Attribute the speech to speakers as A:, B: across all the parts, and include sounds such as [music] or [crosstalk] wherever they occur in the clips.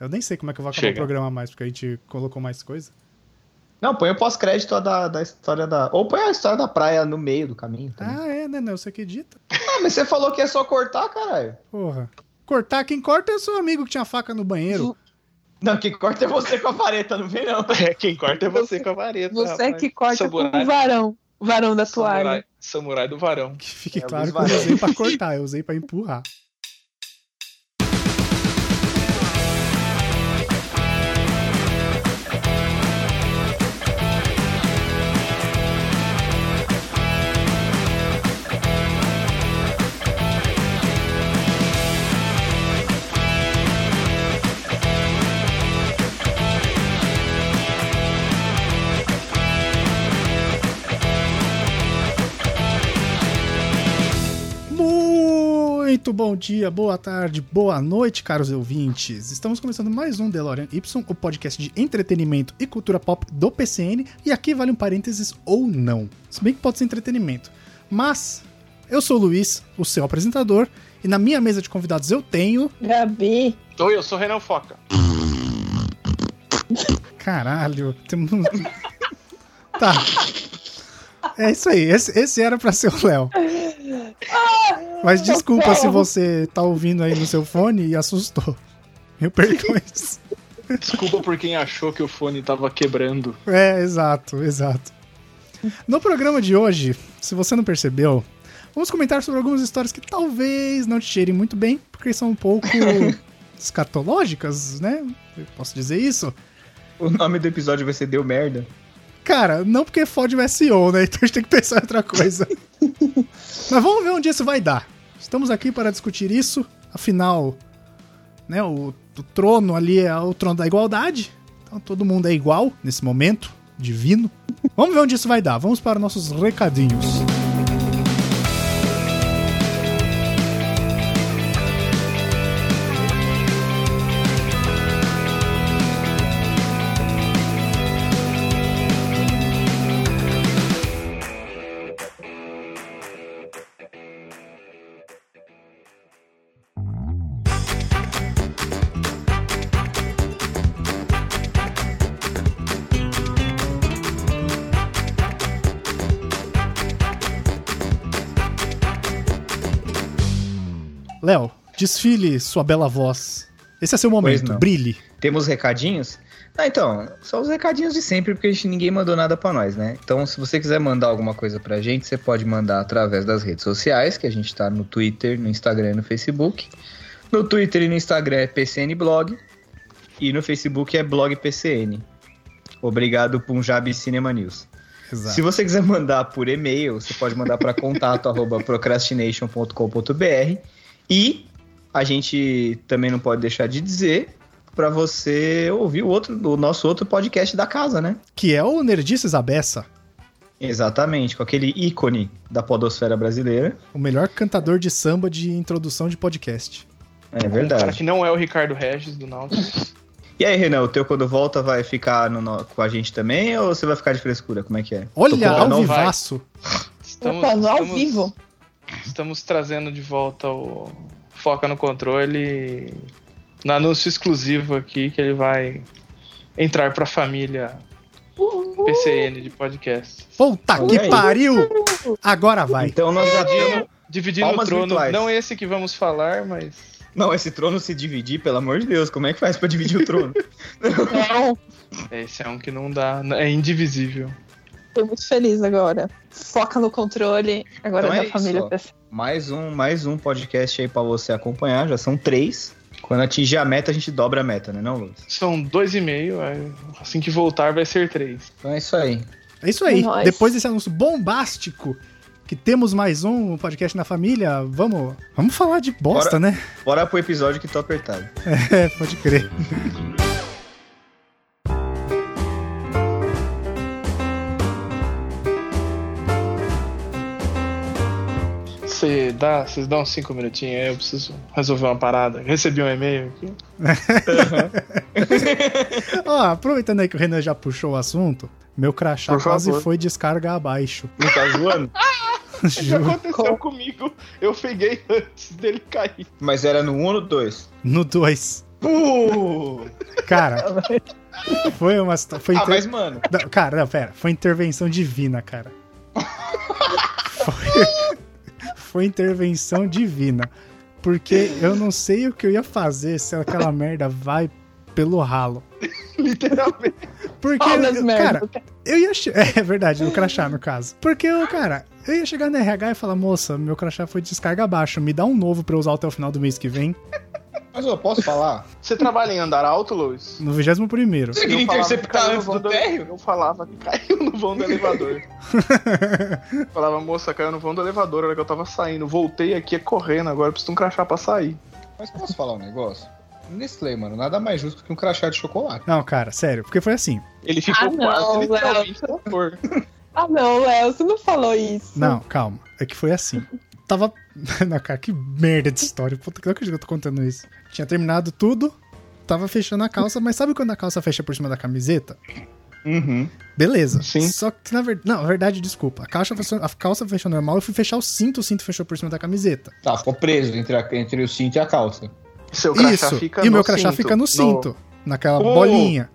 A: Eu nem sei como é que eu vou acabar
B: Chega.
A: o programa mais, porque a gente colocou mais coisa.
C: Não, põe o pós-crédito da, da história da. Ou põe a história da praia no meio do caminho. também.
A: Ah, é, né, né? Você acredita?
C: Ah, mas você falou que é só cortar, caralho.
A: Porra. Cortar, quem corta é o seu amigo que tinha faca no [laughs] banheiro.
C: Não, quem corta é você com a vareta, não vem não.
B: [laughs] É, quem corta é você com a vareta.
D: Você
B: rapaz.
D: que corta com
B: Samurai.
D: o varão. Varão da
B: Samurai,
D: toalha.
B: samurai do varão.
A: Que fique
C: É,
A: claro
C: os
A: que eu não
C: varões.
A: usei pra cortar, eu usei pra empurrar. Muito bom dia, boa tarde, boa noite, caros ouvintes. Estamos começando mais um DeLorean Y, o podcast de entretenimento e cultura pop do PCN. E aqui vale um parênteses ou não. Se bem que pode ser entretenimento. Mas eu sou o Luiz, o seu apresentador, e na minha mesa de convidados eu tenho.
D: Gabi.
B: Oi, eu sou o Renan Foca.
A: Caralho, temos. um- [laughs] tá. É isso aí, esse, esse era pra ser o Léo. Mas desculpa se você tá ouvindo aí no seu fone e assustou. Mil perdões.
B: Desculpa por quem achou que o fone tava quebrando.
A: É, exato, exato. No programa de hoje, se você não percebeu, vamos comentar sobre algumas histórias que talvez não te cheirem muito bem, porque são um pouco escatológicas, né? Eu posso dizer isso?
B: é
C: O nome do episódio vai ser Deu Merda.
A: Cara, não porque é fode o SEO, né? Então a gente tem que pensar em outra coisa.
B: [laughs]
A: Mas vamos ver onde isso vai dar. Estamos aqui para discutir isso. Afinal, né, o, o trono ali é o trono da igualdade. Então todo mundo é igual nesse momento divino. Vamos ver onde isso vai dar. Vamos para nossos recadinhos. Léo, desfile sua bela voz. Esse é seu momento.
C: não.
A: Brilhe.
C: Temos recadinhos? Ah, então, só os recadinhos de sempre, porque a gente, ninguém mandou nada pra nós, né? Então, se você quiser mandar alguma coisa pra gente, você pode mandar através das redes sociais, que a gente tá no Twitter, no Instagram e no Facebook. No Twitter e no Instagram é PCN Blog, e no Facebook é Blog PCN. Obrigado, Punjab Cinema News. Se você quiser mandar por e-mail, você pode mandar para [laughs] contato@procrastination.com.br e a gente também não pode deixar de dizer para você ouvir o outro o nosso outro podcast da casa, né?
A: Que é o Nerdices Abessa,
C: Exatamente, com aquele ícone da podosfera brasileira.
A: o melhor cantador de samba de introdução de podcast.
C: É
B: O cara
C: verdade.
B: que não é o Ricardo Regis do Nautilus.
C: E aí, Renan, o teu quando volta vai ficar no no- com a gente também ou você vai ficar de frescura? Como é que é?
A: Olha,
C: Tô com-
A: ao
B: não vai.
A: vivaço.
B: Estamos,
D: Opa, no ao
B: estamos-
D: [laughs] vivo.
B: Estamos trazendo de volta o Foca no Controle no anúncio exclusivo aqui que ele vai entrar pra família
D: Uh!
B: PCN de podcast.
A: Puta
C: Olha
A: que
C: aí.
A: pariu! Agora vai.
C: Então nós já temos...
B: Dividindo
C: Palmas
B: o trono,
C: virtuais.
B: não esse que vamos falar, mas
C: Não, esse trono se dividir, pelo amor de Deus, como é que faz para dividir o trono?
D: Não,
B: esse é um que não dá, é indivisível.
D: tô muito feliz agora. Foca no controle. Agora
C: Então
D: é
C: é
D: da
C: isso,
D: família.
C: ó. Mais um, mais um podcast aí pra você acompanhar, já são três. Quando atingir a meta, a gente dobra a meta, né, não, Lucas?
B: São dois e meio, aí, assim que voltar vai ser três.
C: Então é isso aí.
A: É isso aí.
D: Nós.
A: Depois desse anúncio bombástico que temos mais um podcast na família, vamos, vamos falar de bosta, né? [laughs]
C: Bora pro episódio que tô apertado.
A: É, pode crer.
B: Você dá, vocês dão cinco minutinhos, aí eu preciso resolver uma parada. Recebi um e-mail aqui.
A: Ó, aproveitando aí que o Renan já puxou o assunto, meu crachá
B: Por
A: quase
B: favor.
A: foi descarga abaixo. [laughs]
C: Não tá [laughs] zoando?
B: Já
A: Juro.
B: aconteceu comigo, eu peguei antes dele cair. [laughs]
C: um Mas era no 1 ou no 2?
A: No 2.
B: Puh!
A: Cara, foi uma. situa- Foi
C: Ah,
A: inter-
C: mas, mano,
A: Não, cara, não, pera. Foi intervenção divina, cara. Foi, foi intervenção divina. Porque eu não sei o que eu ia fazer se aquela merda vai pelo ralo.
B: Literalmente.
A: Porque,
D: Fala as
A: cara,
D: merdas.
A: eu ia. che- [laughs] É verdade, no crachá, no caso. Porque, eu, cara, eu ia chegar na RH e falar: moça, meu crachá foi de descarga abaixo, me dá um novo pra eu usar até o final do mês que vem,
C: mas eu posso falar?
B: Você trabalha em andar alto, Luiz?
A: no 21.
C: Você queria
B: Eu falava que
C: interceptar
B: caiu no
C: antes
B: vão
C: do térreo?
B: Eu falava que caiu no vão
A: [laughs]
B: do elevador. falava, moça, caiu no vão do elevador, era que eu tava saindo. Voltei aqui é correndo, agora eu preciso de um crachá pra sair.
C: Mas posso falar um negócio? Nestlé, mano, nada mais justo que um crachá de chocolate.
A: Não, cara, sério, porque foi assim.
B: Ele ficou
D: Ah, não,
B: quase literalmente na dor.
D: Ah, não, Léo, você não falou isso.
A: Não, calma. É que foi assim. Tava. [laughs] Não, cara, que merda de história. Puta, não acredito que eu tô contando isso. Tinha terminado tudo, tava fechando a calça, mas sabe quando a calça fecha por cima da camiseta?
C: Uhum.
A: Beleza.
B: Sim.
A: Só que, na verdade. Não, na verdade, desculpa. A calça, fechou, a calça fechou normal, eu fui fechar o cinto, o cinto fechou por cima da camiseta.
C: Tá, ficou preso entre, a- entre o cinto e a calça.
B: Seu crachá
A: isso.
B: fica
A: e o
B: no
A: meu crachá
B: cinto,
A: fica no cinto. Naquela
C: Oh.
A: bolinha.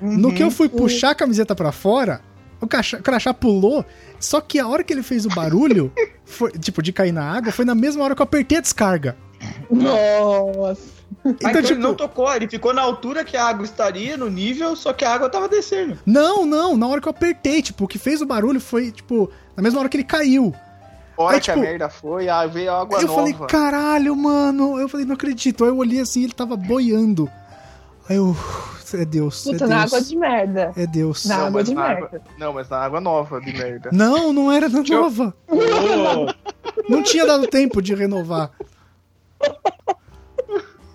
A: No que eu fui
D: Uhum.
A: puxar a camiseta pra fora, o crachá, o crachá pulou. Só que a hora que ele fez o
B: [laughs]
A: barulho, foi- tipo, de cair na água, foi na mesma hora que eu apertei a descarga.
D: Nossa.
A: Então, tipo, não,
C: tocou, Ah, ele ficou na altura que a água estaria, no nível, só que a água tava [laughs] descendo.
A: não, na hora que eu apertei, tipo, o que fez o barulho foi, tipo, na mesma hora que ele caiu.
B: Hora
A: Aí,
B: que
A: tipo,
B: a merda foi, aí veio a água
A: eu
B: nova.
A: falei, caralho, mano. Eu falei, não acredito. Aí eu olhei assim, ele tava boiando. Aí eu, é Deus, é
D: Puta,
A: Deus.
D: na água de merda.
A: É Deus.
D: Na
B: Não,
D: água
B: mas
D: de
B: na água-
D: merda.
B: Não, mas na água nova
A: [laughs]
B: de merda.
A: Não, não era na
B: Tchau.
A: nova.
C: Oh,
A: Não tinha dado tempo de renovar.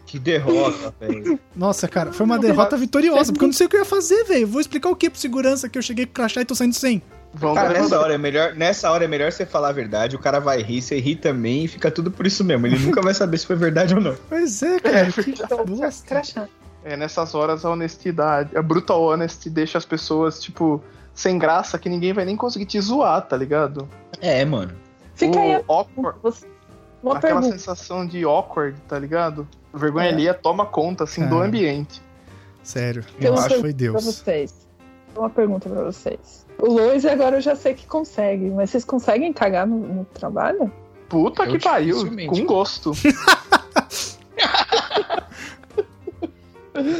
C: que derrota, velho.
A: Nossa, cara, foi uma derrota vitoriosa, porque eu não sei o que eu ia fazer, velho. Vou explicar o que pro segurança que eu cheguei com o crachá e tô saindo sem.
B: Vão
C: Cara,
B: dar
C: nessa hora, é melhor, nessa hora é melhor você falar a verdade, o cara vai rir, você ri também e fica tudo por isso mesmo. Ele nunca vai saber se foi verdade ou não.
A: Pois é, cara.
B: É,
A: que bosta.
D: Crachá.
B: É, nessas horas a honestidade, a brutal honesty deixa as pessoas, tipo, sem graça, que ninguém vai nem conseguir te zoar, tá ligado?
C: É, mano.
D: Fica aí a...
B: o awkward,
D: você- uma
B: aquela
D: pergunta.
B: sensação de awkward, tá ligado? Vergonha
D: É.
B: alheia toma conta, assim, do
A: Cara.
B: ambiente.
A: Sério,
C: Tem
A: eu
C: uma
A: acho que
D: coisa
A: foi
D: pra
A: Deus.
D: vocês. Uma pergunta pra vocês. O Lois agora eu já sei que consegue, mas vocês conseguem cagar no, no trabalho?
B: Puta
D: É
C: Eu
D: tipo,
B: que pariu,
C: dificilmente.
B: com gosto.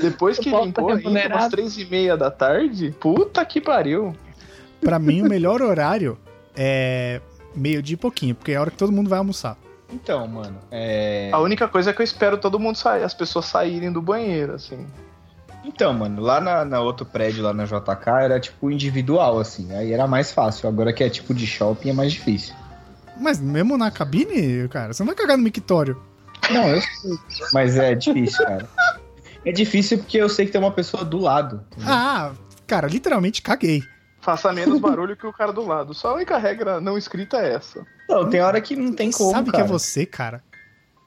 B: Depois que
D: Eu posso
B: limpou,
D: tá
B: ainda,
D: remunerado?
B: umas três e meia da tarde, puta que pariu.
A: Pra mim, o melhor horário é meio dia e pouquinho, porque é a hora que todo mundo vai almoçar.
C: Então, mano, é.
B: A única coisa é que eu espero todo mundo sair, as pessoas saírem do banheiro, assim.
C: Então, mano, lá na, na outro prédio, lá na JK, era tipo individual, assim. Aí era mais fácil. Agora que é tipo de shopping é mais difícil.
A: Mas mesmo na cabine, cara, você não vai cagar no mictório.
C: Não, eu sei. Mas é difícil, cara. É difícil porque eu sei que tem uma pessoa do lado.
A: Ah, cara, literalmente caguei.
B: Faça
C: [laughs]
B: menos barulho que o cara do lado. Só a única regra não escrita é essa.
C: Não, tem hora que não tem como.
A: Sabe
C: cara.
A: que é você, cara?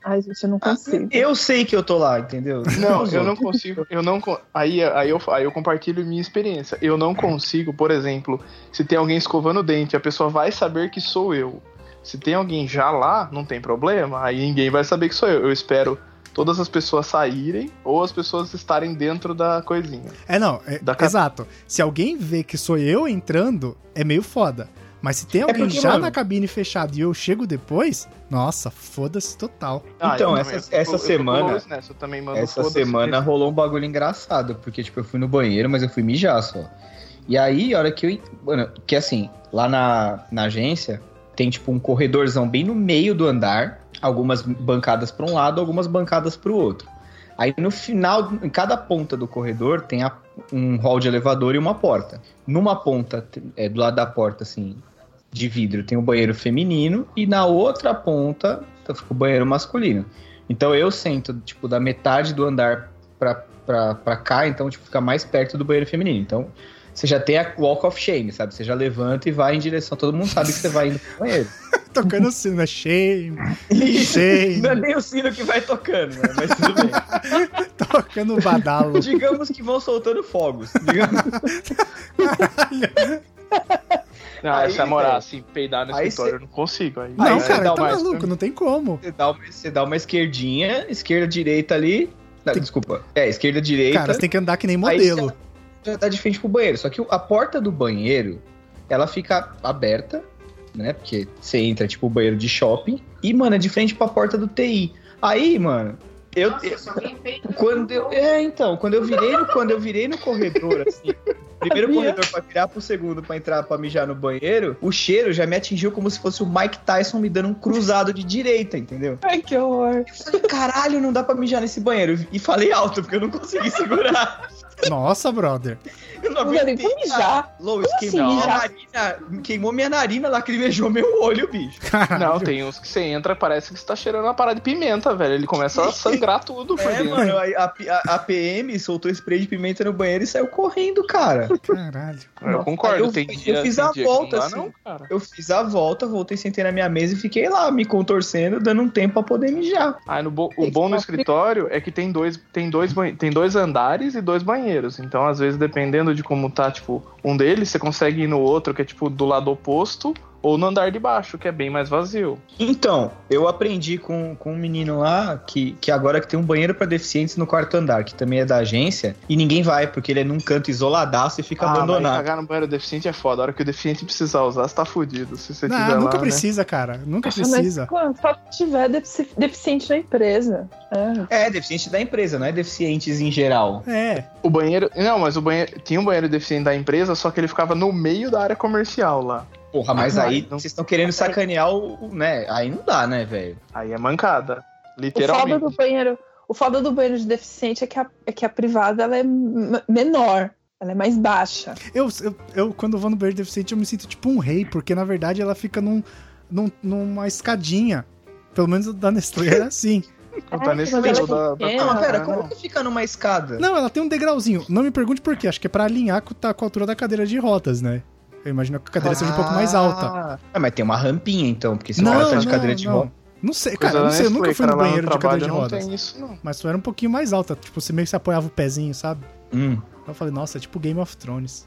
D: Ai, gente, eu não consigo.
C: Eu sei que eu tô lá, entendeu?
B: Não,
C: Os
B: eu não
C: outros.
B: consigo. Eu não con- aí, aí, eu, aí eu compartilho minha experiência. Eu não consigo, por exemplo, se tem alguém escovando o dente, a pessoa vai saber que sou eu. Se tem alguém já lá, não tem problema. Aí ninguém vai saber que sou eu. Eu espero todas as pessoas saírem ou as pessoas estarem dentro da coisinha.
A: É, não, é-
B: Da ca-
A: exato. Se alguém vê que sou eu entrando, é meio foda. Mas
B: É
A: se tem alguém
C: porque,
A: já
C: mano-
A: na cabine fechado e eu chego depois, nossa, foda-se total. [laughs]
C: Então,
B: Ah, eu também,
C: essa-
B: eu
C: essa
B: eu tô com o
C: semana-
B: Lois nessa, eu também mando
C: Essa
B: foda-se
C: semana rolou um bagulho engraçado, porque, tipo, eu fui no banheiro, mas eu fui mijar só. E aí, a hora que eu. en- Mano, que assim, lá na, na agência, tem, tipo, um corredorzão bem no meio do andar, algumas bancadas pra um lado, algumas bancadas pro outro. Aí no final, em cada ponta do corredor, tem a- um hall de elevador e uma porta. Numa ponta, t- é, do lado da porta, assim, de vidro, tem o banheiro feminino, e na outra ponta, tá, fica o banheiro masculino. Então eu sento, tipo, da metade do andar pra, pra, pra cá, então, tipo, fica mais perto do banheiro feminino. Então, você já tem a walk of shame, sabe? Você já levanta e vai em direção. Todo mundo sabe que você vai indo pro banheiro.
A: Tocando sino, é shame, [laughs] shame,
C: Não é nem o sino que vai tocando, né? mas tudo bem.
A: tocando badalo.
C: Digamos que vão soltando fogos. Digamos.
B: Não,
C: Aí, então.
B: essa moral,
C: velho.
B: assim, peidar no
C: Aí
B: escritório,
C: cê-
B: eu não consigo. Aí,
A: Não,
B: aí
C: você
A: cara,
B: dá
A: tá
B: mais pra
A: maluco,
B: mim.
A: não tem como.
C: Você dá, uma, você dá uma esquerdinha, esquerda, direita ali, Não,
A: Tem-
C: Desculpa. É, esquerda, direita.
A: Cara, você tem que andar que nem
C: Aí
A: modelo.
C: você já tá de frente pro banheiro. Só que o- a porta do banheiro, ela fica aberta, né? Porque você entra, tipo, o banheiro de shopping. E, mano, é de frente pra porta do TI. Aí, mano, eu. eu- quando eu, é, então, quando eu virei no, quando eu virei no corredor, assim, primeiro
D: Sabia?
C: corredor pra virar pro segundo pra entrar pra mijar no banheiro, o cheiro já me atingiu como se fosse o Mike Tyson me dando um cruzado de direita, entendeu?
D: Ai, que horror.
C: Eu falei, caralho, não dá pra mijar nesse banheiro. E falei alto, porque eu não consegui segurar.
A: Nossa,
B: [laughs]
A: brother.
C: Eu
B: é
C: não
D: Não dá nem
C: aguentei.
D: pra mijar.
C: Lois,
D: Como
C: queimou,
B: assim,
C: minha
D: já?
C: narina, queimou minha narina, lacrimejou meu olho,
D: [laughs]
C: bicho.
A: Caralho.
B: Não, tem uns que você entra, parece que você tá cheirando uma parada de pimenta, velho. Ele começa a sangrar tudo por
C: É,
B: dentro.
C: mano, a, a- a PM soltou spray de pimenta no banheiro e saiu correndo, cara.
A: Caralho.
B: Eu concordo,
C: eu-
B: tem
C: eu
B: dia,
C: fiz
B: tem
C: a
B: dia que não
C: volta,
B: dá,
C: assim.
B: não, cara.
C: Eu fiz a volta, voltei, sentei na minha mesa e fiquei lá, me contorcendo, dando um tempo pra poder mijar.
B: Ah, no bo-
D: Tem
B: O
D: que
B: bom no
D: sofrer.
B: escritório é que tem dois, tem, dois ban- tem dois andares e dois banheiros. Então, às vezes, dependendo de como tá, tipo, um deles, você consegue ir no outro, que é, tipo, do lado oposto, ou no andar de baixo, que é bem mais vazio.
C: Então, eu aprendi com, com um menino lá que, que agora que tem um banheiro pra deficientes no quarto andar, que também é da agência, e ninguém vai, porque ele é num canto isoladaço e fica
B: Ah, mas
C: abandonado.
B: cagar no banheiro deficiente é foda. A hora que o deficiente precisar usar, você tá fudido. Se você tiver
A: Não, nunca
B: lá, né?
A: precisa, cara. Nunca
D: Ah, mas,
A: precisa.
D: mano, só se tiver defici- deficiente na empresa. É.
C: É, deficiente da empresa, não é deficientes em geral.
A: É.
B: O banheiro. Não, mas o banheiro. Tinha um banheiro deficiente da empresa, só que ele ficava no meio da área comercial lá.
C: Porra, mas
B: Ah,
C: aí
B: então-
C: vocês estão querendo sacanear o, o- né? Aí não dá, né, velho?
B: Aí é mancada.
D: O foda do
B: Literalmente.
D: banheiro, o foda do banheiro de deficiente é que a, é que a privada ela é m- menor, ela é mais baixa.
A: Eu, eu, eu, quando vou no banheiro deficiente, eu me sinto tipo um rei, porque na verdade ela fica num, num- numa escadinha. Pelo menos da Nestlé
B: [laughs]
A: era assim.
B: Não tá
D: É,
B: nesse
D: mas ela
B: nível
D: é
B: da. da-
D: pequena.
C: não, mas pera,
B: Ah,
C: como
B: não.
C: que fica numa escada?
A: Não, ela tem um degrauzinho. Não me pergunte por quê. Acho que é pra alinhar com, tá, com a altura da cadeira de rodas, né? Eu imagino que a cadeira seja um pouco mais alta.
C: Ah, mas tem uma rampinha então, porque se o
A: não,
C: cara tá
A: não,
C: de cadeira de
A: não.
C: roda.
A: Não sei,
B: Coisa
A: cara, eu não
B: da
A: sei, eu nunca
B: Nestlé,
A: fui no
B: cara, lá no
A: banheiro de cadeira
B: trabalho
A: de rodas.
B: Não tem isso, não.
A: Mas só era um pouquinho mais alta, tipo, você meio que se apoiava o pezinho, sabe?
C: Hum,
A: Eu falei, nossa, é tipo Game of Thrones.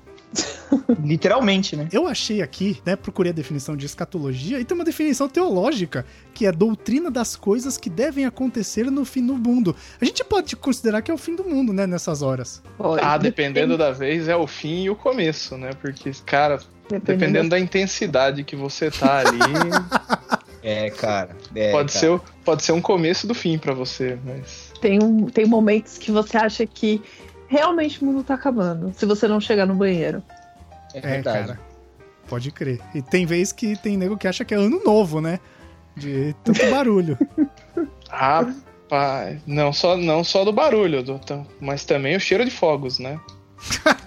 C: literalmente, né?
A: Eu achei aqui, né, procurei a definição de escatologia e tem uma definição teológica, que é doutrina das coisas que devem acontecer no fim do mundo. A gente pode considerar que é o fim do mundo, né, nessas horas.
B: Ah, dependendo da vez, é o fim e o começo, né? Porque, cara, dependendo da intensidade que você tá ali,
C: É, cara. é,
B: pode,
C: cara.
B: ser, o- pode ser um começo do fim pra você, mas.
D: Tem, um, tem momentos que você acha que realmente o mundo tá acabando, se você não chegar no banheiro.
C: É
A: É,
C: verdade.
A: cara. Pode crer. E tem vez que tem nego que acha que é ano novo, né? De tanto
C: [laughs]
A: barulho.
B: Rapaz, não só, não só do barulho, do, tam- mas também o cheiro de fogos, né?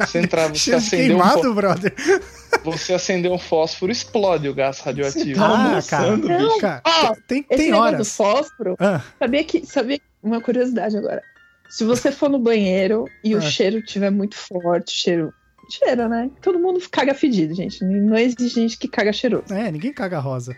B: Você
A: [laughs]
B: entrar, você
A: Cheiro de
B: acender, um,
A: queimado,
B: fó-
A: brother.
B: você acender um fósforo, explode o gás radioativo.
C: Tá
D: Ah,
C: almoçando,
D: cara.
C: bicho.
A: Ah, Cara,
D: Ó,
A: tem,
D: Esse
A: tem
D: negócio do
A: horas.
D: fósforo,
A: Ah.
D: sabia que. Sabia, uma curiosidade agora. Se você for no banheiro e
A: Ah.
D: o cheiro tiver muito forte, o cheiro. Cheiro, né? Todo mundo caga fedido, gente. Não existe gente que caga cheiroso.
A: É, ninguém caga rosa.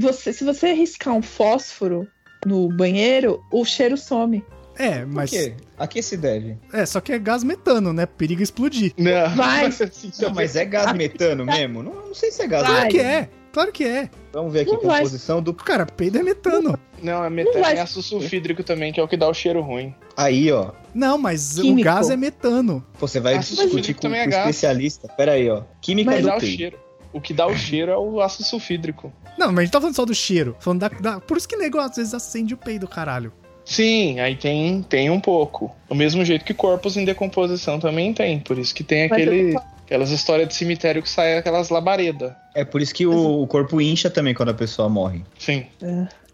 D: Você- se você riscar um fósforo no banheiro, o cheiro some.
A: É,
C: Por
A: mas.
C: quê? A que se deve?
A: É, só que é gás metano, né? Perigo explodir.
B: Não, [laughs]
D: Vai.
B: assim,
C: Não, mas é gás
B: tá-
C: metano mesmo? Não, não sei se é gás.
D: Vai.
A: Claro
C: metano.
A: que é, claro que é.
C: Vamos ver aqui a
D: Não vai.
C: composição do.
A: Cara, peido é metano.
B: não, é
D: Não
B: metano,
D: vai.
B: é ácido sulfídrico também, que é o que dá o cheiro ruim.
C: Aí, ó.
A: Não, mas o
D: Químico.
A: gás é metano.
C: Pô, Você vai
B: Ah, mas
C: discutir
B: ele
C: com,
B: também é
C: com
B: gás.
C: especialista. Pera aí, ó. Química é
B: O que
D: Mas-
B: dá
C: do
B: o
C: peito.
B: cheiro. O que dá o cheiro é o ácido sulfídrico.
A: Não, mas a gente tá falando só do cheiro. Falando da, da- Por isso que nego às vezes acende o peido, caralho.
B: Sim, aí tem, tem um pouco. Do mesmo jeito que corpos em decomposição também tem. Por isso que tem
D: Mas eu
B: É aquele,
D: tô
B: aquelas histórias de cemitério que saem aquelas labaredas.
C: É por isso que o, o corpo incha também quando a pessoa morre.
B: Sim.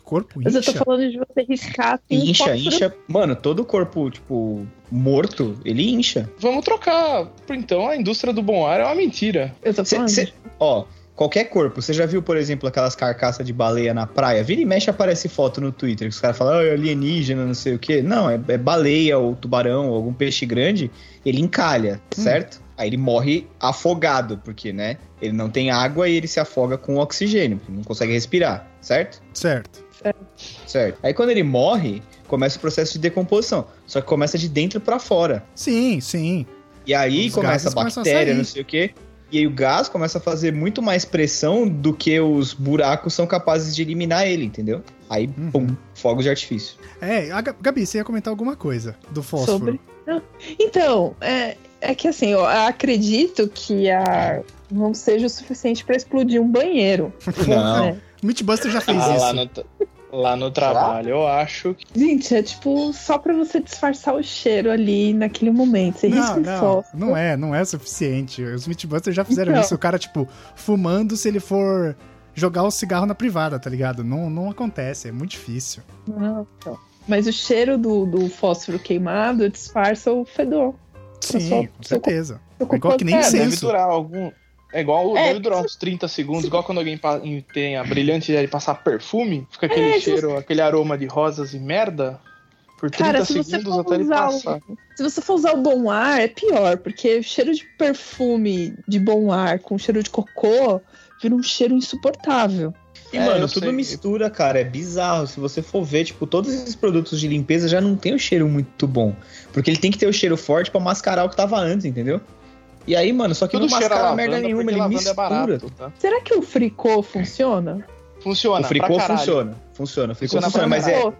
A: Corpo
D: Mas eu tô
A: incha.
D: falando de você riscar assim, um
C: Incha,
D: fósforo.
C: incha. Mano, todo corpo, tipo, morto, ele incha.
B: Vamos trocar. Então, a indústria do bom ar é uma mentira.
D: Eu tô
C: Cê-
D: falando.
C: cê- ó, qualquer corpo, você já viu, por exemplo, aquelas carcaças de baleia na praia? Vira e mexe aparece foto no Twitter que os caras falam, "Ah, alienígena, não sei o quê. Não, é, é baleia ou tubarão ou algum peixe grande, ele encalha, certo? Aí ele morre afogado, porque, né? Ele não tem água e ele se afoga com oxigênio, porque não consegue respirar, certo?
A: Certo.
C: Certo. Aí quando ele morre, começa o processo de decomposição, só que começa de dentro pra fora.
A: Sim, sim.
C: E aí
A: Os
C: começa
A: gases
C: a
A: começam a
C: bactéria,
A: sair.
C: não sei o quê. E aí o gás começa a fazer muito mais pressão do que os buracos são capazes de eliminar ele, entendeu? Aí,
A: Uhum.
C: pum, fogo de artifício.
A: É, a Ga- Gabi, você ia comentar alguma coisa do fósforo.
D: Sobre- Então, é, é que assim, eu acredito que a não seja o suficiente pra explodir um banheiro.
A: [laughs]
C: Não.
D: né?
A: Mythbuster já fez
B: Ah,
A: isso.
B: lá no, tra- lá no trabalho, eu acho que.
D: Gente, é tipo só pra você disfarçar o cheiro ali naquele momento. Você risca
A: Não,
D: um
A: não,
D: fósforo.
A: não é, não é suficiente. Os Mythbusters já fizeram
D: Então.
A: isso. O cara, tipo, fumando se ele for jogar o cigarro na privada, tá ligado? Não, não acontece, é muito difícil.
D: Não, então. Mas o cheiro do, do fósforo queimado disfarça o fedor.
A: Sim,
D: sou-
A: com
D: eu
A: certeza.
D: Eu
A: É igual que nem
D: concordo.
A: Tem
B: Deve
A: isso.
B: durar algum. É igual.
D: É.
B: Deve durar uns 30 segundos, igual quando alguém pa- em- tem a brilhante ideia de passar perfume, fica aquele
D: É, se
B: cheiro, aquele aroma de rosas e merda. Por 30
D: Cara, se você
B: segundos
D: for
B: até ele
D: usar um- o-
B: passar.
D: Se você for usar o bom ar, é pior, porque o cheiro de perfume de bom ar com cheiro de cocô vira um cheiro insuportável.
C: E,
B: É,
C: mano,
B: eu
C: tudo
B: sei.
C: mistura, cara. É bizarro. Se você for ver, tipo, todos esses produtos de limpeza já não tem um cheiro muito bom. Porque ele tem que ter o cheiro forte pra mascarar o que tava antes, entendeu? E aí, mano, só que
B: Tudo
C: não
B: cheira
C: mascara
B: lavanda,
C: merda nenhuma,
B: porque
C: ele
B: lavanda
C: mistura.
B: é barato, tá?
D: Será que o fricô funciona?
B: Funciona,
C: o fricô
B: pra caralho.
C: funciona. Funciona, o fricô
B: Funciona
C: funciona,
B: pra então,
C: mas, é,
D: caralho.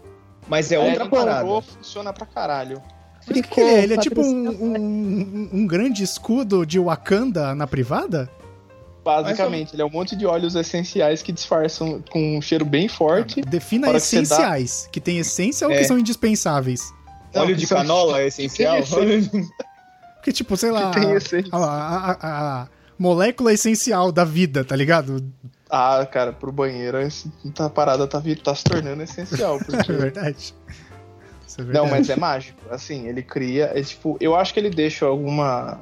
C: mas é outra
B: ele
C: parada.
B: comprou, funciona pra caralho.
A: Por isso que
D: Ficou, né?
A: ele é, ele é tipo um,
D: patrocínio.
A: um- um grande escudo de Wakanda na privada?
B: Basicamente, ele é um monte de óleos essenciais que disfarçam com um cheiro bem forte.
A: Defina
B: Fora que você dá-
A: essenciais. Que, tem essência ou
C: É.
A: que são indispensáveis?
B: Não, então,
C: Óleo de
B: são- [laughs]
C: canola é essencial.
A: Porque, tipo, sei lá.
B: que tem esse.
A: a, a- a- a molécula essencial da vida, tá ligado? [laughs]
B: Ah, cara, pro banheiro esse- tá- a parada tá, vi- tá se tornando essencial.
A: [laughs] É
B: Porque...
A: verdade. Isso é
B: Não,
A: verdade.
B: mas é mágico. Assim, ele cria. É, tipo, eu acho que ele deixa alguma.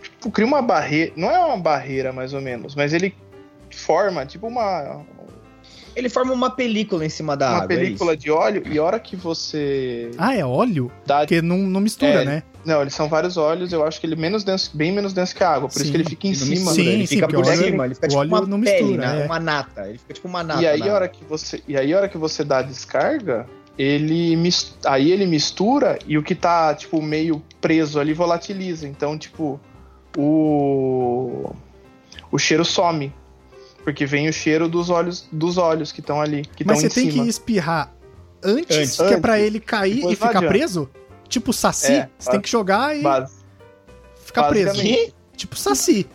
B: Tipo, cria uma barreira. Não é uma barreira, mais ou menos, mas ele forma, tipo, uma,
C: ele forma uma película em cima da
B: uma
C: água. é
B: película
C: isso.
B: de óleo e a hora que você
A: Ah, é óleo?
B: dá
A: Porque não, não mistura,
B: É,
A: né?
B: Não, eles são vários óleos, eu acho que ele é menos denso, bem menos denso que a água, por
A: Sim,
B: isso que ele fica em
C: Ele não
B: cima.
C: mistura,
A: Sim,
C: ele
A: sim,
C: fica
A: porque
C: por
A: o óleo-
C: cima, ele fica
A: o
C: tipo
A: óleo
C: uma
A: não
C: pele,
A: mistura,
C: né?
A: é.
C: uma nata. Ele fica tipo uma nata.
B: E aí
C: na
B: a hora que você, e aí a hora que você dá a descarga, ele mis- aí ele mistura e o que tá tipo meio preso ali volatiliza, então tipo o o cheiro some. Porque vem o cheiro dos olhos dos óleos que estão ali, que estão
A: Mas
B: em
A: você tem
B: cima.
A: que espirrar antes,
C: Antes.
A: que é pra
B: Antes.
A: ele cair
B: Depois
A: e ficar
B: vadear.
A: preso? Tipo saci?
B: É,
A: você tem que jogar e
B: Bas-
A: ficar preso.
B: basicamente.
A: Tipo saci.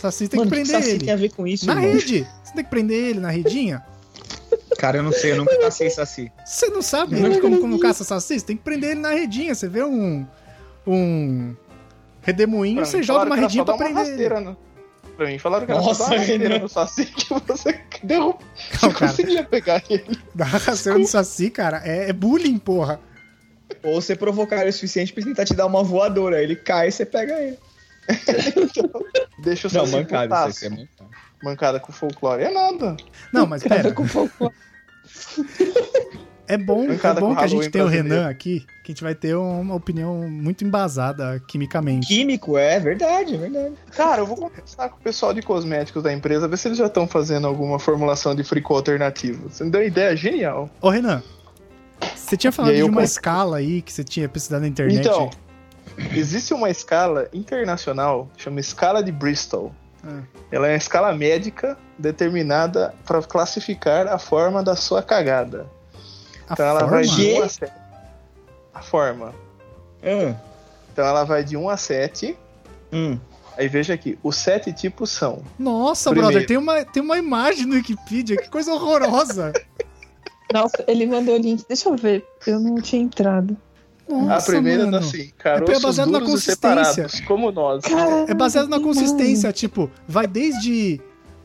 A: Saci tem
C: Mano,
A: que
C: o
A: prender
C: saci é
A: ele.
C: tem a ver com isso,
A: Na
C: irmão?
A: rede. Você tem que prender ele na redinha.
C: Cara, eu não sei, eu nunca passei saci.
A: Você não sabe né?
D: Eu nunca
A: como,
D: vi.
A: como caça saci? Você tem que prender ele na redinha. Você vê um... Um... Redemoinho,
B: Pra
A: você
B: mim,
A: joga
B: falaram
A: uma
B: que era
A: redinha
B: só
A: pra
B: dar uma
A: prender ele.
B: rasteira, né? Pra mim, falaram que era
C: Nossa,
B: só dar uma rasteira
C: [laughs] Renan.
B: no Saci que você [laughs] derrubou.
A: Não,
B: Você [laughs]
A: cara.
B: conseguia pegar ele.
A: Dar rasteira no saci, cara, é, é bullying, porra.
C: Ou você provocar ele o suficiente pra ele tentar te dar uma voadora. aí Ele cai e você pega ele.
B: Deixa o
C: Não,
B: Saci
C: mancada,
B: putaço.
C: isso aqui é mancada.
B: Mancada com folclore é nada.
A: Não, mas
D: Cara,
A: pera,
D: com pouco-
A: é bom, é
B: Mancada
A: bom
B: com
A: que a gente
B: Halloween
A: tem o
B: brasileiro.
A: Renan aqui, que a gente vai ter uma opinião muito embasada quimicamente.
C: Químico, é verdade, é verdade.
B: Cara, eu vou conversar com o pessoal de cosméticos da empresa, ver se eles já estão fazendo alguma formulação de fricô alternativo. Você me deu uma ideia genial.
A: Ô, Renan, você tinha falado
B: E aí
A: de
B: eu
A: uma
B: con-
A: escala aí que você tinha pesquisado na internet.
B: Então, existe uma escala internacional, chama escala de Bristol.
A: Ah.
B: Ela é uma escala médica determinada para classificar a forma da sua cagada.
A: a
B: Então ela vai de
A: forma?
C: Quê?
B: 1 a 7. A forma.
C: Ah,
B: Então ela vai de 1 a 7.
C: hum.
B: Aí veja aqui, os sete tipos são.
A: Nossa,
B: Primeiro.
A: brother, tem uma, tem uma imagem no Wikipedia, que coisa horrorosa.
D: Nossa, ele mandou o link. Deixa eu ver. Eu não tinha entrado.
A: Nossa,
B: [laughs] a primeira
A: mano. É
B: tá assim, caroços
A: baseado na
B: duros e
A: consistência.
B: separados, como nós.
D: Caralho,
A: É baseado na
D: que
A: consistência, tipo, vai desde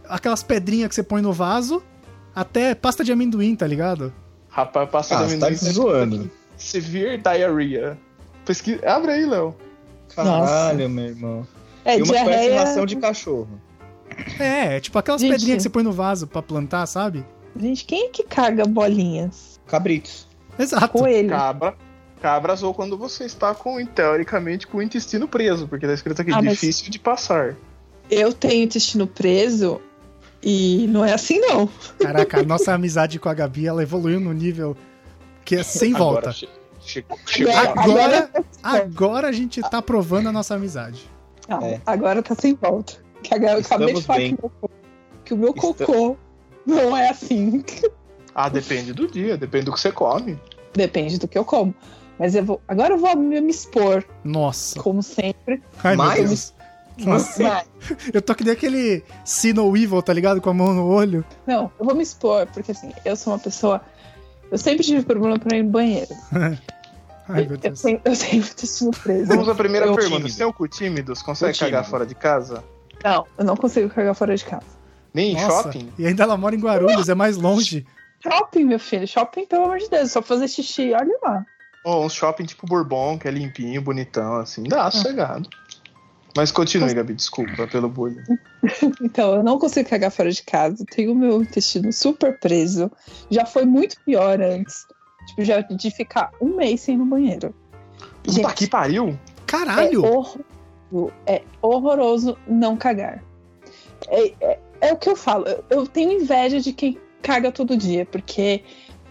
A: aquelas pedrinhas que você põe no vaso até pasta de amendoim, tá ligado?
B: Rapaz, passa
C: Ah,
B: da
C: você tá
B: minuto.
C: me zoando.
B: Severe diarrhea. Pesquisa... Abre aí, Léo.
C: Caralho, meu irmão.
D: maravilha. É
C: e uma espécie de
D: diarreia.
C: ração de cachorro.
A: É, é tipo aquelas
D: Gente.
A: pedrinhas que você põe no vaso pra plantar, sabe?
D: Gente, quem é que caga bolinhas?
C: Cabritos.
A: Exato.
D: Coelho.
B: Cabra. Cabras ou quando você está com, teoricamente, com o intestino preso, porque tá escrito aqui,
D: Ah, mas-
B: difícil de passar.
D: Eu tenho intestino preso e não é assim, não.
A: Caraca, a nossa amizade com a Gabi, ela evoluiu no nível que é sem volta.
B: É, Agora, che- chegou.
A: Agora-
D: [laughs] Agora-
A: Agora a gente tá provando a nossa amizade.
D: Tá,
C: É.
D: agora tá sem volta. Que agora eu acabei de
C: Estamos
D: falar
C: bem.
D: que, o meu co- que o meu
C: Estamos-
D: cocô não é assim. [laughs]
B: Ah, depende do dia, depende do que você come.
D: Depende do que eu como. Mas eu vou, agora eu vou me me expor,
A: Nossa.
D: como sempre.
A: Ai, meu
C: Mas-
A: Deus. Nossa,
C: assim?
D: Mas-
A: eu tô que nem aquele Sino Evil, tá ligado? Com a mão no olho.
D: Não, eu vou me expor, porque assim, eu sou uma pessoa. Eu sempre tive problema pra ir no banheiro.
A: Ai, meu
D: eu,
A: Deus.
D: sempre, eu sempre tô surpresa.
B: Vamos à primeira
C: Eu
B: pergunta.
C: tímido.
B: Você é um cu tímido? Você consegue
C: Eu
B: cagar
C: tímido.
B: fora de casa?
D: Não, eu não consigo cagar fora de casa.
B: Nem em
A: Nossa,
B: shopping?
A: E ainda ela mora em Guarulhos, é mais longe.
D: Shopping, meu filho. Shopping, pelo amor de Deus. Só fazer xixi, olha lá. [laughs]
B: Ou um shopping tipo Bourbon, que é limpinho, bonitão, assim. Dá, sossegado. Mas continue, Gabi, desculpa pelo bullying.
D: Então, eu não consigo cagar fora de casa. Tenho meu intestino super preso. Já foi muito pior antes. Tipo, já de ficar um mês sem ir no banheiro.
B: Puta
D: Gente.
B: que pariu!
A: Caralho!
D: É horroroso. É horroroso não cagar. É, é- é o que eu falo. Eu, eu tenho inveja de quem caga todo dia, porque,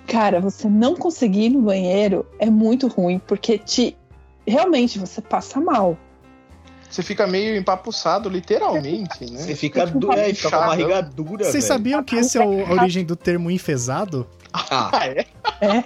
D: cara, você não conseguir ir no banheiro é muito ruim, porque te. Realmente, você passa mal.
B: Você fica meio empapuçado, literalmente,
C: Você
B: né?
C: fica,
D: Fica
C: du... é, fica com a
B: inchado.
C: barriga dura,
A: Vocês
C: velho.
A: sabiam que esse é o- a origem do termo enfesado?
C: Ah,
B: Ah, é?
D: É,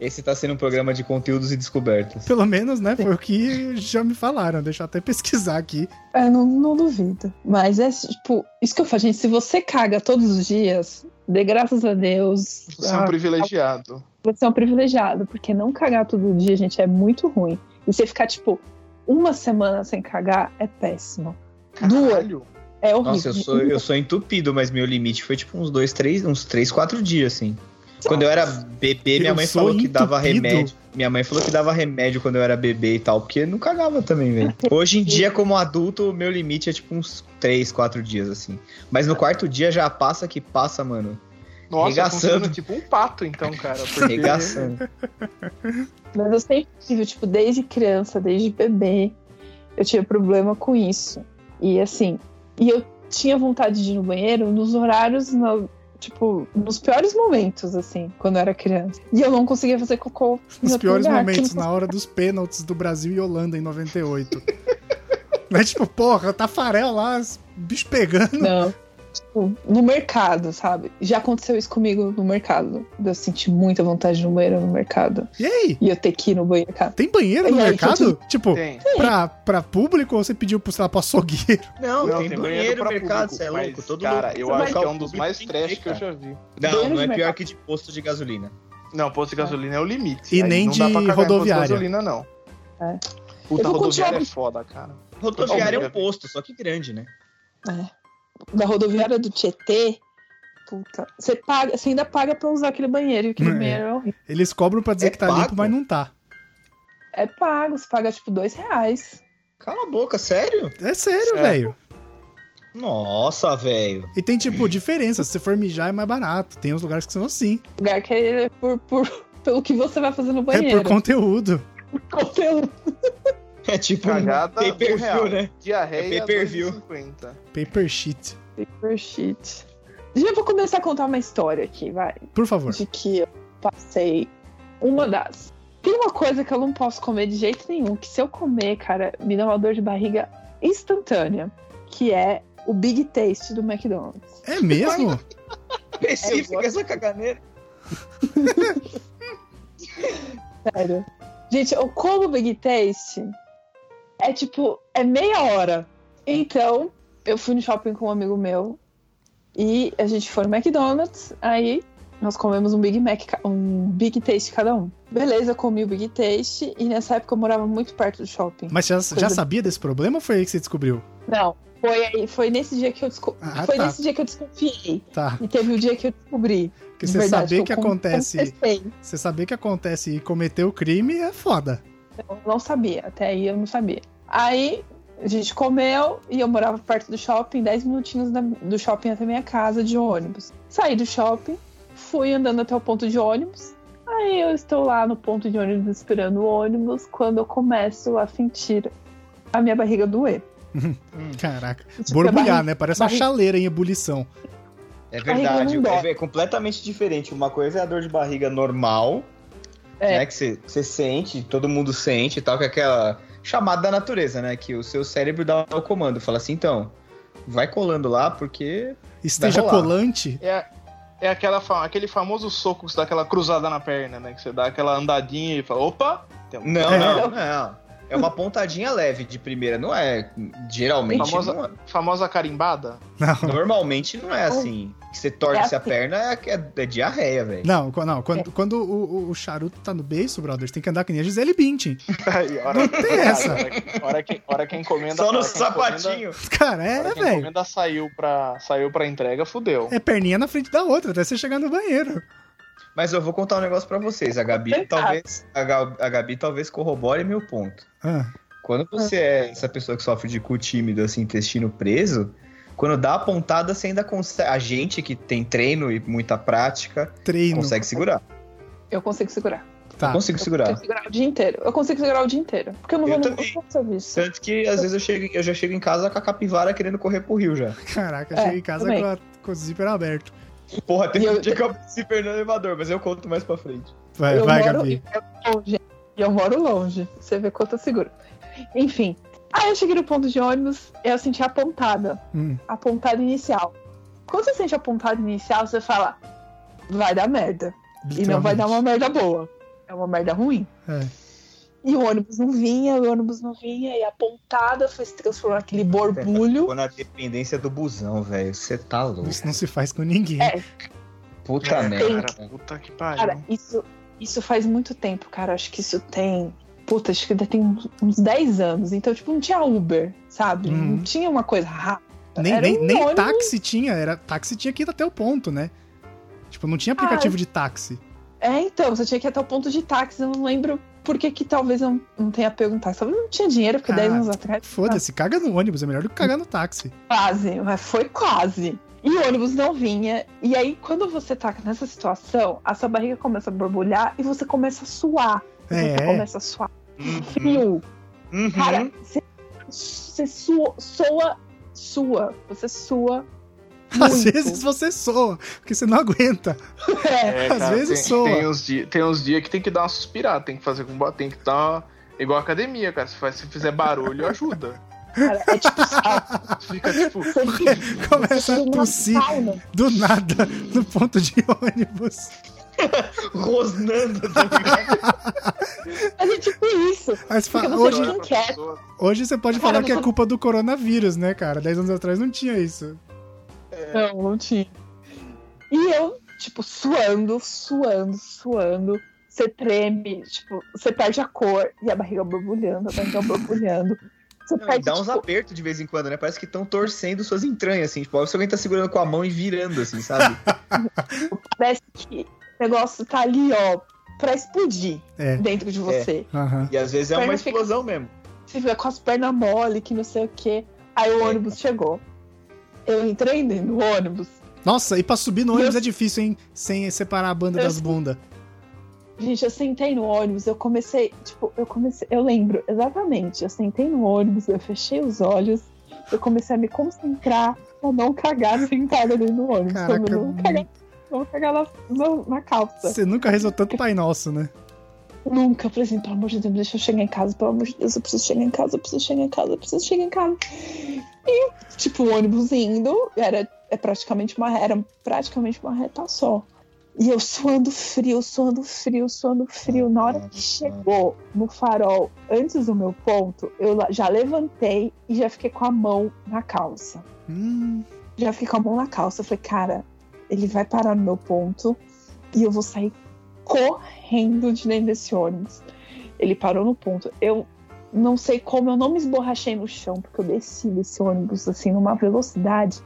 C: esse tá sendo um programa de conteúdos e descobertas.
A: Pelo menos, né? Foi o que já me falaram. Deixa eu até pesquisar aqui.
D: eu não, não duvido. Mas é tipo, isso que eu falo, gente, se você caga todos os dias, dê graças a Deus.
B: Você é um
D: ah,
B: privilegiado.
D: você é um privilegiado, porque não cagar todo dia, gente, é muito ruim. E você ficar, tipo, uma semana sem cagar é péssimo.
A: Ah.
D: Duas
B: Caralho.
D: é horrível.
C: Nossa, eu sou, eu sou entupido, mas meu limite foi tipo uns dois, três, uns três, quatro dias, assim.
D: Então,
C: Quando eu era bebê, minha
A: Eu
C: mãe
A: sou
C: falou que dava
A: entupido.
C: remédio. Minha mãe falou que dava remédio quando eu era bebê e tal, porque não cagava também, velho. Hoje em dia, como adulto, o meu limite é tipo uns três, quatro dias, assim. Mas no quarto dia já passa que passa, mano.
B: Nossa,
C: Regaçando.
B: funciona tipo um pato, então, cara. Porque...
C: Regaçando.
D: Mas eu sempre tive, tipo, desde criança, desde bebê, eu tinha problema com isso. E assim, e eu tinha vontade de ir no banheiro nos horários, no- tipo, nos piores momentos, assim, quando eu era criança. E eu não conseguia fazer cocô. em
A: Os
D: outro
A: piores
D: lugar,
A: momentos, né?
D: que não
A: na hora dos pênaltis do Brasil e Holanda em 98. [laughs] Mas, tipo, porra, Tafarel lá, os bicho pegando.
D: Não. Tipo, no mercado, sabe? Já aconteceu isso comigo no mercado. de Eu senti muita vontade de ir no banheiro no mercado.
A: E aí?
D: E eu ter que ir no banheiro, cara.
A: Tem banheiro no
D: E aí,
A: mercado? Tipo,
B: Tem.
A: pra, pra público ou você pediu, pro, sei lá, pro açougueiro?
C: Não,
B: Não,
C: tem, banheiro,
B: pra
C: mercado,
B: público,
C: você é
B: mas,
C: louco. Todo
B: cara,
C: lugar-
B: eu
C: todo
B: acho que é
C: local
B: um dos
C: público
B: mais
C: tem
B: trash que eu
C: cara.
B: já vi.
C: Não,
D: Banheiro
C: não é
D: de
C: pior
D: mercado.
C: que de posto de gasolina.
B: Não, posto de gasolina é o limite.
A: E
B: Aí
A: nem
B: não dá
A: de
B: pra cagar em posto de
A: rodoviária.
B: gasolina, não.
D: É.
B: Puta,
D: Eu vou
B: rodoviária
D: continuar-
B: é foda, cara.
C: Rodoviária é um
B: Palmeira.
C: posto, só que grande, né?
D: Da rodoviária do Tietê. Puta. Você, paga, você ainda paga pra usar aquele banheiro. E aquele
A: É.
D: banheiro é horrível.
A: Eles cobram pra dizer
C: É
A: que tá
C: pago?
A: limpo, mas não tá.
D: É pago. Você paga, tipo, dois reais.
C: Cala a boca, sério?
A: É sério,
B: Certo.
A: velho.
C: Nossa, velho.
A: E tem, tipo, diferença. Se você for mijar, é mais barato. Tem uns lugares que são assim.
D: Lugar que é por, por, pelo que você vai fazer no
A: É
D: banheiro.
A: por conteúdo.
D: conteúdo.
C: É tipo um
B: Cagada, um
C: pay-per-view,
B: real.
C: né?
B: Diarreia,
C: É pay-per-view.
B: 2,50.
A: Paper sheet.
D: Super shit. Já vou começar a contar uma história aqui, vai.
A: Por favor.
D: de que eu passei uma das. Tem uma coisa que eu não posso comer de jeito nenhum, que se eu comer, cara, me dá uma dor de barriga instantânea, que é o Big Taste do McDonald's.
A: É mesmo?
B: É,
C: Específica essa caganeira.
D: Sério. Gente, eu como Big Taste, é tipo, é meia hora. Então, eu fui no shopping com um amigo meu e a gente foi no McDonald's, aí nós comemos um Big Mac, ca- um Big Taste cada um. Beleza, eu comi o Big Taste e nessa época eu morava muito perto do shopping.
A: Mas já, já sabia desse problema ou foi aí que você descobriu?
D: Não, foi aí, foi nesse dia que eu desco...
A: Ah,
D: foi
A: tá.
D: nesse dia que eu desconfiei.
A: Tá.
D: E teve o dia que eu descobri.
A: Porque
D: de
A: você
D: verdade,
A: saber
D: eu
A: que
D: con-
A: acontece.
D: confessei.
A: Você saber que acontece e cometer o crime é foda.
D: Eu não sabia, até aí eu não sabia. Aí a gente comeu e eu morava perto do shopping, 10 minutinhos da- do shopping até minha casa de ônibus. Saí do shopping, fui andando até o ponto de ônibus. Aí eu estou lá no ponto de ônibus esperando o ônibus quando eu começo a sentir a minha barriga doer.
A: Caraca.
D: Tipo, a
A: Borbulhar,
D: barriga-
A: né? Parece uma
D: barriga-
A: chaleira em ebulição.
C: É
D: Barriga
C: verdade,
D: não dói.
C: é completamente diferente. Uma coisa é a dor de barriga normal,
D: É.
C: né? Que você, você sente, todo mundo sente e tal, que é aquela chamada da natureza, né? Que o seu cérebro dá o comando, fala assim, então, vai colando lá porque.
A: Esteja
C: rolar.
A: colante.
B: É, é aquela, fa- aquele famoso soco que você dá aquela cruzada na perna, né? Que você dá aquela andadinha e fala, opa, tem um-
C: Não,
A: É.
C: não, não. É uma pontadinha leve de primeira, não é. Geralmente.
B: Famosa-
C: não é-
B: famosa carimbada.
A: Não,
C: [laughs] normalmente não é assim. Que você torce
D: É
C: a
D: assim.
C: perna é, é- é diarreia, velho.
A: não, qu- não, quando, quando o, o- o charuto tá no beiço, brother, você tem que andar que nem a Gisele Bündchen.
B: [laughs]
A: [laughs]
B: Aí, hora,
A: Não tem essa.
B: Hora, que- hora que, hora que encomenda.
C: Só no
B: hora que
C: sapatinho.
A: Cara,
B: encomenda-
A: é,
B: hora que
A: velho.
B: encomenda saiu pra, saiu pra entrega, fudeu.
A: É perninha na frente da outra, até você chegar no banheiro.
C: Mas eu vou contar um negócio pra vocês. A Gabi
D: Coitado.
C: talvez. A, Ga- a Gabi talvez corrobore meu ponto.
A: Ah,
C: Quando você é essa pessoa que sofre de cu tímido, assim, intestino preso, quando dá a pontada, você ainda consegue. A gente que tem treino e muita prática
A: treino.
C: consegue segurar.
D: Eu consigo segurar.
A: Tá.
C: Consigo
D: Eu
C: segurar.
D: consigo segurar o dia inteiro. Eu consigo segurar o dia inteiro. Porque eu não
C: Eu
D: vou no
C: também.
D: eu faço serviço.
C: Tanto que às vezes eu, chego, eu já chego em casa com a capivara querendo correr pro rio já.
A: Caraca,
D: É,
A: cheguei em casa
D: também.
A: com, a- com o zíper aberto.
C: Porra, tem
D: E
C: um
D: eu-
C: dia que eu se perdi no elevador, mas eu conto mais pra frente.
A: Vai,
D: eu
A: É, vai,
D: moro,
A: Gabi.
D: eu moro longe. E eu moro longe. Você vê quanto eu seguro. Enfim. Aí eu cheguei no ponto de ônibus, eu senti a pontada.
A: Hum.
D: A pontada inicial. Quando você sente a pontada inicial, você fala. Vai dar merda. E não vai dar uma merda boa. É uma merda ruim.
A: É.
D: E o ônibus não vinha, o ônibus não vinha, e a pontada foi se transformar naquele borbulho.
C: Ficou na dependência do busão, velho. Você tá louco.
A: Isso não se faz com ninguém.
D: É.
C: Puta
B: É,
C: merda.
B: cara, puta que pariu.
D: Cara, isso, isso faz muito tempo, cara. Acho que isso tem. Puta, acho que ainda tem uns- uns 10 anos. Então, tipo, não tinha Uber, sabe?
A: Uhum.
D: Não tinha uma coisa rápida.
A: nem
D: era
A: nem,
D: um
A: nem
D: ônibus.
A: táxi tinha, era táxi tinha que ir até o ponto, né? Tipo, não tinha
D: Ah,
A: aplicativo de táxi.
D: É, então, você tinha que ir até o ponto de táxi. Eu não lembro por que que talvez eu não tenha pego um táxi. Talvez eu não tinha dinheiro, porque
A: Ah,
D: 10 anos atrás.
A: Foda-se, caga no ônibus, é melhor do que cagar no táxi.
D: Quase, mas foi quase. E o ônibus não vinha. E aí, quando você tá nessa situação, a sua barriga começa a borbulhar e você começa a suar.
A: É,
D: Você
A: é.
D: começa a suar
B: Uhum.
D: frio.
C: Uhum.
D: Cara, você, você sua, soa, sua. Você sua.
A: [laughs] [laughs] Às
D: muito.
A: vezes você soa, porque você não aguenta.
D: É,
B: É,
A: Às vezes
B: tem,
A: soa.
B: Tem uns, dias, tem uns dias que tem que dar uma suspirada, tem que fazer com tem que dar uma- igual academia, cara. Se, faz, se fizer barulho, ajuda.
D: cara, é tipo sauna.
B: Fica
A: [laughs]
B: tipo.
D: Você fica-
A: Começa a
D: numa
A: tossir
D: sauna.
A: do nada no ponto de [laughs] ônibus.
C: Rosnando. [laughs]
D: Mas é tipo isso.
A: Aí você fala,
D: Porque você
A: hoje,
D: não- quieto.
A: hoje você pode
D: Cara,
A: falar
D: não
A: que é
D: tô-
A: culpa do coronavírus, né, cara? Dez anos atrás não tinha isso.
D: Não, não tinha. E eu, tipo, suando, suando, suando. Você treme, tipo, você perde a cor e a barriga borbulhando, a barriga borbulhando. Você
C: Não, e
D: perde,
C: dá uns
D: tipo,
C: apertos de vez em quando, né? Parece que estão torcendo suas entranhas, assim. Tipo, ó, se alguém tá segurando com a mão e virando, assim, sabe?
D: parece que o negócio tá ali, ó, pra explodir
A: É.
D: dentro de você.
A: Aham.
C: E às vezes é uma
D: Mas não fica-
C: explosão mesmo.
D: Você fica com as pernas mole, que não sei o quê. Aí o ônibus chegou. Eu entrei dentro do ônibus.
A: Nossa, e pra subir no
D: Meu-
A: ônibus é difícil, hein? Sem separar a banda
D: Eu
A: das
D: sei.
A: bundas.
D: Gente, eu sentei no ônibus, eu comecei, tipo, eu comecei, eu lembro exatamente, eu sentei no ônibus, eu fechei os olhos, eu comecei a me concentrar pra não cagar sentada dentro do ônibus, pra
A: Caraca,
D: não cagar, não cagar na, na- na calça.
A: Você nunca rezou tanto Pai Nosso, né?
D: Nunca, eu falei assim, pelo amor de Deus, deixa eu chegar em casa, pelo amor de Deus, eu preciso chegar em casa, eu preciso chegar em casa, eu preciso chegar em casa. E, tipo, o ônibus indo, era, é praticamente uma, era praticamente uma reta só. E eu suando frio, suando frio, suando frio. Na hora que chegou no farol, antes do meu ponto, eu la- já levantei e já fiquei com a mão na calça
A: Hum,
D: já fiquei com a mão na calça. Eu falei, cara, ele vai parar no meu ponto e eu vou sair correndo de dentro desse ônibus. Ele parou no ponto. Eu não sei como, eu não me esborrachei no chão, porque eu desci desse ônibus assim, numa velocidade,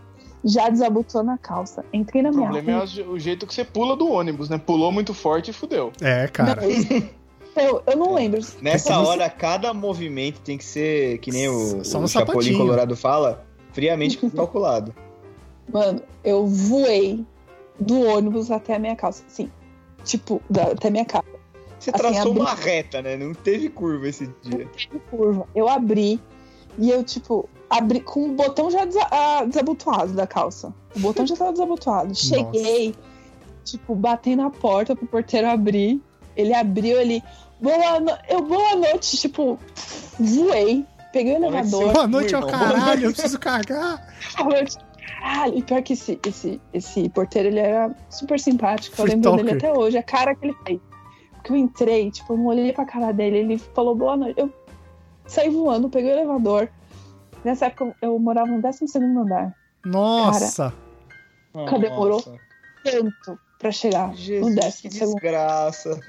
D: já desabotou na calça. Entrei na
B: O
D: minha
B: problema é o o jeito que você pula do ônibus, né? Pulou muito forte e fudeu.
A: é, cara.
D: Não, eu, eu
B: É.
D: não lembro.
C: Nessa
D: Como se-
C: hora, cada movimento tem que ser, que nem o,
A: Só
C: o
A: no
C: Chapolin
A: sapatinho.
C: Colorado fala, friamente calculado.
D: Mano, eu voei do ônibus até a minha calça. Sim. Tipo, da- até a minha calça.
C: Você
D: Assim,
C: traçou
D: abri-
C: uma reta, né? Não teve curva esse dia.
D: de curva. Eu abri e eu, tipo, abri com o botão já desa ah, desabotoado da calça. O botão já tava desabotoado. Cheguei, tipo, batei na porta pro porteiro abrir. Ele abriu, ele. Boa no... Eu boa noite, tipo, voei. Peguei o elevador.
A: Boa noite ao
C: Irmão.
A: caralho, eu preciso cagar.
D: Boa noite. Caralho, Ah, e pior que esse, esse, esse porteiro, ele era super simpático. Eu
A: Free
D: lembro
A: talker.
D: dele até hoje, a cara que ele fez. Porque eu entrei, tipo, eu não olhei pra cara dele, ele falou boa noite. Eu saí voando, peguei o elevador. Nessa época eu eu morava no 12 andar.
A: Nossa.
D: Cadê, demorou? Tanto pra chegar no
C: Jesus, que
D: 12 segundo.
C: desgraça.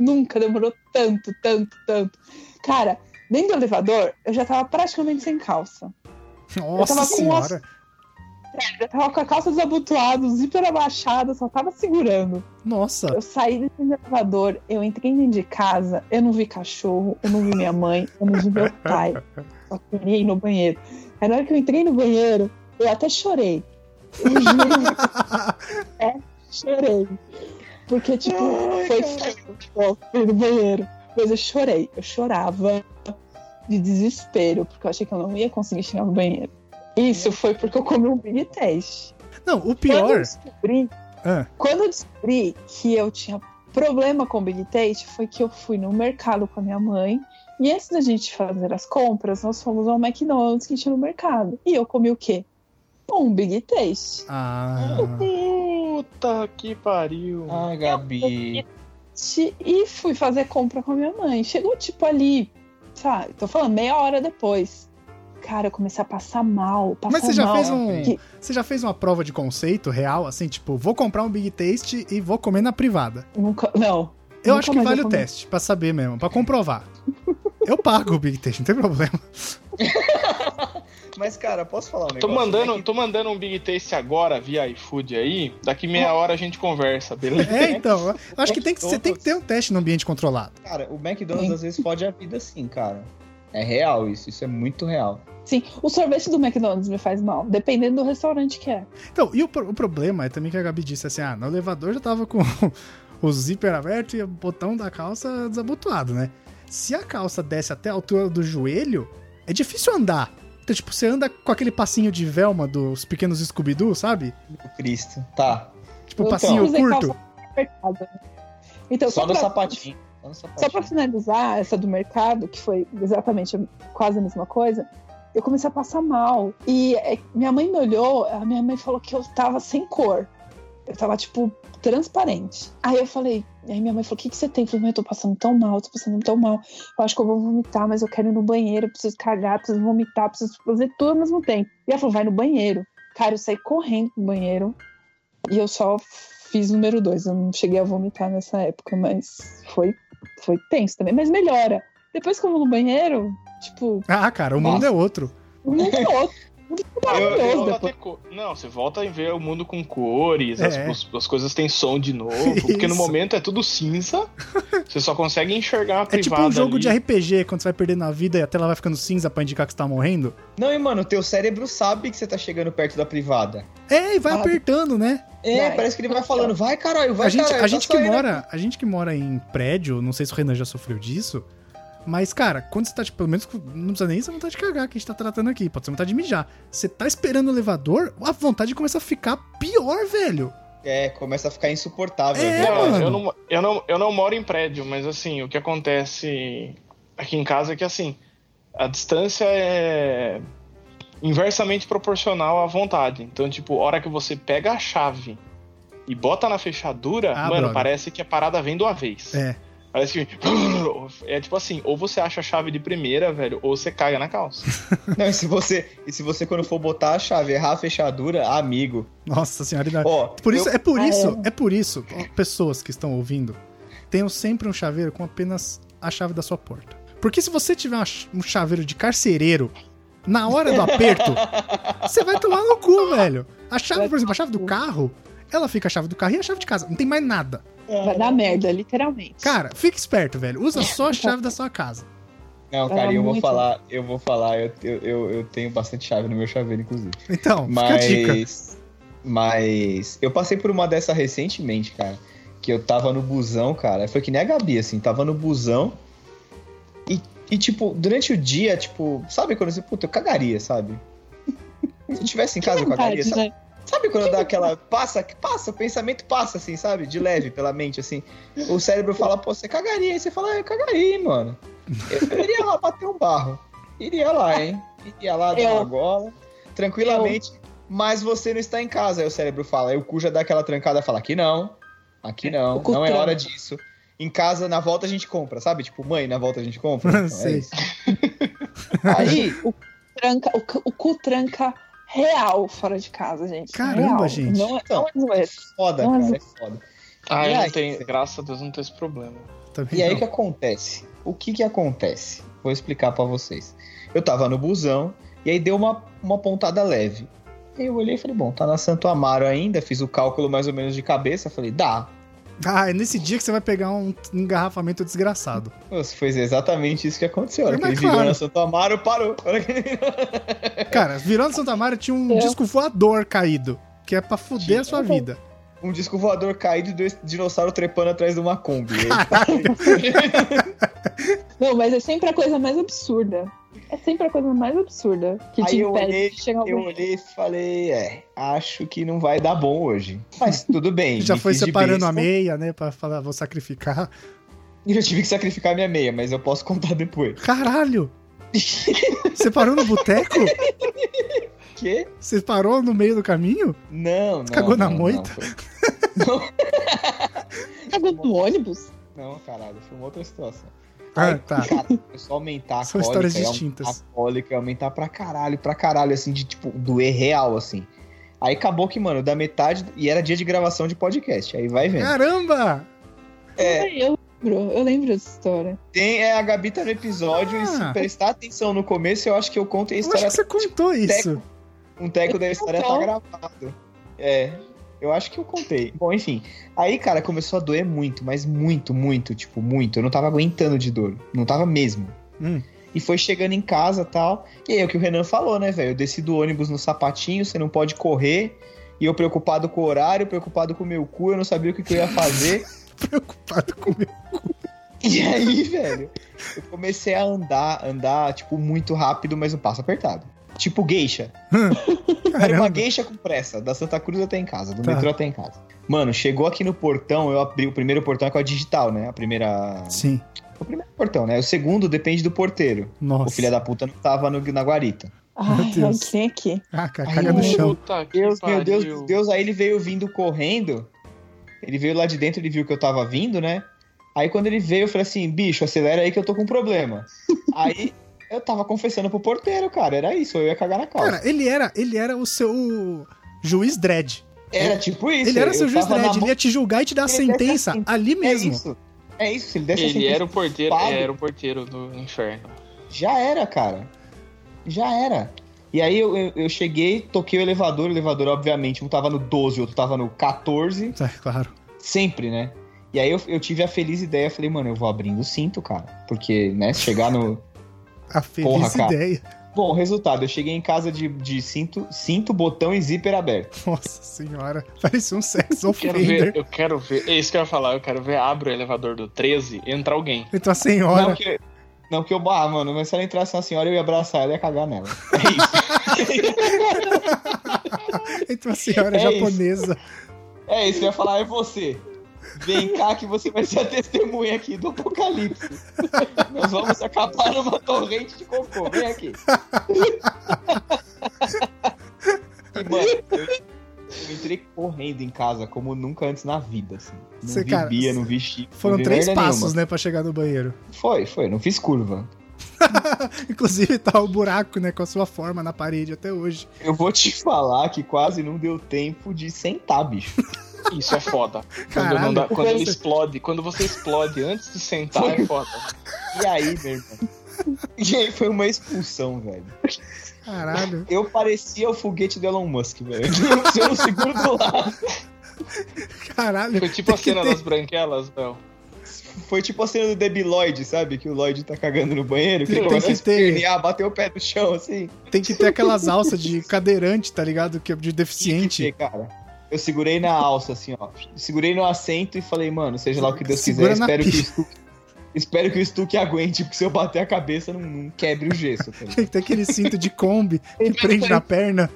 D: Nunca demorou tanto, tanto, tanto. Cara, dentro do elevador, eu já tava praticamente sem calça.
A: Nossa
D: tava com
A: senhora.
D: Eu tava com a calça desabotoada, o zíper abaixado, só tava segurando.
A: Nossa.
D: Eu saí desse elevador, eu entrei dentro de casa, eu não vi cachorro, eu não vi minha mãe, eu não vi meu pai. Só queria ir no banheiro. Aí na hora que eu entrei no banheiro, eu até chorei. Eu juro, chorei. Porque, tipo,
C: Ai,
D: foi
C: cara.
D: feio. Eu fui no banheiro. Mas eu chorei, eu chorava de desespero, porque eu achei que eu não ia conseguir chegar no banheiro. Isso foi porque eu comi um Big Test.
A: [laughs] Não, o
D: Quando eu
A: pior.
D: descobri,
A: Ah.
D: quando eu descobri que eu tinha problema com Big Tate, foi que eu fui no mercado com a minha mãe. E antes da gente fazer as compras, nós fomos ao McDonald's que tinha no mercado. E eu comi o quê? Um Big Taste.
A: Ah.
B: Puta que pariu.
C: Ah, Gabi.
D: E fui fazer compra com a minha mãe. Chegou tipo ali, sabe? Tô falando meia hora depois. Cara, eu comecei a passar mal. Passar
A: Mas você já
D: mal.
A: fez um.
D: Que-
A: Você já fez uma prova de conceito real, assim, tipo, vou comprar um Big Taste e vou comer na privada.
D: Nunca, não.
A: Eu
D: Nunca
A: acho que
D: mais eu
A: vale o
D: comi.
A: teste, pra saber mesmo, pra comprovar. Eu pago o Big Taste, não tem problema.
C: Mas, cara, posso falar um negócio?
B: Tô mandando,
C: É que-
B: tô mandando um Big Taste agora via iFood aí. Daqui meia hora a gente conversa, beleza?
A: É, então. Eu acho que tem que, você tem que ter um teste no ambiente controlado.
C: Cara, o McDonald's às vezes fode a vida sim, cara. É real isso, isso é muito real.
D: Sim, o sorvete do McDonald's me faz mal, dependendo do restaurante que é.
A: Então, e o, pro- o problema é também que a Gabi disse assim: ah, no elevador já tava com [laughs] o zíper aberto e o botão da calça desabotoado, né? Se a calça desce até a altura do joelho, é difícil andar. Então, tipo, você anda com aquele passinho de Velma dos pequenos Scooby-Doo, sabe?
C: Meu Cristo. Tá.
A: Tipo,
C: Então,
A: passinho
D: usei
A: curto.
D: calça apertada. Então,
C: Só
D: só,
C: no
D: pra,
C: sapatinho. Só no
D: só pra
C: sapatinho.
D: finalizar essa do mercado, que foi exatamente quase a mesma coisa, eu comecei a passar mal. E é, minha mãe me olhou, a minha mãe falou que eu tava sem cor. Eu tava, tipo, transparente. Aí eu falei, aí minha mãe falou, o que, que você tem? Eu falei, mãe, eu tô passando tão mal, eu tô passando tão mal. Eu acho que eu vou vomitar, mas eu quero ir no banheiro, eu preciso cagar, preciso vomitar, preciso fazer tudo ao mesmo tempo. E ela falou, vai no banheiro. Cara, eu saí correndo do banheiro e eu só fiz o número dois. Eu não cheguei a vomitar nessa época, mas foi, foi tenso também. Mas melhora. Depois que eu vou no banheiro, tipo,
A: Ah, cara, o mundo é outro.
D: o mundo é
C: [laughs]
D: outro. O mundo é
B: [laughs] Eu- eu
D: maravilhoso
B: volto a
D: depois.
B: ter co- Não, você volta a ver o mundo com cores, as,
A: É.
B: os- as coisas têm som de novo, porque no
A: Isso.
B: momento é tudo cinza, você só consegue enxergar a
A: É tipo
B: privada
A: um jogo
B: ali.
A: de RPG, quando você vai perdendo a vida e a tela vai ficando cinza pra indicar que você tá morrendo.
C: Não, e mano, teu cérebro sabe que você tá chegando perto da privada.
A: É, e vai
D: Ah,
A: apertando, né?
C: É,
D: Vai.
C: parece que ele vai falando, vai caralho, vai
A: A gente,
C: caralho.
A: a
C: tá
A: gente que
C: saindo.
A: mora, a gente que mora em prédio, não sei se o Renan já sofreu disso, mas cara, quando você tá tipo, pelo menos não precisa nem ser vontade de cagar que a gente tá tratando aqui, pode ser vontade de mijar. Você tá esperando o elevador, a vontade começa a ficar pior, velho.
C: É, começa a ficar insuportável.
A: É,
C: né?
B: Não,
A: mano.
B: eu, não, eu, não, eu não moro em prédio, mas assim, o que acontece aqui em casa é que assim, a distância é inversamente proporcional à vontade. Então, tipo, hora que você pega a chave e bota na fechadura,
A: Ah,
B: mano,
A: brother.
B: parece que a parada vem de uma vez.
A: É.
B: Parece que. É tipo assim, ou você acha a chave de primeira, velho, ou você caga na
C: [laughs]
B: calça.
C: Não, e se você, e se você quando for botar a chave, errar a fechadura, amigo.
A: Nossa senhora, e dá-
C: Ó,
A: Por isso,
C: eu-
A: é por
D: Ah, é.
A: isso, é por isso, ó, pessoas que estão ouvindo, tenham sempre um chaveiro com apenas a chave da sua porta. Porque se você tiver uma ch- um chaveiro de carcereiro, na hora do
D: [laughs]
A: aperto, você vai tomar no cu, velho. A chave,
D: Vai
A: por exemplo, a
D: tomar
A: chave do
D: no cu.
A: carro, ela fica a chave do carro e a chave de casa. Não tem mais nada.
D: Vai dar merda, literalmente.
A: Cara, fica esperto, velho. Usa só a chave da sua casa.
C: Não,
D: Ela
C: cara,
D: é
C: eu vou
D: muito-
C: falar, eu vou falar, eu, eu, eu, eu tenho bastante chave no meu chaveiro, inclusive.
A: Então, fica a dica.
C: Mas. Mas. Eu passei por uma dessa recentemente, cara. Que eu tava no busão, cara. Foi que nem a Gabi, assim, tava no busão. E, e tipo, durante o dia, tipo, sabe [laughs] quando você, puta, eu cagaria, sabe? Se eu tivesse em
D: Que
C: casa, eu
D: vontade,
C: cagaria. Sabe?
D: né?
C: Sabe quando dá aquela. Passa, passa, o pensamento passa, assim, sabe? De leve pela mente, assim. O cérebro fala, pô, você cagaria. Aí você fala, ah, eu cagaria, hein, mano. Eu iria lá bater um barro. Iria lá, hein? Iria lá dar uma
D: Eu-
C: gola. Tranquilamente. Mas você não está em casa. Aí o cérebro fala. Aí o cu já dá aquela trancada e fala, aqui não. Aqui não.
D: O cu
C: Não é
D: tranca.
C: hora disso. Em casa, na volta a gente compra, sabe? Tipo, mãe, na volta a gente compra. Então, é
A: Sei.
C: isso. [laughs] Aí,
D: Tranca, o, cu- o cu tranca real fora de casa, gente.
A: Caramba,
D: Real.
A: gente.
D: Não é,
C: Então.
D: não é zoeira.
C: foda,
D: Nossa.
C: cara, é foda.
B: Ah,
C: E
B: eu não
C: aí?
B: tenho, graças a Deus, não tenho esse problema.
A: Também
C: E aí
A: não.
C: que acontece? O que que acontece? Vou explicar pra vocês. Eu tava no busão e aí deu uma, uma pontada leve. Aí eu olhei e falei, bom, tá na Santo Amaro ainda, fiz o cálculo mais ou menos de cabeça, falei, dá.
A: Ah, é nesse dia que você vai pegar um engarrafamento desgraçado.
C: Nossa, foi exatamente isso que aconteceu. A hora que
A: Mas
C: ele virou
A: claro.
C: na Santo Amaro, parou. A hora que [laughs] ele-
A: Cara, virando Santa Maria tinha um
D: Eu.
A: disco voador caído, que é pra fuder a sua
D: Tinha.
A: vida.
C: Um disco voador caído e dois dinossauros trepando atrás de uma Kombi.
D: Não, mas é sempre a coisa mais absurda. É sempre a coisa mais absurda que
C: Aí
D: te
C: eu
D: impede
C: olhei,
A: [laughs]
D: de chegar ao
C: Eu olhei e falei, é, acho que não vai dar bom hoje. Mas tudo
A: [laughs]
C: bem.
A: Já
C: me
A: foi
C: fiz de
A: separando a
C: besta.
A: meia, né, Pra falar, vou sacrificar.
C: E [laughs] eu tive que sacrificar minha meia, mas eu posso contar depois.
A: Caralho! [laughs] Você parou no boteco?
C: Que?
A: Você parou no meio do caminho?
C: Não, não.
A: Cagou na
C: não,
A: moita?
C: Não, foi-
D: Cagou no um ônibus?
C: não, não, caralho, foi uma outra situação.
A: Ah,
C: Aí,
A: tá.
C: Cara, foi só aumentar a
A: São
C: cólica.
A: histórias
C: e aumentar
A: distintas.
C: A cólica, e aumentar pra caralho, pra caralho, assim, de tipo, doer real, assim. Aí acabou que, mano, da metade. E era dia de gravação de podcast. Aí vai
A: Ah.
C: vendo.
A: Caramba!
C: É.
D: Ai, Eu lembro, eu lembro dessa história.
C: Tem, é, a Gabi tá no episódio e
A: Ah.
C: se prestar atenção no começo, eu acho que eu conto a
A: Eu acho
C: história.
A: que você contou
C: tipo
A: isso.
C: Um teco da história tá
D: Então.
C: gravado. É. Eu acho que eu contei. Bom, enfim. Aí, cara, começou a doer muito, mas muito, muito, tipo, muito. Eu não tava aguentando de dor. Não tava mesmo.
A: Hum.
C: E foi chegando em casa tal. E aí é o que o Renan falou, né, velho? Eu desci do ônibus no sapatinho, você não pode correr. E eu preocupado com o horário, preocupado com o meu cu, eu não sabia o que, que eu ia fazer.
A: [laughs] Preocupado comigo.
C: e aí, velho, eu comecei a andar, andar, tipo, muito rápido, mas um passo apertado. Tipo geisha. Era uma
A: Caramba.
C: gueixa com pressa, da Santa Cruz até em casa, do
A: Tá.
C: metrô até em casa. Mano, chegou aqui no portão, eu abri o primeiro portão é com a digital, né? A primeira.
A: Sim.
C: O primeiro portão, né? O segundo depende do porteiro. O
A: Nossa.
C: filho da puta não tava no- na guarita.
D: Ai,
A: Deus.
D: ai, quem é que?
A: Ah, cara,
C: Ai,
A: caga no
D: meu
A: chão.
B: Puta que
C: Deus,
B: pariu.
C: meu Deus, meu Deus, aí ele veio vindo correndo. Ele veio lá de dentro, ele viu que eu tava vindo, né? Aí quando ele veio, eu falei assim, bicho, acelera aí que eu tô com
A: [laughs]
C: um problema. aí eu tava confessando pro porteiro, cara. Era isso, eu ia cagar na calça.
A: Cara, ele era, ele era o seu juiz dread.
C: era tipo isso.
A: Ele era
C: eu
A: seu juiz
C: tava na
A: dread.
C: mão-
A: Ele ia te julgar e te dar a
C: Ele desse
A: sentença
C: a sentença.
A: ali mesmo.
C: É isso. É isso, se ele desse a
B: Ele
C: sentença
B: era o porteiro, é,
C: Fábio.
B: era o porteiro do inferno.
C: Já era, cara. Já era. E aí eu, eu, eu cheguei, toquei o elevador, o elevador, obviamente, um tava no 12, outro tava no 14,
A: É, claro.
C: sempre, né? E aí eu, eu tive a feliz ideia, falei, mano, eu vou abrindo o cinto, cara. Porque, né, chegar no.
A: A feliz
C: Porra, cara.
A: ideia.
C: Bom, resultado, eu cheguei em casa de, de cinto, cinto, botão e zíper aberto.
A: Nossa senhora. Parecia um sexo
B: Quero ver,
A: offender.
B: eu quero ver. É isso que eu ia falar, eu quero ver. Abre o elevador do 13 e entra alguém.
A: Então a
C: Não
A: senhora.
C: que. Não que eu. Ah, mano, mas se ela entrasse na senhora, eu ia abraçar ela e ia cagar nela. [laughs] É isso.
A: Então a senhora
C: É isso.
A: japonesa.
C: É isso, eu ia falar, é você. Vem cá que você vai ser a testemunha aqui do apocalipse. Nós vamos acabar numa torrente de cocô. Vem aqui. E, mano, eu, eu entrei correndo em casa como nunca antes na vida, assim. Não
A: Você,
C: vi
A: cara,
C: bia, não vi chip. não
A: Foram
C: vi
A: três
C: merda
A: passos,
C: nenhuma.
A: né, pra chegar no banheiro.
C: Foi, foi. Não fiz curva.
A: Inclusive tá o buraco, né, com a sua forma na parede até hoje.
C: Eu vou te falar que quase não deu tempo de sentar, bicho.
B: Isso é foda. Quando,
A: Caralho.
B: não dá- quando ele
A: Você-
B: explode, quando você explode antes de sentar, é foda.
C: E aí, meu irmão? E aí foi uma expulsão, velho.
A: Caralho.
C: Eu parecia o foguete do Elon Musk, velho. [laughs] um Se eu não seguro do lado.
A: Caralho.
B: Foi tipo a cena das branquelas, Bel.
C: Foi tipo a cena do Debbie Lloyd, sabe? Que o Lloyd tá cagando no banheiro, que
A: Tem
C: ele começa a
A: que ter.
C: espernear, bater o pé no chão, assim.
A: Tem que ter aquelas alças de cadeirante, tá ligado? Que é de deficiente.
C: E, cara, eu segurei na alça, assim, ó. Segurei no assento e falei, mano, seja lá o que Deus
A: Segura
C: quiser,
A: na
C: espero que, o
A: pia. [laughs]
C: Stuque, espero que o Stuque aguente, porque se eu bater a cabeça, não, não quebre o gesso. tá ligado?
A: Tem que ter aquele cinto de Kombi que prende na perna.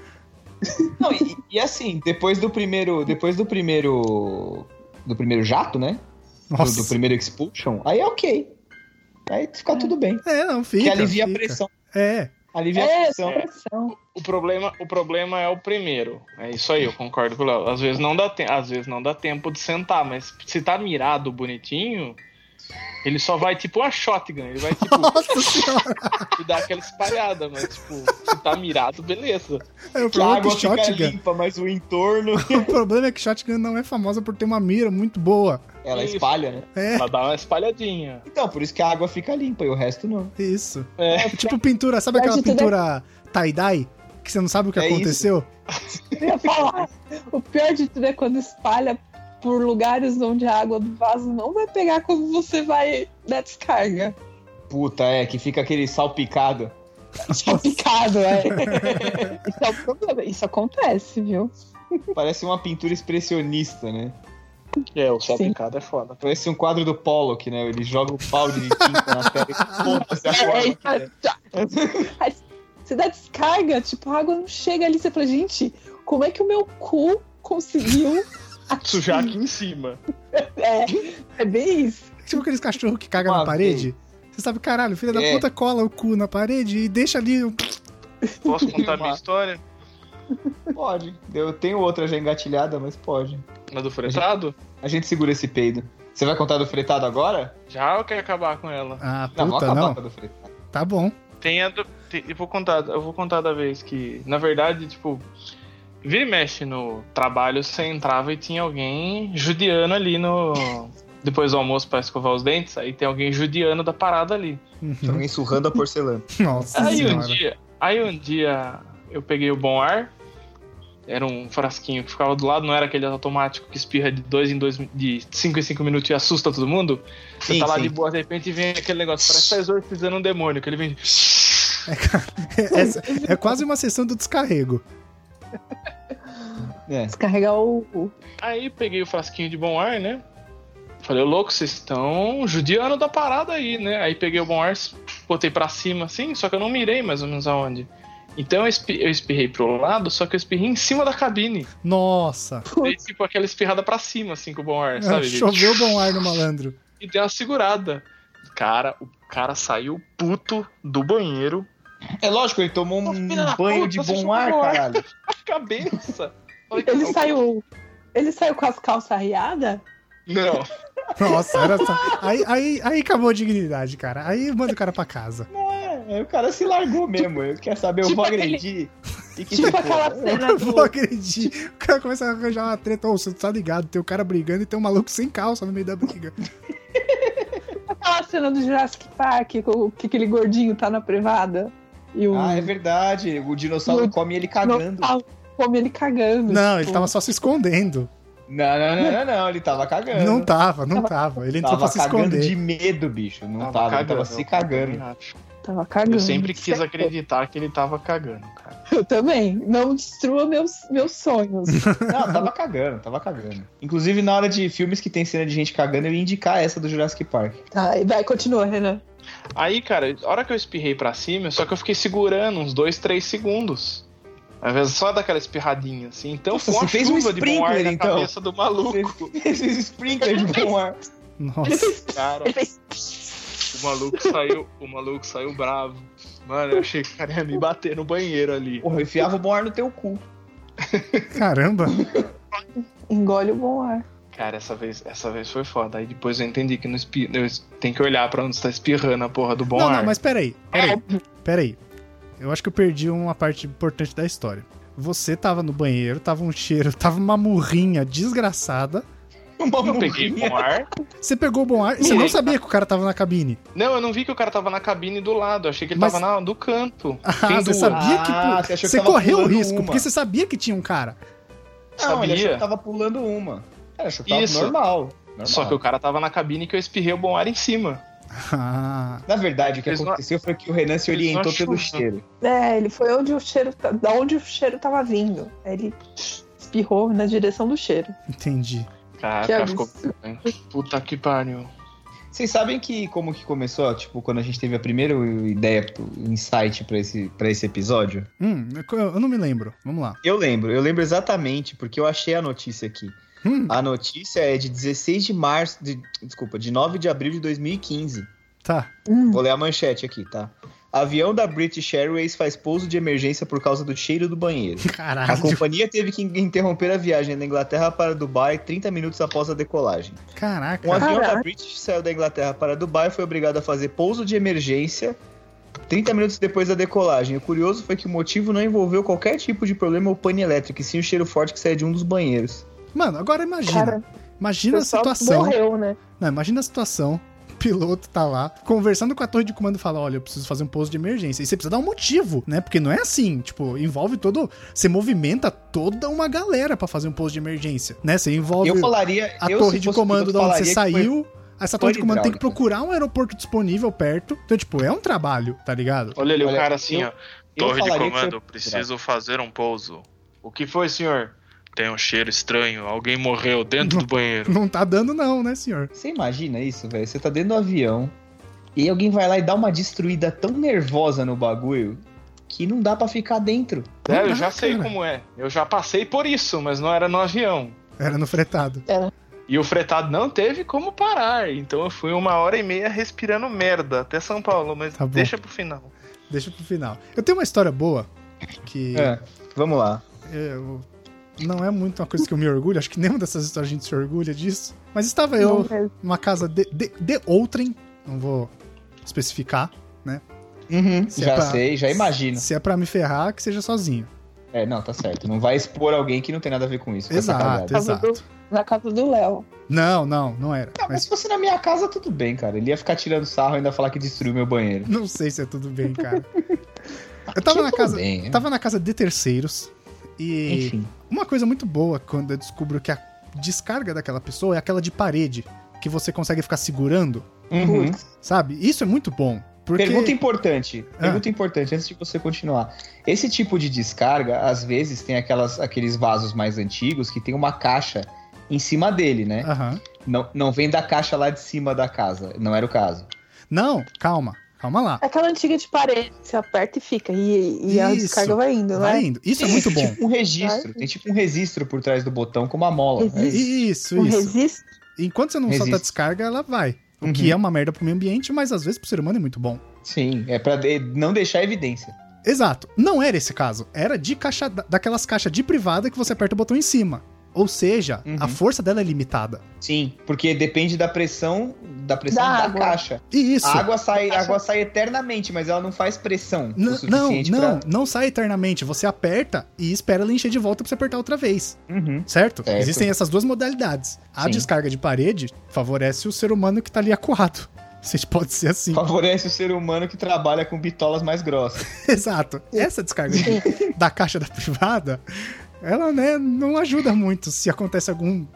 C: Não, e, e assim, depois do primeiro. Depois do primeiro. Do primeiro jato, né? Do,
A: Nossa.
C: do primeiro expulsion, aí é ok. Aí fica tudo bem.
A: É, não, fica.
C: Que alivia a
A: fica.
C: pressão. [laughs]
A: É.
C: Alivia a
D: É,
C: pressão.
D: pressão.
B: O problema, o problema é o primeiro. É isso aí, eu concordo com o Léo. Às vezes não dá tempo, às vezes não dá tempo de sentar, mas se tá mirado bonitinho, ele só vai tipo uma shotgun, ele vai tipo
A: [laughs] Nossa senhora.
B: te dar aquela espalhada, mas tipo, se tá mirado, beleza.
A: É, o
C: Que a
A: problema é que
C: água fica
A: Shotgun.
C: limpa, mas o entorno.
A: O problema é que Shotgun não é famosa por ter uma mira muito boa.
C: Ela
B: Isso.
C: espalha, né?
A: É,
B: Ela dá uma espalhadinha.
C: Então, por isso que a água fica limpa e o resto não.
A: isso.
B: É.
A: É tipo pintura, sabe aquela
D: Mas de tudo
A: pintura tie-dye? Que você não sabe o que
C: É isso.
A: aconteceu?
D: Eu ia falar. O pior de tudo é quando espalha por lugares onde a água do vaso não vai pegar quando você vai dar descarga.
C: Puta, é, que fica aquele salpicado.
D: Salpicado, é. Isso é o problema. Isso acontece, viu?
C: Parece uma pintura expressionista, né?
B: É, o
D: Sim.
B: salpicado é foda.
C: Parece um quadro do Pollock, né? Ele joga o balde de tinta na tela e foda-se a forma que é.
D: Aí Você dá descarga, tipo, a água não chega ali. Você fala, gente, como é que o meu cu conseguiu?
B: Sujar aqui em cima.
D: É, é bem isso.
A: Tipo aqueles cachorros que cagam
C: Uma
A: na parede. Você sabe, caralho, filha da
C: É.
A: puta cola o cu na parede e deixa ali. um-
B: [laughs] Posso contar minha história?
C: ah, Pode. Eu tenho outra já engatilhada, mas pode.
B: Na do fretado?
C: A gente segura esse peido. Você vai contar do fretado agora?
B: Já eu quero acabar com ela.
A: Ah,
C: Não, vou
A: puta,
C: acabar
A: não.
C: com a do fretado.
A: Tá bom.
B: Tem a do- tem- eu vou contar, eu vou contar da vez que, na verdade, tipo, vira e mexe no trabalho, você entrava e tinha alguém judiano ali no depois do almoço pra escovar os dentes, aí tem alguém judiano da parada ali.
C: Tem
A: Uhum.
C: alguém surrando a porcelana.
A: [laughs] Nossa
B: Aí um
A: senhora.
B: dia, aí um dia eu peguei o bom ar, era um frasquinho que ficava do lado, não era aquele automático que espirra de dois em dois, de cinco em cinco minutos e assusta todo mundo. Você
C: Sim,
B: tá lá
C: sim.
B: de boa, de repente vem aquele negócio, parece que tá exorcizando um demônio, que ele vem.
A: [laughs] Essa- é quase uma sessão do descarrego.
C: É.
D: Descarregar o cu.
B: Aí peguei o frasquinho de bom ar, né? Falei, ô louco, vocês estão judiando da parada aí, né? Aí peguei o bom ar, botei pra cima assim, só que eu não mirei mais ou menos aonde. Então eu, espi- eu espirrei pro lado, só que eu espirrei em cima da cabine.
A: Nossa.
B: Dei tipo aquela espirrada pra cima, assim, com o bom
C: É,
B: ar, sabe?
A: Choveu bom ar no malandro.
B: E dei uma segurada. Cara, o cara saiu puto do banheiro, [laughs]
C: É lógico, ele tomou
B: Ô,
C: um
B: filha da
C: banho
B: puta,
C: de
B: você
C: bom
B: chupou
C: ar,
B: meu ar.
C: caralho.
B: a cabeça. Falei,
D: Ele
B: "Não,
D: saiu. Ele saiu com as calças arriadas?
B: Não.
A: Nossa, era só... aí, aí, aí acabou a dignidade, cara. Aí manda o cara pra casa.
C: É, o cara se largou mesmo. Eu quero saber, eu
D: Tipo
C: vou
D: aquele-
C: agredir. E que
D: Tipo
C: se
D: aquela
C: foda.
A: [laughs]
D: cena
A: Eu vou
D: do.
A: agredir. O cara começa a arranjar uma treta. Ô, você tá ligado? Tem um cara brigando e tem um maluco sem calça no meio da
C: [laughs]
A: briga.
D: Aquela cena do Jurassic Park, com que aquele gordinho tá na privada. E o.
C: Ah, é verdade. O dinossauro
D: No-
C: come ele
D: não,
C: cagando.
D: ah, Come ele cagando.
A: Não,
D: tipo,
A: ele tava só se escondendo.
C: Não, não, não, não, não, ele tava cagando.
A: Não tava, não tava. Ele entrou pra
C: tava
A: se
C: cagando
A: esconder.
C: de medo, bicho. Não tava, ele tava se cagando.
D: Tava cagando.
B: Eu sempre quis acreditar que ele tava cagando, cara.
D: [laughs] Eu também. Não destrua meus, meus
A: [laughs]
D: sonhos.
C: Não, tava cagando, tava cagando. Inclusive, na hora de filmes que tem cena de gente cagando, eu ia indicar essa do Jurassic Park. [laughs]
D: Tá, e vai, continua, Renan.
B: Aí, cara, a hora que eu espirrei pra cima, só que eu fiquei segurando uns dois, três segundos. Às vezes só daquela espirradinha, assim. Então
C: Nossa,
B: foi uma
C: você fez um
B: chuva de bom ar
C: sprinkler,
B: na
C: então.
B: cabeça do maluco.
C: Esse sprinkler de bom ar.
D: Ele
A: Nossa.
C: [laughs]
D: fez.
B: Cara,
D: Ele fez.
B: o maluco saiu, o maluco saiu bravo. Mano, eu achei que o cara ia me bater no banheiro ali.
C: Porra, eu enfiava o bom ar no teu cu.
A: Caramba.
D: Engole o bom ar.
B: Cara, essa vez, essa vez foi foda. Aí depois eu entendi que não espi... eu tem que olhar pra onde você tá espirrando a porra do bom
A: não,
B: ar.
A: não, mas peraí. Peraí.
C: É.
A: Peraí. Eu acho que eu perdi uma parte importante da história. Você tava no banheiro, tava um cheiro, tava uma murrinha desgraçada.
C: Uma
B: Eu peguei
C: murrinha.
B: bom ar.
A: Você pegou o bom ar e você não sabia que o cara tava na cabine.
B: Não, eu não vi que o cara tava na cabine do lado. Eu achei que ele
A: Mas-
B: tava na, do canto.
A: Ah, você
B: do-
A: sabia que.
C: Ah,
A: pô,
C: você achou que
A: você
C: tava
A: correu o
C: pulando
A: risco,
C: uma.
A: porque você sabia que tinha um cara.
C: Não, ele achou
B: Sabia.
C: que tava pulando uma. Ele achou que tava
B: Isso.
C: normal. normal.
B: Só que o cara tava na cabine que eu espirrei o bom ar em cima.
A: Ah,
C: Na verdade, o que
B: Eles não-
C: aconteceu foi que o Renan se
B: Eles não
C: orientou pelo
B: acham,
C: cheiro.
D: É, ele foi onde o cheiro. tá- Da onde o cheiro tava vindo. Aí ele espirrou na direção do cheiro.
A: entendi.
B: Cara,
D: Que é
B: o cara
D: absurdo.
B: ficou. Puta que pariu.
C: Vocês sabem que como que começou, tipo, quando a gente teve a primeira ideia, insight pra esse, pra esse episódio?
A: Hum, eu- eu não me lembro. Vamos lá.
C: Eu lembro, eu lembro exatamente, porque eu achei a notícia aqui.
A: Hum,
C: A notícia é de 16 de março, de, desculpa, de 9 de abril de 2015.
A: tá.
D: Hum.
C: Vou ler a manchete aqui, tá? Avião da British Airways faz pouso de emergência por causa do cheiro do banheiro. A
A: Caralho.
C: companhia teve que interromper a viagem da Inglaterra para Dubai 30 minutos após a decolagem.
A: Caraca.
C: Um avião da
D: Caraca.
C: British saiu da Inglaterra para Dubai e foi obrigado a fazer pouso de emergência 30 minutos depois da decolagem. O curioso foi que o motivo não envolveu qualquer tipo de problema ou pane elétrico, e sim o cheiro forte que saía de um dos banheiros.
A: Mano, agora imagina.
D: Cara, o
A: imagina a
D: pessoal
A: situação.
D: morreu, né?
A: Não, imagina a situação. O piloto tá lá, conversando com a torre de comando e fala: Olha, eu preciso fazer um pouso de emergência. E você precisa dar um motivo, né? Porque não é assim. Tipo, envolve todo. Você movimenta toda uma galera pra fazer um pouso de emergência, né? Você envolve
C: Eu falaria.
A: a
C: eu,
A: torre
C: se
A: de
C: fosse o
A: comando
C: piloto,
A: da onde você
C: falaria que foi-
A: saiu. Essa torre de
C: foi
A: comando tem que
C: hidráulica.
A: procurar um aeroporto disponível perto. Então, tipo, é um trabalho, tá ligado?
B: Olha ali
C: Olha,
B: o cara assim,
C: eu-
B: ó.
C: eu
B: Torre de
C: falaria que foi-
B: comando, preciso fazer um pouso. O que foi, senhor? Tem um cheiro estranho. Alguém morreu dentro do banheiro.
A: Não tá dando, não, né, senhor?
C: Você imagina isso, velho? Você tá dentro do avião e alguém vai lá e dá uma destruída tão nervosa no bagulho que não dá pra ficar dentro.
B: É, eu
A: dá,
B: já sei
A: cara.
B: como é. Eu já passei por isso, mas não era no avião.
A: Era no fretado.
B: E o fretado não teve como parar. Então eu fui uma hora e meia respirando merda até São Paulo, mas
A: Tá bom.
B: deixa pro
A: [laughs]
B: final.
A: Deixa pro final. Eu tenho uma história boa que
C: É, vamos lá.
A: eu- não é muito uma coisa que eu me orgulho, acho que nenhuma dessas histórias a gente se orgulha disso. Mas estava eu
D: Não mesmo.
A: numa casa de, de, de outrem, não vou especificar.
C: Uhum,
A: Se
C: já
A: é pra-
C: sei, já imagino.
A: Se é pra me ferrar, que seja sozinho.
C: É, não, tá certo. Não vai expor alguém que não tem nada a ver com isso. com essa
A: Exato,
C: cagada.
D: Casa
A: exato.
D: Na casa do Léo.
A: Não, não, não era.
C: Não, mas
A: Mas
C: se fosse na minha casa, tudo bem, cara. Ele ia ficar tirando sarro e ainda falar que destruiu meu banheiro.
A: não sei se é tudo bem, cara. Eu tava
C: Aqui
A: na
C: tudo
A: casa,
C: bem, é.
A: tava na casa de terceiros e
C: Enfim.
A: Uma coisa muito boa quando eu descubro que a descarga daquela pessoa é aquela de parede, que você consegue ficar segurando,
C: Uhum.
D: Putz.
A: sabe? Isso é muito bom. Porque
C: Pergunta importante.
A: Ah.
C: Pergunta importante antes de você continuar. Esse tipo de descarga, às vezes, tem aquelas, aqueles vasos mais antigos que tem uma caixa em cima dele, né?
A: Aham.
C: Não, não vem da caixa lá de cima da casa. Não era o caso.
A: Não, calma, calma lá.
D: Aquela antiga de parede, você aperta e fica. E, e a
A: Isso.
D: descarga vai indo,
A: Vai
D: né?
A: indo. Isso é muito bom.
C: Tipo um registro. Tem tipo um registro por trás do botão com uma mola.
A: Uhum.
C: né?
D: Registro.
A: Isso,
D: Um
A: isso.
D: resiste.
A: Enquanto você não solta a
C: Resiste.
A: descarga, ela vai. O
C: Uhum.
A: que é uma merda pro meio ambiente, mas às vezes pro ser humano é muito bom.
C: Sim, é pra de- não deixar evidência.
A: Exato. Não era esse caso. Era de caixa, da- daquelas caixas de privada que você aperta o botão em cima. Ou seja,
C: Uhum.
A: a força dela é limitada.
C: Sim, porque depende da pressão da pressão
D: Da
C: da,
D: água.
C: caixa.
A: E isso.
C: A água sai, a água sai eternamente, mas ela não faz pressão
A: N-
C: o
A: não,
C: suficiente
A: não, não sai eternamente. Você aperta e espera ela encher de volta pra você apertar outra vez,
C: pra... Uhum.
A: certo?
C: Certo.
A: Existem essas duas modalidades. A
C: Sim.
A: descarga de parede favorece o ser humano que tá ali acuado. [laughs] Vocês pode ser assim.
C: Favorece o ser humano que trabalha com bitolas mais grossas.
A: [laughs] Exato. Essa descarga [laughs]
C: [laughs]
A: de- da caixa da privada, ela né, não ajuda muito se acontece algum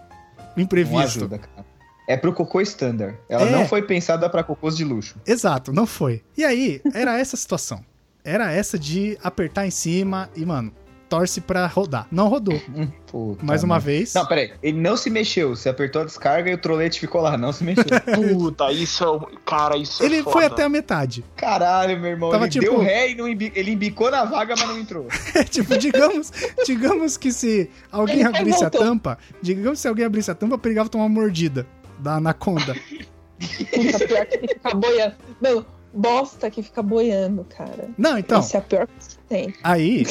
A: imprevisto.
C: Não ajuda, cara. É pro cocô standard. Ela
A: É.
C: não foi pensada pra cocôs de luxo.
A: Exato, não foi. E aí, era essa a situação. Era essa de apertar em cima e, mano, torce pra rodar. Não rodou.
C: Hum, puta
A: Mais uma
C: merda.
A: vez.
C: Não, peraí. Ele não se mexeu. Você apertou a descarga e o trolete ficou lá. Não
A: [laughs]
C: se mexeu.
B: Puta, isso é. o- Cara, isso
A: ele
B: é. foda.
A: foi até a metade.
C: Caralho, meu irmão.
A: Tava
C: ele
A: tipo-
C: deu ré e não embi- ele embicou na vaga, mas
A: [laughs]
C: não entrou.
A: É, tipo, digamos, digamos que se alguém
D: Ele vai e
A: abrisse a
D: voltou.
A: tampa, digamos que se alguém abrisse a tampa, eu pegava tomar uma mordida da anaconda.
D: Puta, pior que fica boiando. Meu, bosta que fica boiando, cara.
A: Não, então,
D: Isso é a pior coisa que tem.
A: aí,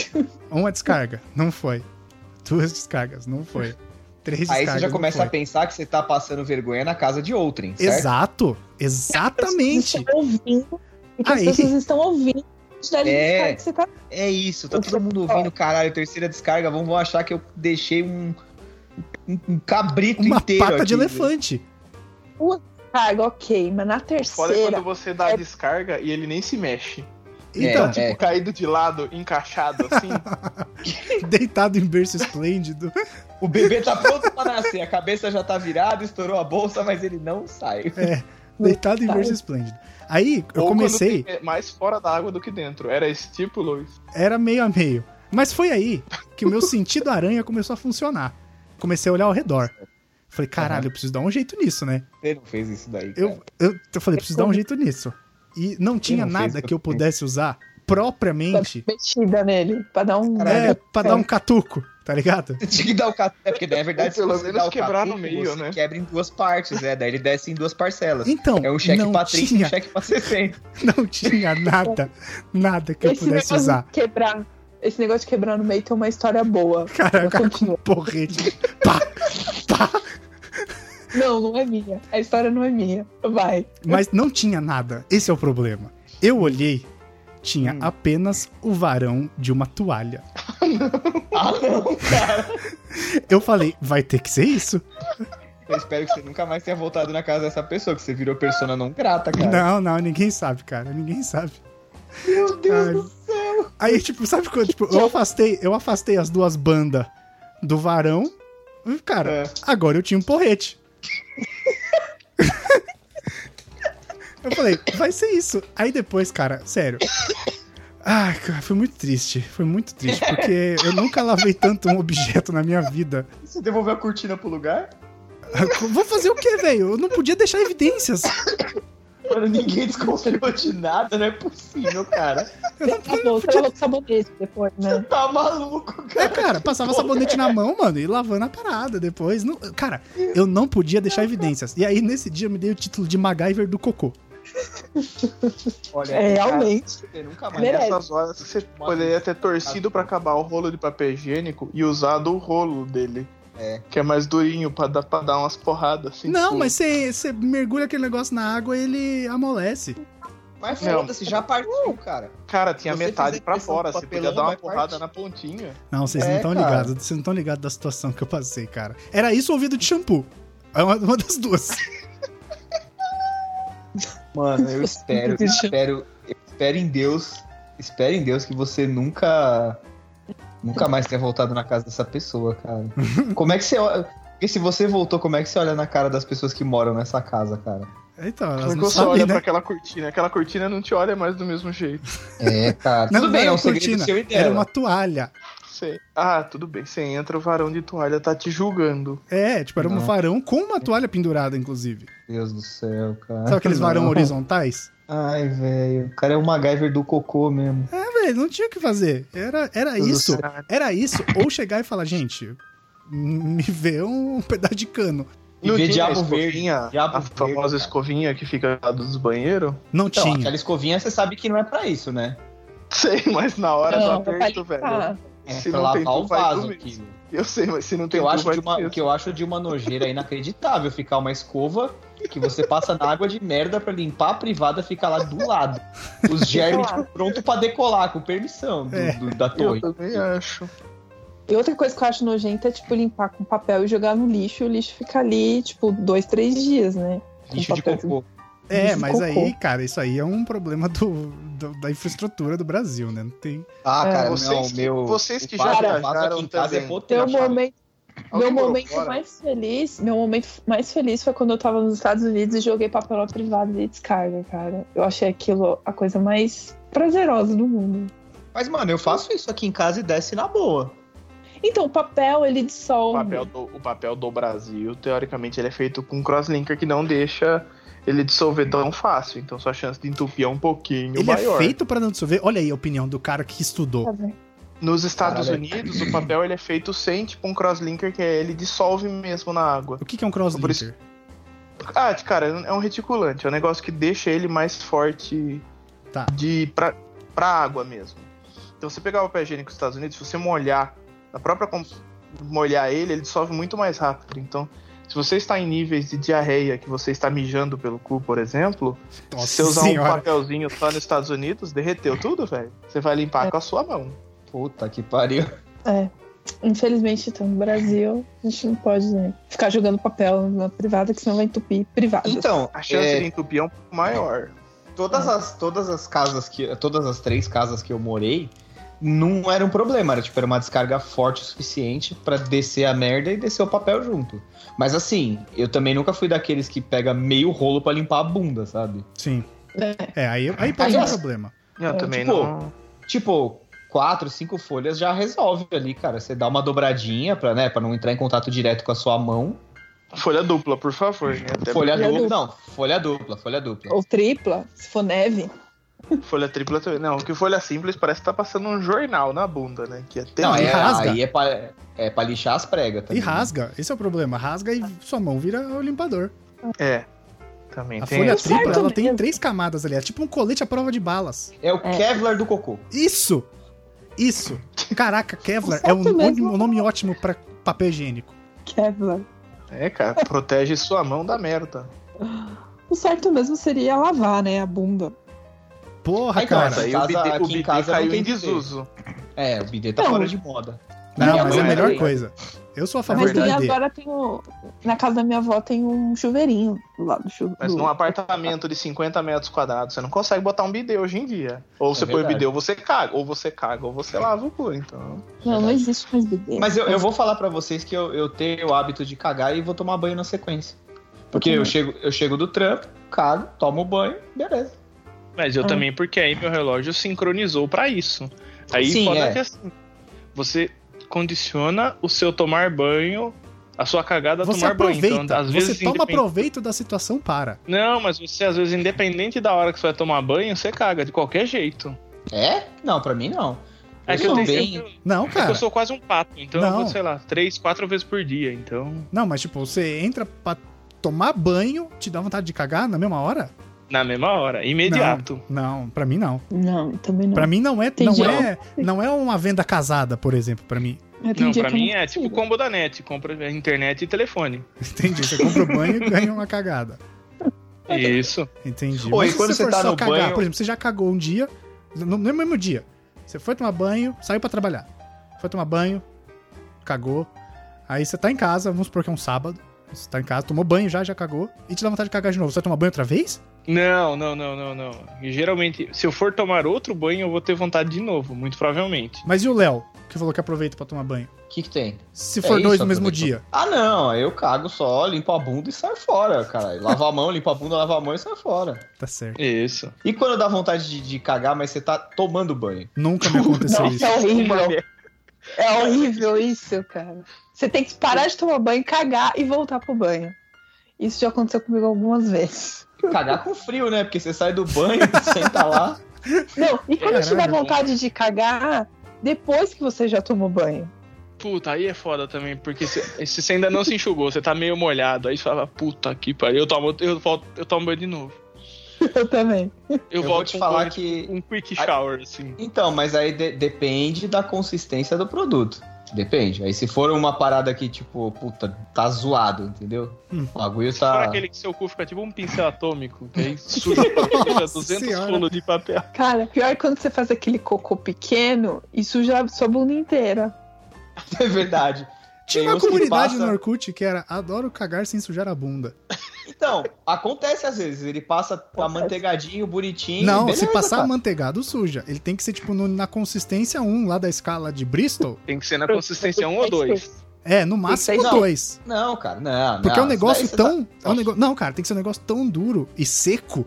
A: uma descarga, não foi. Duas descargas, não foi. Três
C: Aí
A: descargas.
C: você já
A: não
C: começa
A: foi.
C: a pensar que você tá passando vergonha na casa de outrem, certo?
A: Exato,
D: As
A: exatamente.
D: pessoas estão ouvindo. E que as
A: Aí.
D: pessoas estão ouvindo. a quantidade de
C: É.
D: descarga que você tá
C: É isso, tá
D: O
C: todo mundo ouvindo, caralho, terceira descarga, vão, vão achar que eu deixei um, um, um cabrito
A: Uma
C: inteiro
A: pata de
C: aqui.
A: elefante.
D: carga, ok. Mas na
B: Foda é
D: terceira.
B: quando você dá a descarga e ele nem se mexe.
C: É,
A: Então, [laughs]
B: Tipo,
C: é.
B: caído de lado, encaixado assim.
A: deitado em berço esplêndido.
C: O bebê tá pronto pra nascer, a cabeça já tá virada, estourou a bolsa, mas ele não sai.
A: Deitado em berço esplêndido. Aí, [laughs] eu
B: Ou quando
A: comecei,
B: tem- é mais fora da água do que dentro. Era esse tipo, Luiz.
A: era meio a meio. Mas foi aí que o meu sentido aranha começou a funcionar. Comecei a olhar ao redor. Falei, caralho,
C: Aham.
A: eu preciso dar um jeito nisso, né?
C: Você não fez isso daí, cara.
A: Eu, eu, eu falei, preciso dar um jeito nisso. E não tinha
C: não fez
A: nada
C: isso?
A: que eu pudesse usar propriamente
D: Metida nele, pra dar um.
A: é, pra dar um catuco, tá ligado?
C: Tinha que dar o catuco. É porque na verdade, se
B: Pelo
C: você
B: menos
C: dá o
B: quebrar no
C: catuco,
B: meio,
C: você
B: né?
C: Quebra em duas partes, é. Daí ele desce em duas parcelas.
A: Então,
C: É um cheque
A: não,
C: pra 30 e um
A: tinha,
C: cheque pra 60.
A: não tinha nada, nada que eu
D: Esse
A: pudesse
D: negócio
A: usar.
D: de quebrar. Esse negócio de quebrar no meio tem uma história boa.
A: Cara, o
D: Mas
A: cara com
D: continua.
A: porrete. Pá, pá.
D: Não, não é minha. A história não é minha. Vai.
A: Mas não tinha nada. Esse é o problema. Eu olhei, tinha
C: Hum.
A: apenas o varão de uma toalha.
C: [laughs] Ah, não, cara.
A: Eu falei, vai ter que ser isso?
C: Eu espero que você nunca mais tenha voltado na casa dessa pessoa, que você virou persona não grata, cara.
A: Não, não, ninguém sabe, cara. Ninguém sabe.
C: Meu Deus
A: Ai.
C: do céu.
A: Aí, tipo, sabe quando? Tipo, eu afastei, eu afastei as duas bandas do varão. E, Cara,
C: É.
A: agora eu tinha um
C: [laughs]
A: porrete. eu falei, vai ser isso. Aí depois, cara, sério. Ai, cara, foi muito triste. Foi muito triste, porque eu nunca lavei tanto um objeto na minha vida.
C: Você devolveu a cortina pro lugar?
A: Vou fazer o quê, velho? Eu não podia deixar evidências.
C: Mano, ninguém desconfiou de nada, não é possível, cara.
A: Eu não,
D: Tá
A: [laughs]
D: bom, você lavou com sabonete depois, né?
C: Tá maluco,
A: É,
C: cara.
A: cara, passava sabonete na mão, mano, e lavando a parada depois. Não- cara, eu não podia deixar evidências. E aí, nesse dia, eu me dei o título de MacGyver do cocô.
C: Olha,
D: É, realmente.
C: Você nunca
B: Mas
D: Merece.
B: nessas horas você poderia ter torcido pra acabar o rolo de papel higiênico e usado o rolo dele.
C: É.
B: Que é mais durinho pra dar, pra dar umas porradas assim.
A: não,
B: tipo,
A: mas você você mergulha aquele negócio na água e ele amolece.
C: Mas
B: Não.
C: foda-se, já partiu, cara.
B: Cara, tinha
C: você
B: metade
C: fizer
B: pra
C: pressão
B: fora.
C: com
B: Você podia
C: papelão,
B: dar uma
C: vai
B: porrada
C: partir.
B: na pontinha.
A: Não, vocês não
C: É,
A: estão
C: cara.
A: ligados. Vocês não estão ligados da situação que eu passei, cara. Era isso ou vidro de shampoo? É uma, uma das duas.
C: Mano, eu espero, eu espero, eu espero em Deus, espero em Deus que você nunca, nunca mais tenha voltado na casa dessa pessoa, cara. Como é que você olha? Porque se você voltou, como é que você olha na cara das pessoas que moram nessa casa, cara?
A: Então, elas
B: Porque
A: não
B: você olha
A: sabem,
B: pra
A: né?
B: aquela cortina. Aquela cortina não te olha mais do mesmo jeito.
C: É, cara.
A: Não,
C: Tudo bem,
A: não
C: é
A: era
C: um segredo
A: cortina,
C: seu e dela.
A: Era uma toalha.
B: Você- Ah, tudo bem. Você entra, o varão de toalha tá te julgando.
A: É, tipo, era um
C: Não.
A: varão com uma toalha pendurada, inclusive.
C: Meu Deus do céu, cara.
A: Sabe aqueles varão
C: Ah, Não.
A: horizontais?
C: Ai, velho. O cara é o MacGyver do cocô mesmo.
A: É, velho, não tinha o que fazer. Era, era
C: Tudo
A: É isso.
B: certo.
A: Era isso. Ou chegar e falar, gente, me vê um pedaço de cano.
C: E vê
B: tinha
C: diabo
B: a escovinha,
C: verde, diabo
B: a
C: verde,
B: famosa
C: cara.
B: escovinha que fica lá dos banheiros.
A: Não
C: Então,
A: tinha.
C: aquela escovinha você sabe que não é pra isso, né?
B: Sei, mas na hora
D: Não,
B: do
D: pra
B: aperto,
D: limpar.
B: velho.
C: É
B: Se
C: pra
B: não tem
C: lavar
B: tu,
C: o
B: vai
C: vaso
B: tu
C: aqui.
B: Eu sei, mas se não
C: que
B: tem
C: eu
B: tu,
C: acho
B: vai
C: de
B: tu
C: uma, o
B: mesmo.
C: que eu acho de uma nojeira inacreditável ficar uma escova que você passa na água de merda pra limpar a privada fica lá do lado. Os germes tipo,
D: Claro.
C: pronto pra decolar, com permissão do-
A: É.
C: do- da
B: Eu
C: torre.
B: também acho.
D: E outra coisa que eu acho nojenta é, tipo, limpar com papel e jogar no lixo. E o lixo fica ali, tipo, dois, três dias, né?
C: Lixo de
D: papel.
C: cocô.
A: é,
D: de
A: mas
D: cocô.
A: aí, cara, isso aí é um problema do, do- da infraestrutura do Brasil, né? Não tem.
C: Ah,
D: É.
C: cara,
B: Vocês
C: não,
B: que-
C: meu.
B: vocês que
C: o vaso-
B: já
C: o vaso aqui em
B: viajaram
C: casa é
B: também.
D: Meu
C: potente. cara.
D: um momento, meu
B: Alguém morou
D: momento
B: fora?
D: mais feliz, meu momento mais feliz foi quando eu tava nos Estados Unidos e joguei papel na privada de descarga, cara. Eu achei aquilo a coisa mais prazerosa do mundo.
C: Mas, mano, eu faço isso aqui em casa e desce na boa.
D: Então, o papel, ele
B: O
D: dissolve.
B: papel, do, o papel do Brasil, teoricamente, ele é feito com um crosslinker que não deixa ele dissolver tão fácil. Então sua chance de entupir é um pouquinho
A: Ele
B: maior.
A: é feito pra não dissolver. Olha aí a opinião do cara que estudou.
B: Nos Estados
C: Caralho.
B: Unidos, o papel ele é feito sem tipo um crosslinker que é, ele dissolve mesmo na água.
A: O que, que é um crosslinker?
B: Por isso- Ah, cara, é um reticulante, é um negócio que deixa ele mais forte
A: Tá.
B: de pra, pra água mesmo. Então você pegar o papel higiênico dos Estados Unidos, se você molhar, a própria com- molhar ele, ele dissolve muito mais rápido. Então, se você está em níveis de diarreia, que você está mijando pelo cu, por exemplo,
A: Nossa
B: se você usar um
A: senhora.
B: papelzinho só nos Estados Unidos, derreteu tudo, velho. Você vai limpar com a sua mão.
C: Puta que pariu.
D: Infelizmente, então, no Brasil, a gente não pode né, ficar jogando papel na privada, que senão vai entupir privada.
C: Então,
B: A chance de entupir é um pouco maior.
C: Todas as, todas as casas que. Todas as três casas que eu morei, não era um problema. Era tipo, era uma descarga forte o suficiente pra descer a merda e descer o papel junto. Mas assim, eu também nunca fui daqueles que pega meio rolo pra limpar a bunda, sabe?
A: Sim.
D: né?
A: É, aí, aí pode ser um
C: Aliás-
A: problema.
B: Eu
D: É,
B: também
C: tipo,
B: não.
C: Tipo, quatro, cinco folhas já resolve ali, cara. Você dá uma dobradinha pra, né, pra não entrar em contato direto com a sua mão.
B: Folha dupla, por favor. né? Até
C: Folha
D: Folha
C: dupla.
D: dupla.
C: Não, folha dupla, folha dupla.
D: Ou tripla, se for neve.
B: Folha tripla também. Não, que folha simples parece que tá passando um jornal na bunda, né? Que é
C: Não,
A: E
C: é,
B: terrível.
A: rasga.
C: aí é pra, é pra lixar as pregas
A: E
C: também. né?
A: rasga, esse é o problema. Rasga e sua mão vira o limpador.
B: É. Também
A: A
B: tem.
A: folha
B: essa.
D: certo
A: tripla, ela tem
D: mesmo.
A: três camadas ali. É tipo um colete à prova de balas.
C: É o
D: É.
C: Kevlar do cocô.
A: Isso! Isso! Caraca, Kevlar é
D: Certo
A: um,
D: mesmo.
A: nome- um nome ótimo pra papel higiênico.
D: Kevlar.
B: É, cara, protege sua mão da merda.
D: O certo mesmo seria lavar, né? A bunda.
A: Porra,
C: Aí,
A: cara.
B: Nossa, aí
C: em
B: o
C: casa-
B: BD,
C: aqui
B: o
C: em
B: BD
C: casa
B: caiu
C: não tem
B: em
C: que ter.
B: desuso.
C: É, o bidê tá
D: Não.
C: fora de moda.
A: Não,
C: Minha
A: mas é a
C: mãe
A: melhor
C: era-
A: coisa. Eu sou a favor
D: Mas
A: do
D: tem
B: verdade.
A: BD.
D: agora tem o. Na casa da minha avó tem um chuveirinho do lado do chuveiro.
B: Mas num apartamento de 50 metros quadrados, você não consegue botar um bidê hoje em dia. Ou você põe o
C: É verdade.
B: bidê, ou você caga, ou você caga, ou você lava o cu, então.
D: Não, não existe mais bebê.
C: Mas eu, eu vou falar pra vocês que eu, eu tenho o hábito de cagar e vou tomar banho na sequência. Porque
D: Uhum.
C: eu chego, eu chego do trampo, cago, tomo banho, beleza.
B: Mas eu
D: Ah.
B: também, porque aí meu relógio sincronizou pra isso. Aí
C: Sim,
B: foda
C: é.
B: que assim, você condiciona o seu tomar banho, a sua cagada a
A: Você
B: tomar banho.
A: aproveita,
B: Então, às vezes,
A: você toma
B: independ-
A: proveito da situação para.
B: Não, mas você, às vezes, independente da hora que você vai tomar banho, você caga de qualquer jeito.
C: É? Não, pra mim não.
B: É
C: Eu
B: que eu,
C: sou
B: tenho,
C: bem-
B: eu-
A: Não,
B: é que eu
A: cara.
B: sou quase um pato, então eu
A: Não.
B: vou, sei lá, três, quatro vezes por dia, então.
A: Não, mas tipo, você entra pra tomar banho, te dá vontade de cagar na mesma hora?
B: Na mesma hora, imediato.
A: Não, pra mim não.
D: Não, também não.
A: Pra mim não é,
D: Tem
A: não
D: gente-
A: é, não é uma venda casada, por exemplo, pra mim. [laughs]
D: Eu
B: Não,
D: tenho dia
B: pra
D: que eu
B: mim é
D: consigo.
B: tipo combo da net, compra internet e telefone.
A: Entendi. Você compra o banho e ganha uma cagada.
B: Isso.
A: Entendi.
C: Ô,
A: Mas
C: e
A: se
C: quando
A: você
C: você
A: for
C: tá
A: só
C: no
A: cagar,
C: banho-
A: por exemplo, você já cagou um dia, no, no mesmo dia. Você foi tomar banho, saiu pra trabalhar. Foi tomar banho, cagou. Aí você tá em casa, vamos supor que é um sábado. Você tá em casa, tomou banho já, já cagou. E te dá vontade de cagar de novo. Você vai tomar banho outra vez?
B: Não, não, não, não, não. E Geralmente, se eu for tomar outro banho, eu vou ter vontade de novo, muito provavelmente.
A: Mas e o Léo, que falou que aproveita pra tomar banho?
C: O que, que tem?
A: Se
C: É
A: for
C: isso,
A: dois no mesmo
C: aproveita.
A: dia.
C: Ah, não, eu cago só, limpo a bunda e saio fora, caralho. Lavo a mão, limpo a bunda, lavo a mão e saio fora.
A: Tá certo.
B: Isso.
C: E quando dá vontade de, de cagar, mas você tá tomando banho? [laughs]
A: Nunca me aconteceu
D: Nossa,
A: isso.
D: é horrível.
C: merda.
D: É horrível isso, cara. Você tem que parar de tomar banho, cagar e voltar pro banho. Isso já aconteceu comigo algumas vezes.
C: Cagar com frio, né? Porque você sai do banho, [laughs] senta lá.
D: Não, e quando te dá
A: Caralho.
D: vontade de cagar, depois que você já tomou banho? [laughs]
B: Puta, aí é foda também, porque se, se você ainda não se enxugou, você tá meio molhado, aí você fala, puta que pariu, eu tomo, eu, volto, eu tomo banho de novo.
D: Eu também.
B: Eu,
C: Eu, vou
B: volto
C: te
B: com
C: falar
B: um-
C: que.
B: um quick shower, assim.
C: Então, mas aí de- depende da consistência do produto. Depende. Aí se for uma parada que, tipo, puta, tá zoado, entendeu?
A: Hum.
C: O bagulho
B: Fora
C: tá.
B: aquele que seu cu fica tipo um pincel atômico, que aí suja suja
A: Nossa
B: 200
A: Senhora.
B: rolos de papel.
D: Cara, pior é quando você faz aquele cocô pequeno e suja a sua bunda inteira.
C: [laughs] É verdade.
A: Tinha
C: Tem
A: uma
C: uns que
A: comunidade
C: passa-
A: no Orkut que era adoro cagar sem sujar a bunda.
C: Então, acontece às vezes. Ele passa amanteigadinho, bonitinho.
A: Não,
C: beleza,
A: se passar
C: cara.
A: manteigado, suja. Ele tem que ser, tipo, no- na consistência 1 lá da escala de Bristol.
B: Tem que ser na consistência 1 ou 2.
A: É, no máximo
C: não.
A: dois.
C: Não, cara, não.
A: Porque
C: não,
A: é um negócio
C: isso daí você tá-
A: tão. é um nego- Não, cara, tem que ser um negócio tão duro e seco.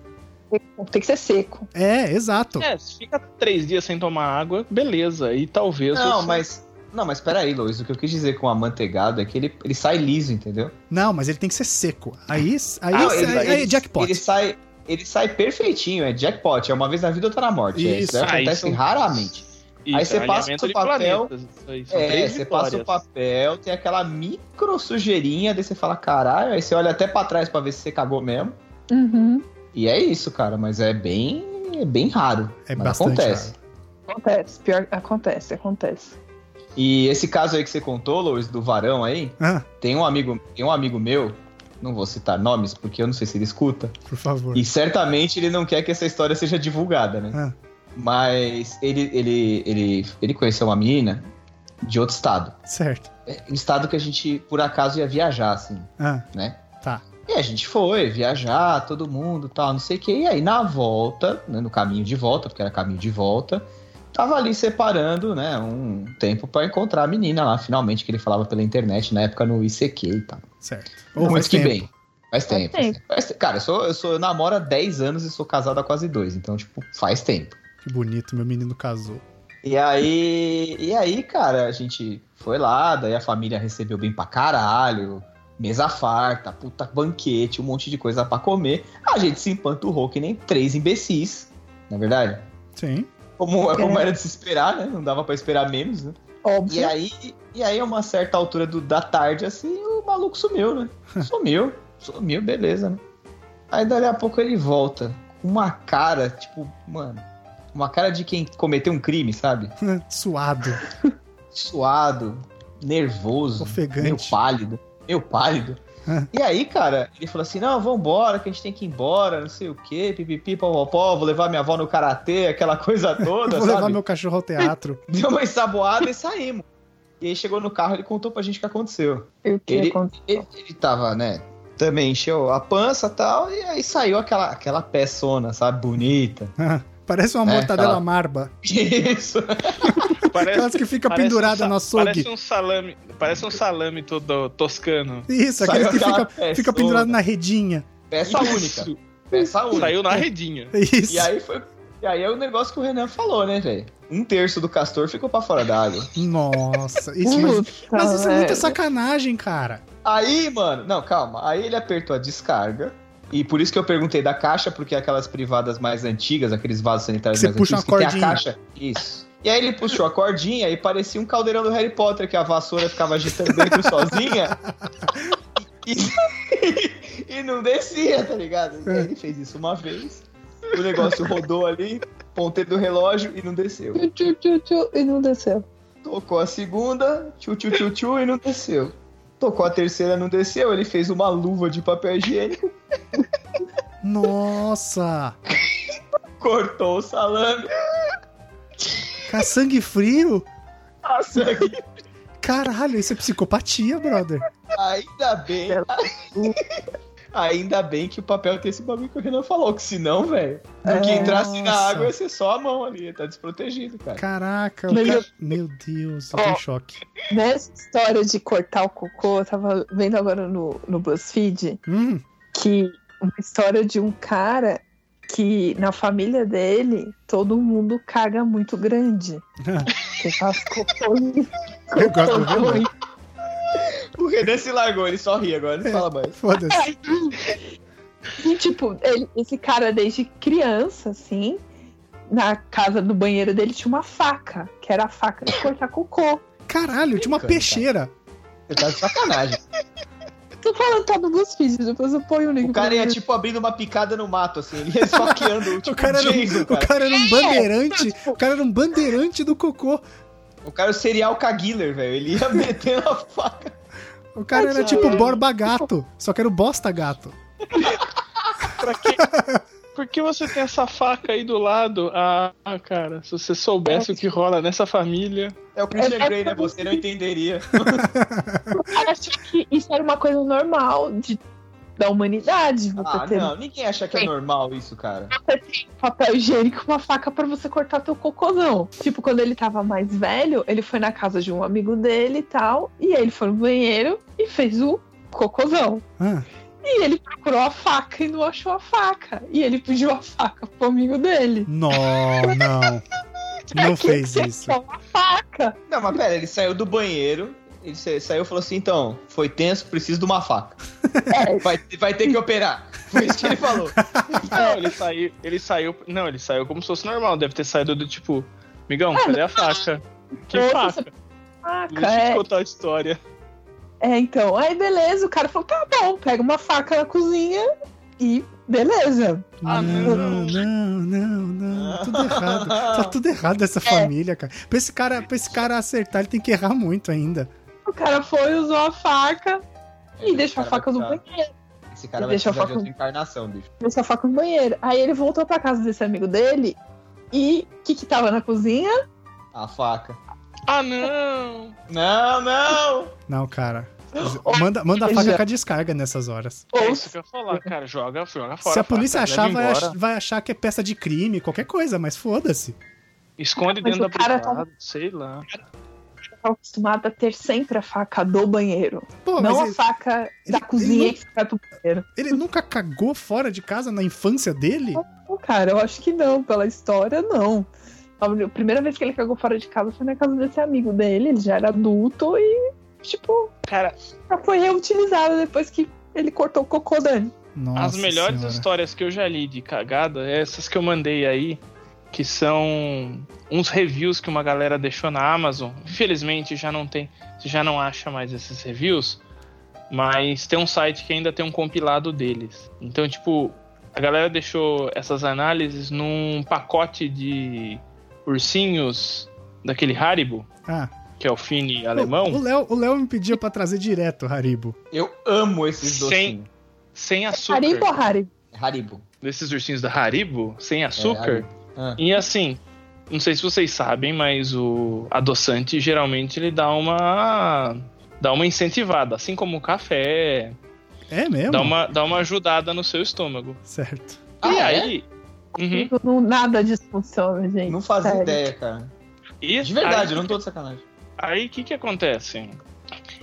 D: Tem que ser seco.
A: É, exato.
B: É, se fica três dias sem tomar água, beleza, e talvez...
C: Não,
B: você-
C: mas. Não, mas peraí, Luiz. O que eu quis dizer com amanteigado é que ele, ele sai liso, entendeu?
A: Não, mas ele tem que ser seco. Aí, aí,
C: Ah,
A: aí,
C: ele-
A: aí é
C: ele-
A: jackpot.
C: Ele sai, ele sai perfeitinho, é jackpot. É uma vez na vida ou tá na morte. É,
A: Isso.
C: Isso,
B: Ah,
C: acontece
B: isso-
C: raramente.
B: Isso,
C: Aí você passa
B: alinhamento
C: o
B: de
C: papel,
B: planetas, isso aí, são
C: É,
B: três
C: você passa o
B: vitórias.
C: papel, tem aquela micro sujeirinha, daí você fala, caralho, aí você olha até pra trás pra ver se você cagou mesmo.
D: Uhum.
C: E é isso, cara, mas é bem, é bem raro.
A: É
C: mas
A: bastante
C: acontece.
D: Acontece. Pior, acontece, acontece.
C: E esse caso aí que você contou, Louis, do varão aí,
A: Ah,
C: tem um amigo, tem um amigo meu, não vou citar nomes, porque eu não sei se ele escuta.
A: por favor.
C: E certamente ele não quer que essa história seja divulgada, né?
A: Ah.
C: Mas ele, ele, ele, ele conheceu uma menina de outro estado.
A: Certo.
C: É, Um estado que a gente, por acaso, ia viajar, assim.
A: Ah,
C: E a gente foi viajar, todo mundo, tal, não sei o quê. E aí, na volta, né, no caminho de volta, porque era caminho de volta, tava ali separando, né, um tempo pra encontrar a menina lá, finalmente, que ele falava pela internet, na época no ICQ e tal.
A: certo. Ou
C: Mas
A: faz
C: que
A: tempo.
C: bem. Faz tempo. faz
D: tempo.
C: tempo. Faz te- Cara, eu, sou, eu, sou, eu namoro há 10 anos e sou casado há quase dois, então, tipo, faz tempo.
A: Que bonito, meu menino casou.
C: E aí, e aí, cara, a gente foi lá, daí a família recebeu bem pra caralho. mesa farta, puta banquete, um monte de coisa pra comer. A gente se empanturrou que nem três imbecis, na verdade.
A: Sim.
C: Como,
D: É.
C: como era de se esperar, né? Não dava pra esperar menos, né?
D: Óbvio.
C: E aí, e aí a uma certa altura do- da tarde, assim, o maluco sumiu, né? Sumiu, sumiu, beleza, né? Aí dali a pouco ele volta com uma cara, tipo, mano, uma cara de quem cometeu um crime, sabe?
A: né, Suado,
C: Suado, nervoso, meio
A: ofegante.
C: pálido, meio pálido. E aí, cara, ele falou assim: não, vambora, que a gente tem que ir embora, não sei o quê, pipipi, popopó, vou levar minha avó no karatê, aquela
A: [laughs]
C: coisa toda.
A: Vou levar
C: sabe?
A: meu cachorro ao teatro.
C: Deu uma ensaboada e saímos. E aí chegou no carro, ele contou pra gente o que aconteceu.
D: E o que
C: Ele-
D: aconteceu?
C: Ele, ele tava, né? Também encheu a pança e tal, e aí saiu aquela, aquela peçona, sabe? Bonita. [laughs]
A: Parece uma
C: É,
A: mortadela
C: tá.
A: marba.
C: Isso.
B: Parece,
A: Aquelas que fica
B: parece um
A: pendurada
B: sa-
A: no açougue.
B: Parece um salame, parece um salame todo toscano.
A: Isso,
C: Saiu
A: aquelas que
C: um aquela
A: fica, fica
C: peçona.
A: pendurado na redinha.
B: Isso.
C: Peça
A: [laughs]
C: É única. Peça única.
B: Saiu na redinha.
A: Isso.
C: E aí foi. E aí é o negócio que o Renan falou, né, velho? Um terço do castor ficou pra fora d'água.
A: Nossa, isso,
C: Uh!
A: mas,
D: Puta,
A: mas isso é muita
D: velho.
A: sacanagem, cara.
C: Aí, mano. Não, calma. Aí ele apertou a descarga. E por isso que eu perguntei da caixa, porque é aquelas privadas mais antigas, aqueles vasos sanitários
A: Que você
C: mais
A: puxa
C: antigos,
A: uma
C: que tem
A: cordinha.
C: a caixa. Isso. E aí ele puxou a cordinha e parecia um caldeirão do Harry Potter, que a vassoura ficava agitando dentro
A: [laughs]
C: sozinha. E, e não descia, tá ligado? E aí ele fez isso uma vez. O negócio rodou ali, ponteiro do relógio e não desceu.
D: Tchu, tchu, tchu, tchu, e não desceu.
C: Tocou a segunda, tchu tchu tchu tchu e não desceu. Tocou a terceira, não desceu. Ele fez uma luva de papel higiênico, [laughs]
A: Nossa.
C: cortou o salame,
A: Cara, sangue frio?
C: a sangue.
A: Caralho, isso é psicopatia, brother.
C: Ainda bem. [laughs] Ainda bem que o papel tem esse bagulho que o Renan falou, que senão, velho, do que entrasse na
A: É, Nossa.
C: água ia ser só a mão ali, tá desprotegido, cara.
A: Caraca, o
D: Mas
A: cara- meu Deus, eu tô em choque.
D: Nessa história de cortar o cocô, eu tava vendo agora no, no BuzzFeed
A: Hum, [laughs]
D: que uma história de um cara que na família dele todo mundo caga muito grande. Ele faz cocô [laughs] em-
A: eu gosto né, do
D: cocô
A: vilão.
D: em-
C: O Renan se largou, ele só ri
A: É.
C: agora, não fala mais.
A: Foda-se.
D: E, tipo, ele- esse cara desde criança, assim, na casa do banheiro dele tinha uma faca, que era a faca de cortar cocô.
A: Caralho, tinha uma
C: Brincando,
A: peixeira.
C: Você tá de sacanagem.
D: Tô falando, tá no BuzzFeed, depois eu ponho o link.
C: O cara
D: pra
C: ia,
D: vocês.
C: tipo, abrindo uma picada no mato, assim, ele
A: [laughs]
C: ia esfaqueando, tipo,
A: O cara, era um,
C: Jason,
A: o cara era um bandeirante. O cara era um bandeirante do cocô.
C: O cara é o serial K-Killer, velho. Ele ia [laughs] metendo a faca.
A: O cara era tipo Borba Gato. Só que era o Bosta Gato.
B: Pra quê? Por que você tem essa faca aí do lado? Ah, cara, se você soubesse o que rola nessa família.
C: É o Christian
D: É- é
C: Grey, né? Você não entenderia.
D: O cara achou que isso era uma coisa normal de, da humanidade. Você
C: Ah,
D: ter
C: não. Ninguém acha que é
D: Sim.
C: normal isso, cara.
D: papel higiênico, uma faca pra você cortar teu cocôzão. Tipo, quando ele tava mais velho, ele foi na casa de um amigo dele e tal, e aí ele foi no banheiro e fez o cocôzão.
A: Ah,
D: E ele procurou a faca e não achou a faca. E ele pediu a faca pro amigo dele.
A: não, não. Não fez isso.
D: Só uma faca.
C: Não, mas pera, ele saiu do banheiro. Ele sa- saiu e falou assim: então, foi tenso, preciso de uma faca.
D: É.
C: Vai, vai ter que operar. Foi isso que ele falou.
B: Não,
D: [laughs]
B: ele saiu. Ele saiu. Não, ele saiu como se fosse normal. Deve ter saído do tipo, migão,
D: Ah,
B: cadê a faca? Que
D: Foda-se
B: faca?
D: a faca,
B: Deixa eu te
D: é.
B: contar a história.
D: É, então. Aí beleza, o cara falou: tá bom, pega uma faca na cozinha e beleza.
B: Ah,
A: não, não,
B: não. Ah.
A: não, não. Tudo errado. Tá tudo errado
B: É.
A: essa família, cara. Pra esse cara, pra esse cara acertar, ele tem que errar muito ainda.
D: O cara foi, usou a faca e
C: Esse
D: deixou a
C: cara
D: faca
C: vai
D: no
C: precisar-
D: banheiro.
C: Esse cara vai
D: Deixa
C: precisar
D: eu
C: de
D: falar com-
C: outra encarnação, bicho.
D: deixou a faca no banheiro. Aí ele voltou pra casa desse amigo dele e o que que tava na cozinha?
C: A faca.
B: Ah, não!
C: Não, não!
A: Não, cara. Manda, manda a faca com a descarga nessas horas.
B: É
D: Ou
B: isso que eu ia falar, cara. Joga, joga fora.
A: Se a
B: faca,
A: polícia
B: leva
A: achar, vai,
B: embora.
A: ach- vai achar que é peça de crime, qualquer coisa, mas foda-se.
B: Esconde
D: Mas
B: dentro
D: o
B: da
D: cara
B: privada,
D: tá-
B: sei lá.
D: tava acostumado a ter sempre a faca do banheiro,
A: Pô,
D: não a
A: mas ele,
D: faca da
A: ele
D: cozinha
A: não-
D: que vai pro
A: ele nunca cagou fora de casa na infância dele?
D: banheiro. Cara, eu acho que não, pela história não. A primeira vez que ele cagou fora de casa foi na casa desse amigo dele, ele já era adulto e tipo,
B: Cara,
D: já foi reutilizada depois que ele cortou o cocô Dani.
A: Nossa
B: as melhores
A: senhora.
B: histórias que eu já li de cagada é essas que eu mandei aí, que são uns reviews que uma galera deixou na Amazon. Infelizmente já não tem, você já não acha mais esses reviews, mas tem um site que ainda tem um compilado deles. Então, tipo, a galera deixou essas análises num pacote de ursinhos daquele Haribo,
A: Ah,
B: que é o Fini
A: O
B: alemão,
A: Léo, o Léo me pedia pra trazer direto, Haribo.
C: Eu amo esses
B: Sem-
C: docinhos. É
B: sem açúcar.
D: Haribo Haribo.
C: Haribo. É
B: desses ursinhos da Haribo,
A: É,
B: sem açúcar.
C: Ah.
B: E assim, não sei se vocês sabem, mas o adoçante geralmente ele dá uma dá uma incentivada, assim como o café,
A: É mesmo?
B: dá uma dá uma ajudada no seu estômago.
A: Certo.
C: Ah,
B: e
C: é?
B: aí, Uhum.
D: Não, nada disso funciona, gente.
C: Não fazia
D: sério.
C: ideia, cara.
B: E
C: De verdade, né?
B: aí,
C: eu não tô de sacanagem.
B: Aí o que que acontece?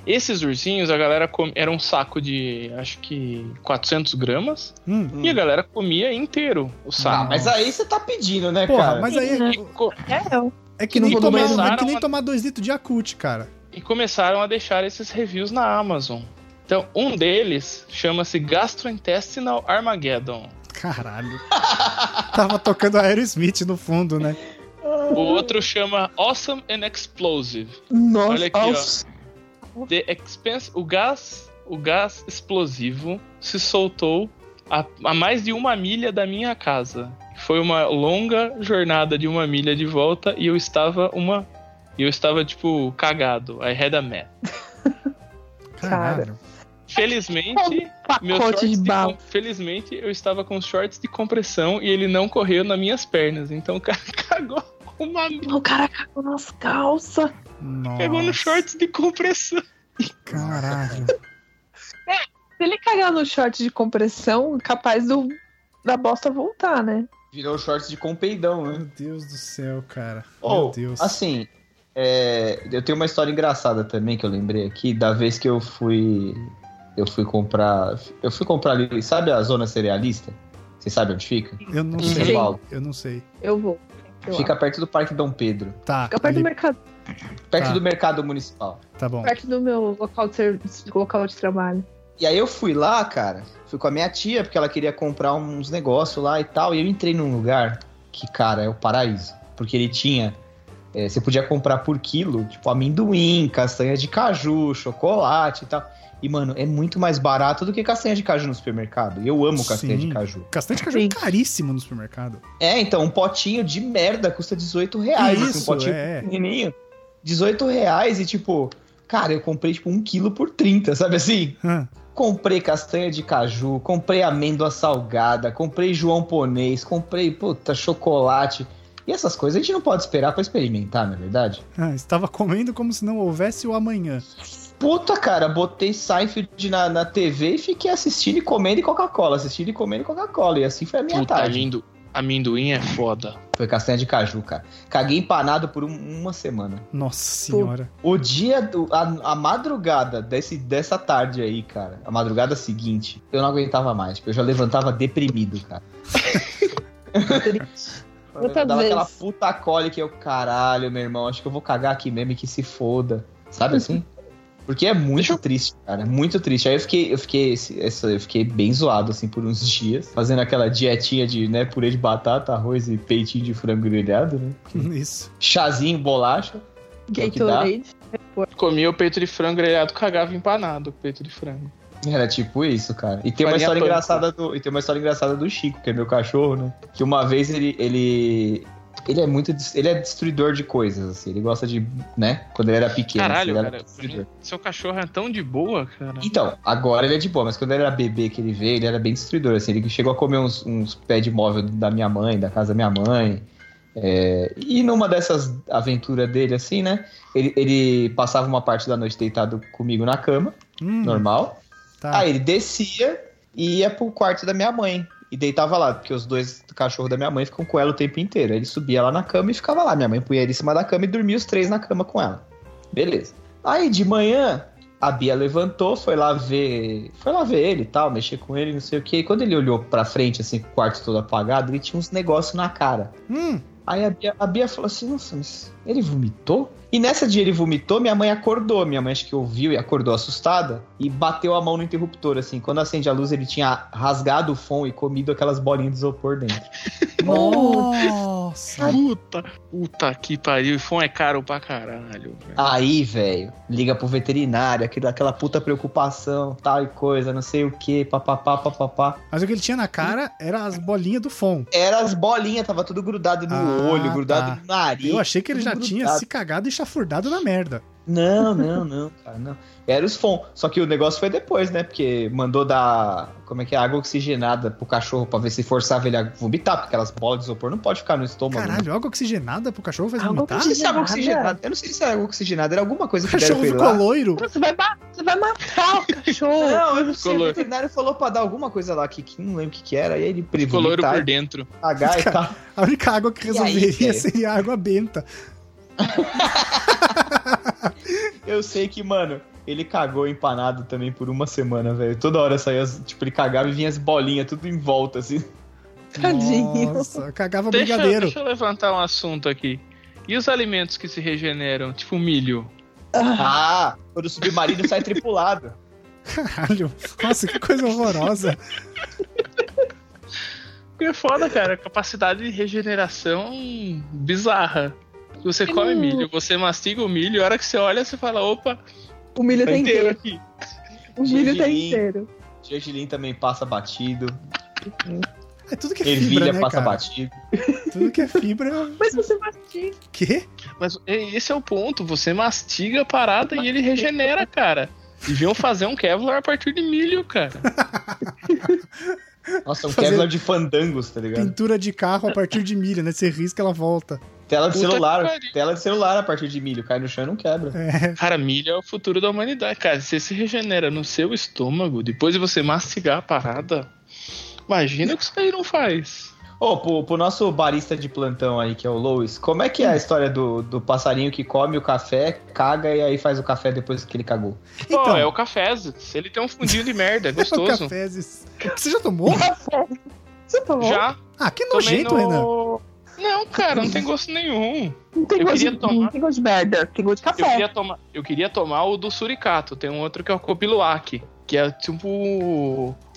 B: Esses ursinhos, a galera come, era um saco de, acho que 400 gramas,
A: Hum.
B: e a galera comia inteiro o
C: Ah,
B: saco.
C: mas aí você tá pedindo, né,
A: Porra,
C: cara?
A: mas aí
B: E co-
D: É, eu-
A: é que
B: que
A: nem
B: nem
A: tomar,
B: começaram
A: é que nem
B: a-
A: tomar dois litros de acute, cara.
B: e começaram a deixar esses reviews na Amazon. Então, um deles chama-se Gastrointestinal Armageddon.
A: Caralho. [laughs] Tava tocando Aerosmith no fundo, né?
B: O outro chama Awesome and Explosive.
D: Nossa,
B: Olha aqui, ó. The expense, o gás, o gás explosivo se soltou a, a mais de uma milha da minha casa. Foi uma longa jornada de uma milha de volta e eu estava uma e eu estava tipo cagado. I had a mess.
A: Caralho.
B: Felizmente, Meu
D: pacote
B: shorts
D: de bala.
B: com- Felizmente, eu estava com shorts de compressão e ele não correu nas minhas pernas. Então o cara [laughs] cagou uma merda.
D: O cara cagou nas calças.
A: Nossa.
B: Pegou no shorts de compressão.
A: Caralho.
D: Se ele cagar no short de compressão, capaz do da bosta voltar, né?
C: Virou shorts de compeidão, né?
A: Meu Deus do céu, cara.
C: Ou,
A: Meu Deus.
C: Assim, é, eu tenho uma história engraçada também que eu lembrei aqui, da vez que eu fui. Eu fui comprar. Eu fui comprar ali. Sabe a zona cerealista? Vocês sabem onde fica?
A: Eu não
C: Em
A: sei.
C: São Paulo.
A: Eu não sei.
D: Eu vou. Eu
C: Fica perto do Parque Dom Pedro.
A: Tá.
D: Fica perto do
A: ele-
D: mercado,
C: Perto
A: Tá.
C: do mercado municipal.
A: Tá bom.
D: perto do meu local de, serviço, local de trabalho.
C: E aí eu fui lá, cara. Fui com a minha tia, porque ela queria comprar uns negócios lá e tal. E eu entrei num lugar que, cara, é o paraíso. Porque ele tinha. é, você podia comprar por quilo, tipo, amendoim, castanha de caju, chocolate e tal. E, mano, é muito mais barato do que castanha de caju no supermercado. E eu amo castanha
A: Sim.
C: de caju.
A: Castanha de caju é
D: Sim.
A: caríssimo no supermercado.
C: É, então, um potinho de merda custa 18 reais. assim, um
A: Isso,
C: potinho
A: é.
C: pequenininho. 18 reais e, tipo, cara, eu comprei, tipo, um quilo por 30, sabe assim?
A: Hã.
C: Comprei castanha de caju, comprei amêndoa salgada, comprei João Ponês, comprei, puta, chocolate. E essas coisas a gente não pode esperar pra experimentar, não é verdade?
A: Ah, estava comendo como se não houvesse o amanhã.
C: Puta, cara, botei Seinfeld na, na TV e fiquei assistindo e comendo e Coca-Cola, assistindo e comendo e Coca-Cola. E assim foi a minha
B: Puta,
C: tarde.
B: amendo- amendoim é foda.
C: Foi castanha de caju, cara. Caguei empanado por um- uma semana.
A: Nossa senhora. [laughs]
C: O dia, do, a, a madrugada desse, dessa tarde aí, cara, a madrugada seguinte, eu não aguentava mais. Tipo, eu já levantava deprimido, cara. Eu
D: Outra
C: dava
D: vez.
C: aquela puta cólica e eu, caralho, meu irmão, acho que eu vou cagar aqui mesmo e que se foda.
B: [laughs]
C: Sabe assim? Porque é muito
B: Deixa eu-
C: triste, cara. é Muito triste. Aí eu fiquei, eu fiquei, esse- essa- eu fiquei bem zoado, assim, por uns dias, fazendo aquela dietinha de, né, purê de batata, arroz e peitinho de frango grelhado, né?
A: Isso.
C: Chazinho, bolacha. que é que dá?
D: Gatorade.
B: Comia o peito de frango grelhado, cagava empanado o peito de frango.
C: Era tipo isso, cara. E tem uma
B: Farinha
C: história
B: pânico.
C: engraçada do, e tem uma história engraçada do Chico, que é meu cachorro, né? Que uma vez ele ele ele é muito des- ele é destruidor de coisas, assim. Ele gosta de, né, quando ele era pequeno,
B: Caralho,
C: assim, ele era
B: cara.
C: destruidor.
B: Seu cachorro é tão de boa, cara.
C: Então, agora ele é de boa, mas quando ele era bebê que ele veio, ele era bem destruidor, assim. Ele chegou a comer uns, uns pés de móvel da minha mãe, da casa da minha mãe. É, e numa dessas aventuras dele, assim, né? Ele, ele passava uma parte da noite deitado comigo na cama,
A: Hum,
C: normal.
A: tá.
C: Aí ele descia e ia pro quarto da minha mãe. E deitava lá, porque os dois cachorros da minha mãe ficam com ela o tempo inteiro. Aí ele subia lá na cama e ficava lá. Minha mãe punha ele em cima da cama e dormia os três na cama com ela. Beleza. Aí de manhã, a Bia levantou, foi lá ver. Foi lá ver ele e tal, mexer com ele, não sei o quê. E quando ele olhou pra frente, assim, com o quarto todo apagado, ele tinha uns negócios na cara.
A: Hum,
C: Aí a Bia, a Bia falou assim: Nossa, mas ele vomitou? E nessa dia ele vomitou, minha mãe acordou. Minha mãe acho que ouviu e acordou assustada e bateu a mão no interruptor, assim. Quando acende a luz, ele tinha rasgado o fone e comido aquelas bolinhas de isopor dentro.
A: Nossa!
B: Puta, puta que pariu. E fone é caro pra caralho. velho.
C: Aí, velho, liga pro veterinário, aquela, aquela puta preocupação, tal e coisa, não sei o que, papapá, papapá.
A: Mas o que ele tinha na cara era as bolinhas do Fon.
C: Era as bolinhas, tava tudo grudado no
A: Ah,
C: olho, grudado
A: tá.
C: no nariz.
A: Eu achei que ele já
C: tudo
A: tinha
C: grudado.
A: se cagado e chafurdado na merda.
C: Não, não, não, cara, não. Era os FON. Só que o negócio foi depois, né? Porque mandou dar, como é que é, água oxigenada pro cachorro pra ver se forçava ele a vomitar, porque aquelas bolas de isopor não pode ficar no estômago. né?
A: Caralho, água oxigenada pro cachorro faz
D: Água
A: vomitar?
C: Não sei se é água
D: Oxigenada?
C: oxigenada. Eu não sei se é água oxigenada, era alguma coisa
A: O
C: que deram
A: cachorro
C: pra ele
A: ficou
C: lá.
A: loiro.
D: Você vai, ma- você vai matar o
C: [laughs]
D: cachorro.
C: Não, eu não sei.
B: Ficou
C: O
B: loiro.
C: veterinário falou pra dar alguma coisa lá que, que não lembro o que, que era. E aí ele
B: Ficou
C: privou
B: loiro por
C: vomitar,
B: dentro.
C: cagar e
A: Cara.
C: tal.
A: A única água que
C: E aí,
A: resolveria
C: velho?
A: seria água benta.
C: Eu sei que, mano, ele cagou empanado também por uma semana, velho. Toda hora saía, as- tipo, ele cagava e vinha as bolinhas tudo em volta, assim.
D: Tadinho.
A: Nossa, cagava
B: Deixa,
A: brigadeiro.
B: deixa eu levantar um assunto aqui. E os alimentos que se regeneram? Tipo milho.
D: Ah,
C: Ah, quando o submarino sai tripulado. [laughs]
A: Caralho. Nossa, que coisa horrorosa.
B: Porque é foda, cara. Capacidade de regeneração bizarra. Você come
D: Hum.
B: milho, você mastiga o milho, a hora que você olha, você fala, opa,
D: o milho
B: tá
D: tá
B: inteiro
D: inteiro.
B: aqui.
D: O milho tá
C: Gergelim.
D: inteiro.
C: Gergelim também passa batido.
A: É tudo que é
C: Ervilha
A: fibra, né,
C: passa
A: cara?
C: batido.
A: Tudo que é fibra...
D: Mas você mastiga.
A: Quê?
C: Tá
B: Mas e- esse é o ponto, você mastiga a parada e ele regenera, cara. Deviam fazer um Kevlar a partir de
A: [laughs]
B: milho, cara.
C: Nossa, um
A: Fazer-
C: Kevlar de fandangos, tá ligado?
A: Pintura de carro a partir de milho, né? Você risca, ela volta.
C: Tela de
B: Puta
C: celular.
B: que pariu.
C: Tela de celular a partir de milho. Cai no chão e não quebra.
A: É.
B: Cara, milho é o futuro da humanidade, cara. Se se regenera no seu estômago, depois de você mastigar a parada, imagina o que isso aí não faz.
C: Ô, pro, pro nosso barista de plantão aí, que é o Lois, como é que é a história do, do passarinho que come o café, caga e aí faz o café depois que ele cagou?
B: Pô,
A: Então.
B: é o café, se ele tem um fundinho
A: [laughs]
B: de merda, é
A: O
B: gostoso.
A: cafezes. Você já
B: [laughs]
A: tomou?
D: Você falou?
B: Já
A: Ah, que
B: tomei
A: nojento, Renan.
B: no... Não, cara, não tem gosto nenhum.
D: Não tem
B: Eu
D: gosto de
B: queria tomar.
D: não tem gosto de merda. Tem gosto de
B: Eu
D: café.
B: queria, tomar, eu queria tomar o do Suricato. Tem um outro que é o Copiluac, que é tipo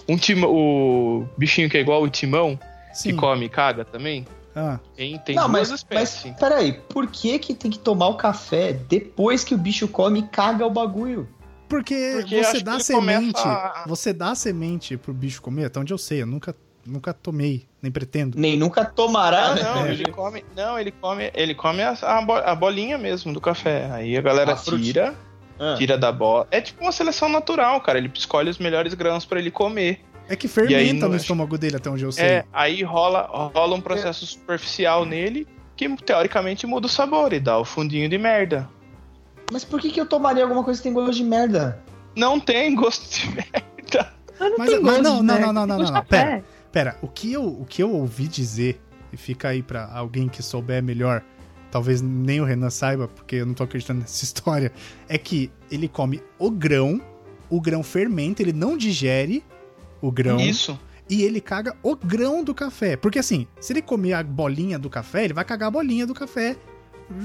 B: um timão, o bichinho que é igual o timão,
A: Sim.
B: que come e caga também.
A: Ah,
B: Tem, tem
C: não,
B: duas
C: mas, mas
B: espécies.
C: peraí, por que que tem que tomar o café depois que o bicho come e caga o bagulho?
A: porque,
B: Porque acho
A: você
B: que
A: dá
B: ele
A: semente.
B: começa a-
A: Você dá semente pro bicho comer, até onde eu sei. Eu nunca, nunca tomei, nem pretendo.
C: Nem nunca tomará, [laughs]
B: Ah,
C: né?
B: não,
A: É.
B: ele come, não, ele come, ele come a, a bo- a bolinha mesmo do café. Aí a galera
C: A fruta.
B: tira,
C: Ah.
B: tira da bola. É tipo uma seleção natural, cara. Ele escolhe os melhores grãos pra ele comer.
A: É que
B: E aí
A: fermenta
B: não
A: no
B: é-
A: estômago dele, até onde eu sei.
B: É, aí rola, rola um processo superficial nele que teoricamente muda o sabor e dá o fundinho de merda.
C: Mas por que que eu tomaria alguma coisa que tem gosto de merda?
B: Não tem gosto de merda.
D: Mas não
A: Mas-
D: tem
A: mas
D: gosto
A: não,
D: de
A: não,
D: merda,
A: não, não,
D: tem
A: não,
D: gosto de
A: não,
D: café.
A: pera. Pera, o que eu, o que eu ouvi dizer, e fica aí pra alguém que souber melhor, talvez nem o Renan saiba, porque eu não tô acreditando [laughs] nessa história, é que ele come o grão, o grão fermenta, ele não digere o grão
B: Isso.
A: e ele caga o grão do café. Porque assim, se ele comer a bolinha do café, ele vai cagar a bolinha do café.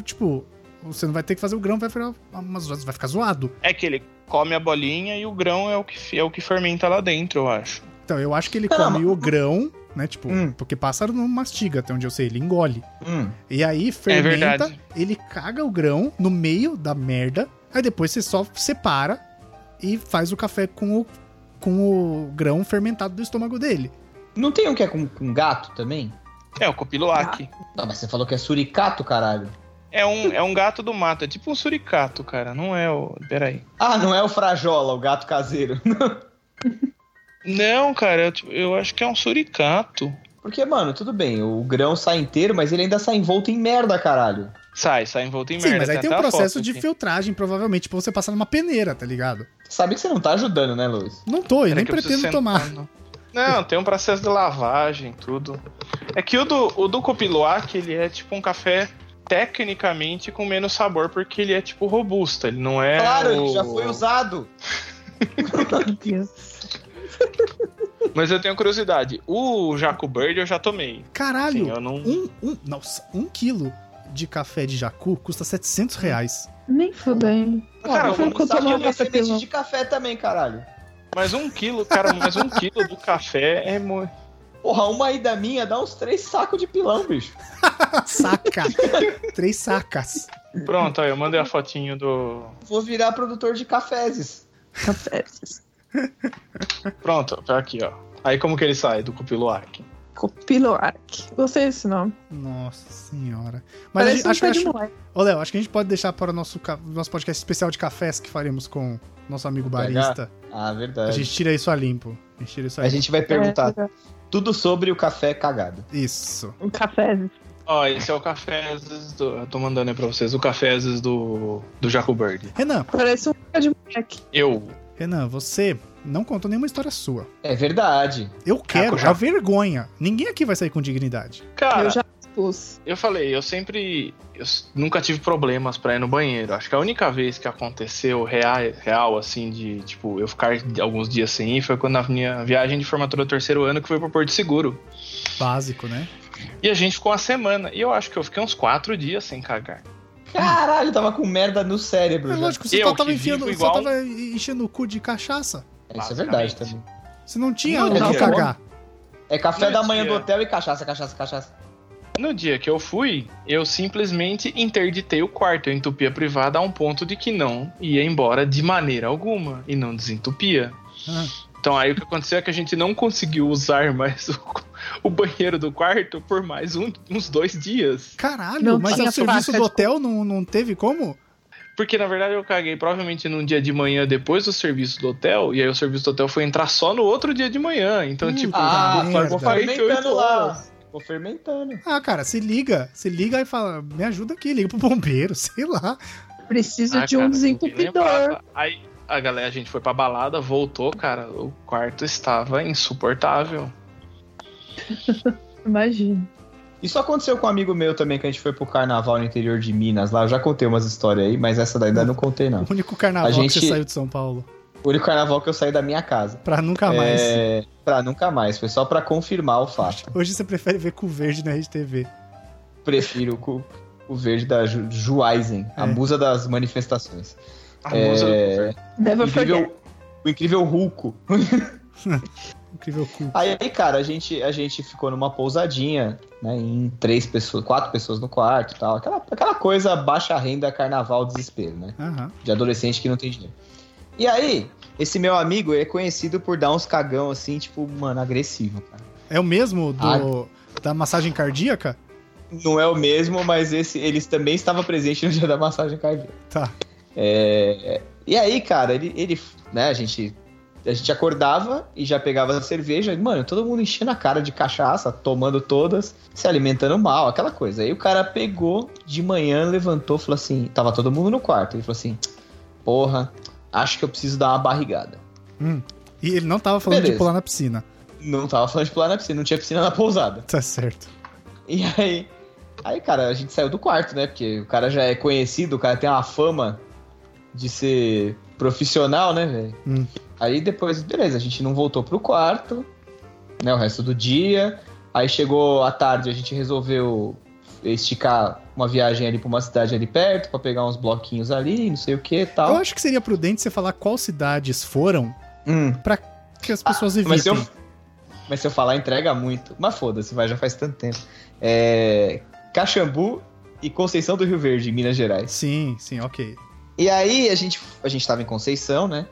A: Tipo, você não vai ter que fazer o grão, vai ficar umas horas, vai ficar zoado.
B: É que ele come a bolinha e o grão é o que, é o que fermenta lá dentro, eu acho.
A: Então, eu acho que ele
C: Não,
A: come o grão, né? Tipo,
C: Hum.
A: porque pássaro não mastiga, até onde eu sei, ele engole.
C: Hum.
A: E aí fermenta,
B: verdade.
A: ele caga o grão no meio da merda, aí depois você só separa e faz o café com o, com o grão fermentado do estômago dele.
C: Não tem um que é com, com gato também?
B: É, o copiloac.
C: Não, mas você falou que é suricato, caralho.
B: É um, é um gato do mato, é tipo um suricato, cara. Não é o. Peraí.
C: Ah, não é o frajola, o gato caseiro. [laughs]
B: Não, cara, eu, tipo, eu acho que é um suricato.
C: Porque, mano, tudo bem, o grão sai inteiro, mas ele ainda sai envolto em merda, caralho.
B: Sai, sai envolto em
A: Sim,
B: merda.
A: mas aí tem um
B: até a
A: processo
B: foto
A: de
B: aqui.
A: filtragem, provavelmente, pra você passar numa peneira, tá ligado?
C: Sabe que você não tá ajudando, né, Luiz?
A: Não tô, eu
B: Peraí
A: nem
B: que eu preciso
A: pretendo
B: sentar,
A: tomar.
B: não. Não, tem um processo de lavagem, tudo. É que o do, o do Copiloac, ele é tipo um café tecnicamente com menos sabor, porque ele é tipo robusto, ele não é.
C: claro,
B: o-
C: ele já foi usado.
D: Meu Deus.
B: Mas eu tenho curiosidade. O Jaco Bird eu já tomei.
A: Caralho!
B: Sim, eu não.
A: Um, um, nossa, um quilo de café de jacu custa 700 reais. [laughs]
D: Nem fudendo.
B: Cara,
D: eu
B: um-
D: fui
C: Você sabe que eu
D: tomar
C: tenho
D: café
C: semente
D: pelo-
C: de café também, caralho.
B: mas um quilo, cara, mas um quilo do café é muito.
C: Porra, uma ida minha dá uns três sacos de pilão, bicho.
A: Saca! Três sacas.
B: Pronto, aí eu mandei a fotinho do.
C: Vou virar produtor de cafés.
D: cafés.
B: Pronto, tá aqui, ó. Aí como que ele sai do Copiloac?
D: Copiloac. Gostei desse nome.
A: Nossa senhora. Mas a
D: Parece
A: gente,
D: um
A: acho,
D: pé de
A: acho,
D: moleque.
A: Ô, Léo, acho que a gente pode deixar para o nosso, ca- nosso podcast especial de cafés que faremos com nosso amigo barista.
C: Ah,
A: A
C: verdade.
A: gente tira isso a limpo. A gente tira isso a
C: A
A: limpo.
C: gente vai perguntar tudo sobre o café cagado.
A: Isso.
D: né? Um cafés.
B: Ó, esse é o Cafezes do. Eu tô mandando aí pra vocês, o Cafezes do, do Jaco Bird.
A: Renan,
D: Parece um pé de moleque.
B: Eu.
A: Renan, você não contou nenhuma história sua.
C: É verdade.
A: Eu quero
B: já-
A: a vergonha. Ninguém aqui vai sair com dignidade.
B: Cara,
D: Eu
B: eu,
D: já expus.
B: falei, eu sempre. Eu s- nunca tive problemas pra ir no banheiro. Acho que a única vez que aconteceu real, real assim, de tipo, eu ficar alguns dias sem ir foi quando na minha viagem de formatura do terceiro ano que foi pro Porto Seguro.
A: Básico, né?
B: E a gente ficou uma semana. E eu acho que eu fiquei uns quatro dias sem cagar.
C: Caralho, tava com merda no
A: É
C: cérebro. já.
A: lógico, você
B: Eu
A: só tava,
B: que
A: enfiando,
B: vivo
A: só
B: igual-
A: tava enchendo o cu de cachaça.
C: Isso é verdade também.
B: basicamente.
A: Você não tinha
C: Não,
A: onde
C: não.
A: cagar.
C: É café
B: Não,
C: da
B: isso
C: manhã
B: que
C: do
B: é.
C: hotel e cachaça, cachaça, cachaça.
B: No dia que eu fui, eu simplesmente interditei o quarto. Eu entupia a privada a um ponto de que não ia embora de maneira alguma. E não desentupia.
A: Ah.
B: Então aí o que aconteceu é que a gente não conseguiu usar mais [laughs] o, o banheiro do quarto por mais um- uns dois dias.
A: Caralho,
D: Não
A: mas
D: tinha tipo-
A: o serviço
D: placa
A: do
D: de-
A: hotel não, não teve como?
B: Porque na verdade eu caguei provavelmente num dia de manhã depois do serviço do hotel. E aí o serviço do hotel foi entrar só no outro dia de manhã. Então,
A: Puta
B: tipo,
C: Ah,
A: merda.
C: vou
B: foi 48
C: fermentando lá.
B: horas.
C: Vou fermentando.
A: Ah, cara, se liga. Se liga e fala, me ajuda aqui. Liga pro bombeiro, [laughs] sei lá.
D: Preciso
B: Ah,
D: de um
B: cara,
D: desentupidor.
B: lembrava. Aí a galera, a gente foi pra balada, voltou, cara, o quarto estava insuportável.
D: Imagina.
C: Isso aconteceu com um amigo meu também, que a gente foi pro carnaval no interior de Minas lá. Eu já contei umas histórias aí, mas essa daí ainda não contei, não.
A: O único carnaval
C: A
A: que
C: gente-
A: você saiu de São Paulo.
C: O único carnaval que eu saí da minha casa.
A: Pra nunca mais.
C: É, pra nunca mais. Foi só pra confirmar o fato.
A: Hoje você prefere ver com verde na RedeTV.
C: Prefiro o, o verde da Ju, Juaisen, a
A: É.
C: musa das manifestações.
B: A música
C: É, o
D: Never forget.
C: incrível, o incrível Hulk.
A: Incrível cu.
C: Aí, cara, a gente, a gente ficou numa pousadinha, né? Em três pessoas, quatro pessoas no quarto e tal. Aquela, aquela coisa baixa renda, carnaval, desespero, né?
A: Aham.
C: De adolescente que não tem dinheiro. E aí, esse meu amigo ele é conhecido por dar uns cagão assim, tipo, mano, agressivo, cara.
A: É o mesmo do
C: Ah.
A: da massagem cardíaca?
C: Não é o mesmo, mas esse, eles também estava presente no dia da massagem cardíaca.
A: Tá.
C: É, e aí, cara, ele, ele, né, a gente, a gente acordava e já pegava a cerveja, e, mano, todo mundo enchendo a cara de cachaça, tomando todas, se alimentando mal, aquela coisa. Aí o cara pegou de manhã, levantou, falou assim, tava todo mundo no quarto, ele falou assim, porra, acho que eu preciso dar uma barrigada.
A: E ele não tava falando de
C: Beleza.
A: pular na piscina.
C: Não tava falando de pular na piscina, não tinha piscina na pousada.
A: Tá certo.
C: E aí, aí, cara, a gente saiu do quarto, né? Porque o cara já é conhecido, o cara tem uma fama de ser profissional, né, velho?
A: Hum.
C: Aí depois, beleza, a gente não voltou pro quarto, né? O resto do dia. Aí chegou a tarde, a gente resolveu esticar uma viagem ali pra uma cidade ali perto, pra pegar uns bloquinhos ali, não sei o que e
A: Eu
C: tal.
A: acho que seria prudente você falar qual cidades foram
C: Hum,
A: que as pessoas
C: Ah, mas se
A: evitem.
C: eu, mas se eu falar, entrega muito. Mas foda-se, vai, já faz tanto tempo. É, Caxambu e Conceição do Rio Verde, em Minas Gerais.
A: Sim, sim, ok.
C: E aí a gente, a gente tava em Conceição, né?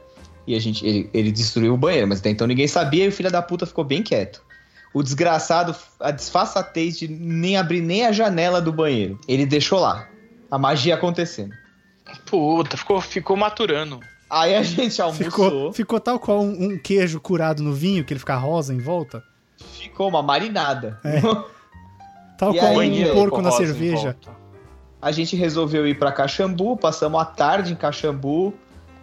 C: E a gente, ele, ele destruiu o banheiro, mas até então ninguém sabia e o filho da puta ficou bem quieto. O desgraçado, a disfarçatez de nem abrir nem a janela do banheiro. Ele deixou lá. A magia acontecendo.
B: Puta, ficou, ficou maturando.
C: Aí a gente almoçou,
A: Ficou,
C: ficou,
A: ficou tal qual um, um queijo curado no vinho, que ele fica rosa em volta.
C: uma marinada.
A: Tal
C: E
A: qual
C: aí,
A: um
C: Banheiro,
A: porco na
B: rosa em
A: cerveja.
B: volta.
C: A gente resolveu ir pra Caxambu, passamos a tarde em Caxambu,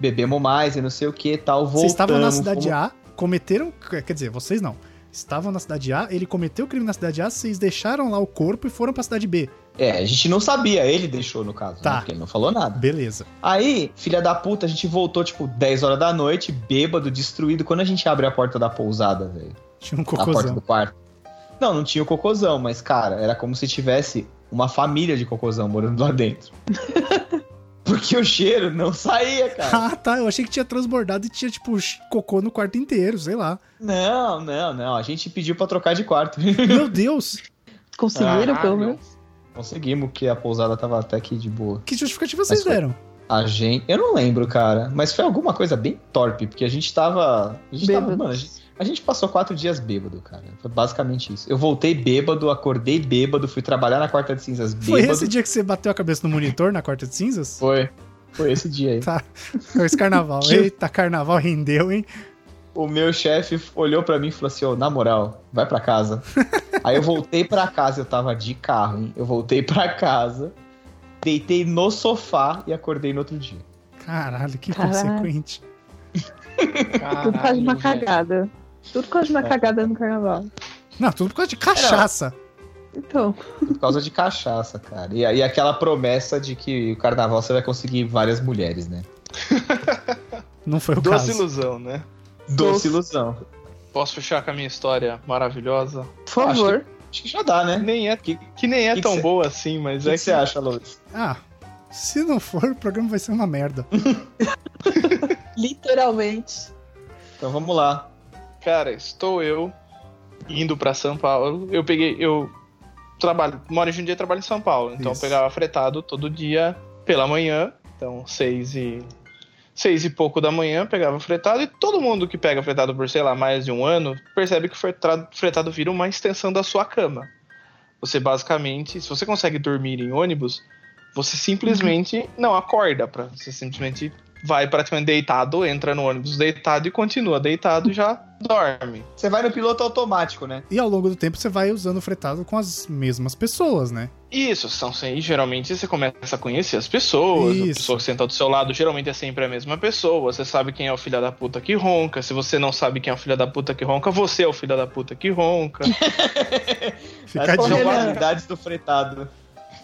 C: bebemos mais e não sei o que tal. Voltamos,
A: Vocês estavam na cidade
C: fomos-
A: A, cometeram. Quer dizer, vocês não. Estavam na cidade A, ele cometeu o crime na cidade A, vocês deixaram lá o corpo e foram pra cidade B.
C: É, a gente não sabia, ele deixou no caso,
A: Tá.
C: né, porque ele não falou nada.
A: Beleza.
C: Aí, filha da puta, a gente voltou, tipo, 10 horas da noite, bêbado, destruído. Quando a gente abre a porta da pousada, velho,
A: Tinha um
C: na porta do
A: cocôzão.
C: quarto. Não, não tinha o cocôzão, mas, cara, era como se tivesse uma família de cocôzão morando lá
A: [laughs]
C: dentro. Porque o cheiro não saía,
A: [laughs]
C: cara.
A: Ah, tá. Eu achei que tinha transbordado e tinha, tipo, cocô no quarto inteiro, sei lá.
C: Não, não, não. A gente pediu pra trocar de quarto.
A: Meu Deus!
D: Conseguiram, pelo
B: Caralho.
D: menos?
C: Conseguimos, que a pousada tava até aqui de boa.
A: Que justificativa vocês
C: Mas foi-
A: deram?
C: A gente. Eu não lembro, cara. Mas foi alguma coisa bem torpe, porque a gente tava. A gente tava.
D: Bêbado.
C: Mano, a gente, a gente passou quatro dias bêbado, cara. Foi basicamente isso. Eu voltei bêbado, acordei bêbado, fui trabalhar na quarta de cinzas bêbado.
A: Foi esse dia que você bateu a cabeça no monitor na quarta de cinzas?
C: Foi. Foi
A: [laughs]
C: esse dia aí.
A: Tá. Esse
C: [laughs]
A: carnaval.
C: Que-
A: Eita, carnaval rendeu, hein?
C: O meu chefe olhou pra mim e falou assim: Ô, na moral, vai
A: [laughs]
C: pra casa. Aí eu voltei pra casa, eu tava de carro, hein? Eu voltei pra casa, deitei no sofá e acordei no outro dia.
A: Caralho, que
D: Caralho.
A: consequente.
D: Tudo por causa de uma
B: Caralho, velho.
D: cagada. Tudo por
C: É.
D: causa de uma cagada no carnaval.
A: Não, tudo por causa de cachaça.
D: Então,
C: Por causa de cachaça, cara. E, e aquela promessa de que o carnaval você vai conseguir várias mulheres, né?
A: Não foi o
B: Doce
A: caso.
B: ilusão, né?
C: Doce ilusão.
B: Posso fechar com a minha história maravilhosa?
D: por favor.
C: Acho que já dá, né?
B: Nem é, que, que nem é
C: Que que
B: tão
C: cê-
B: boa assim, mas
C: O que
B: é
C: que você acha, Lourdes?
A: Ah, se não for, o programa vai ser uma
B: [laughs]
A: merda.
D: Literalmente.
C: Então vamos lá.
B: Cara, estou eu indo pra São Paulo. Eu peguei, eu trabalho, moro em Jundiaí, e trabalho em São Paulo. Então
A: Isso.
B: eu pegava fretado todo dia pela manhã, então seis e seis e pouco da manhã pegava fretado e todo mundo que pega fretado por sei lá mais de um ano percebe que o fretado, fretado vira uma extensão da sua cama. Você basicamente, se você consegue dormir em ônibus, você simplesmente não acorda, pra, você simplesmente vai praticamente deitado, entra no ônibus deitado e continua deitado e já dorme.
C: Você vai no piloto automático, né?
A: E ao longo do tempo você vai usando o fretado com as mesmas pessoas, né?
B: Isso, são sem- geralmente você começa a conhecer as pessoas,
A: Isso.
B: a pessoa que senta do seu lado geralmente é sempre a mesma pessoa, você sabe quem é o filho da puta que ronca, se você não sabe quem é o filho da puta que ronca, você é o filho da puta que ronca. É,
A: Fica
C: As
A: de...
D: correto.
C: probabilidades do fretado.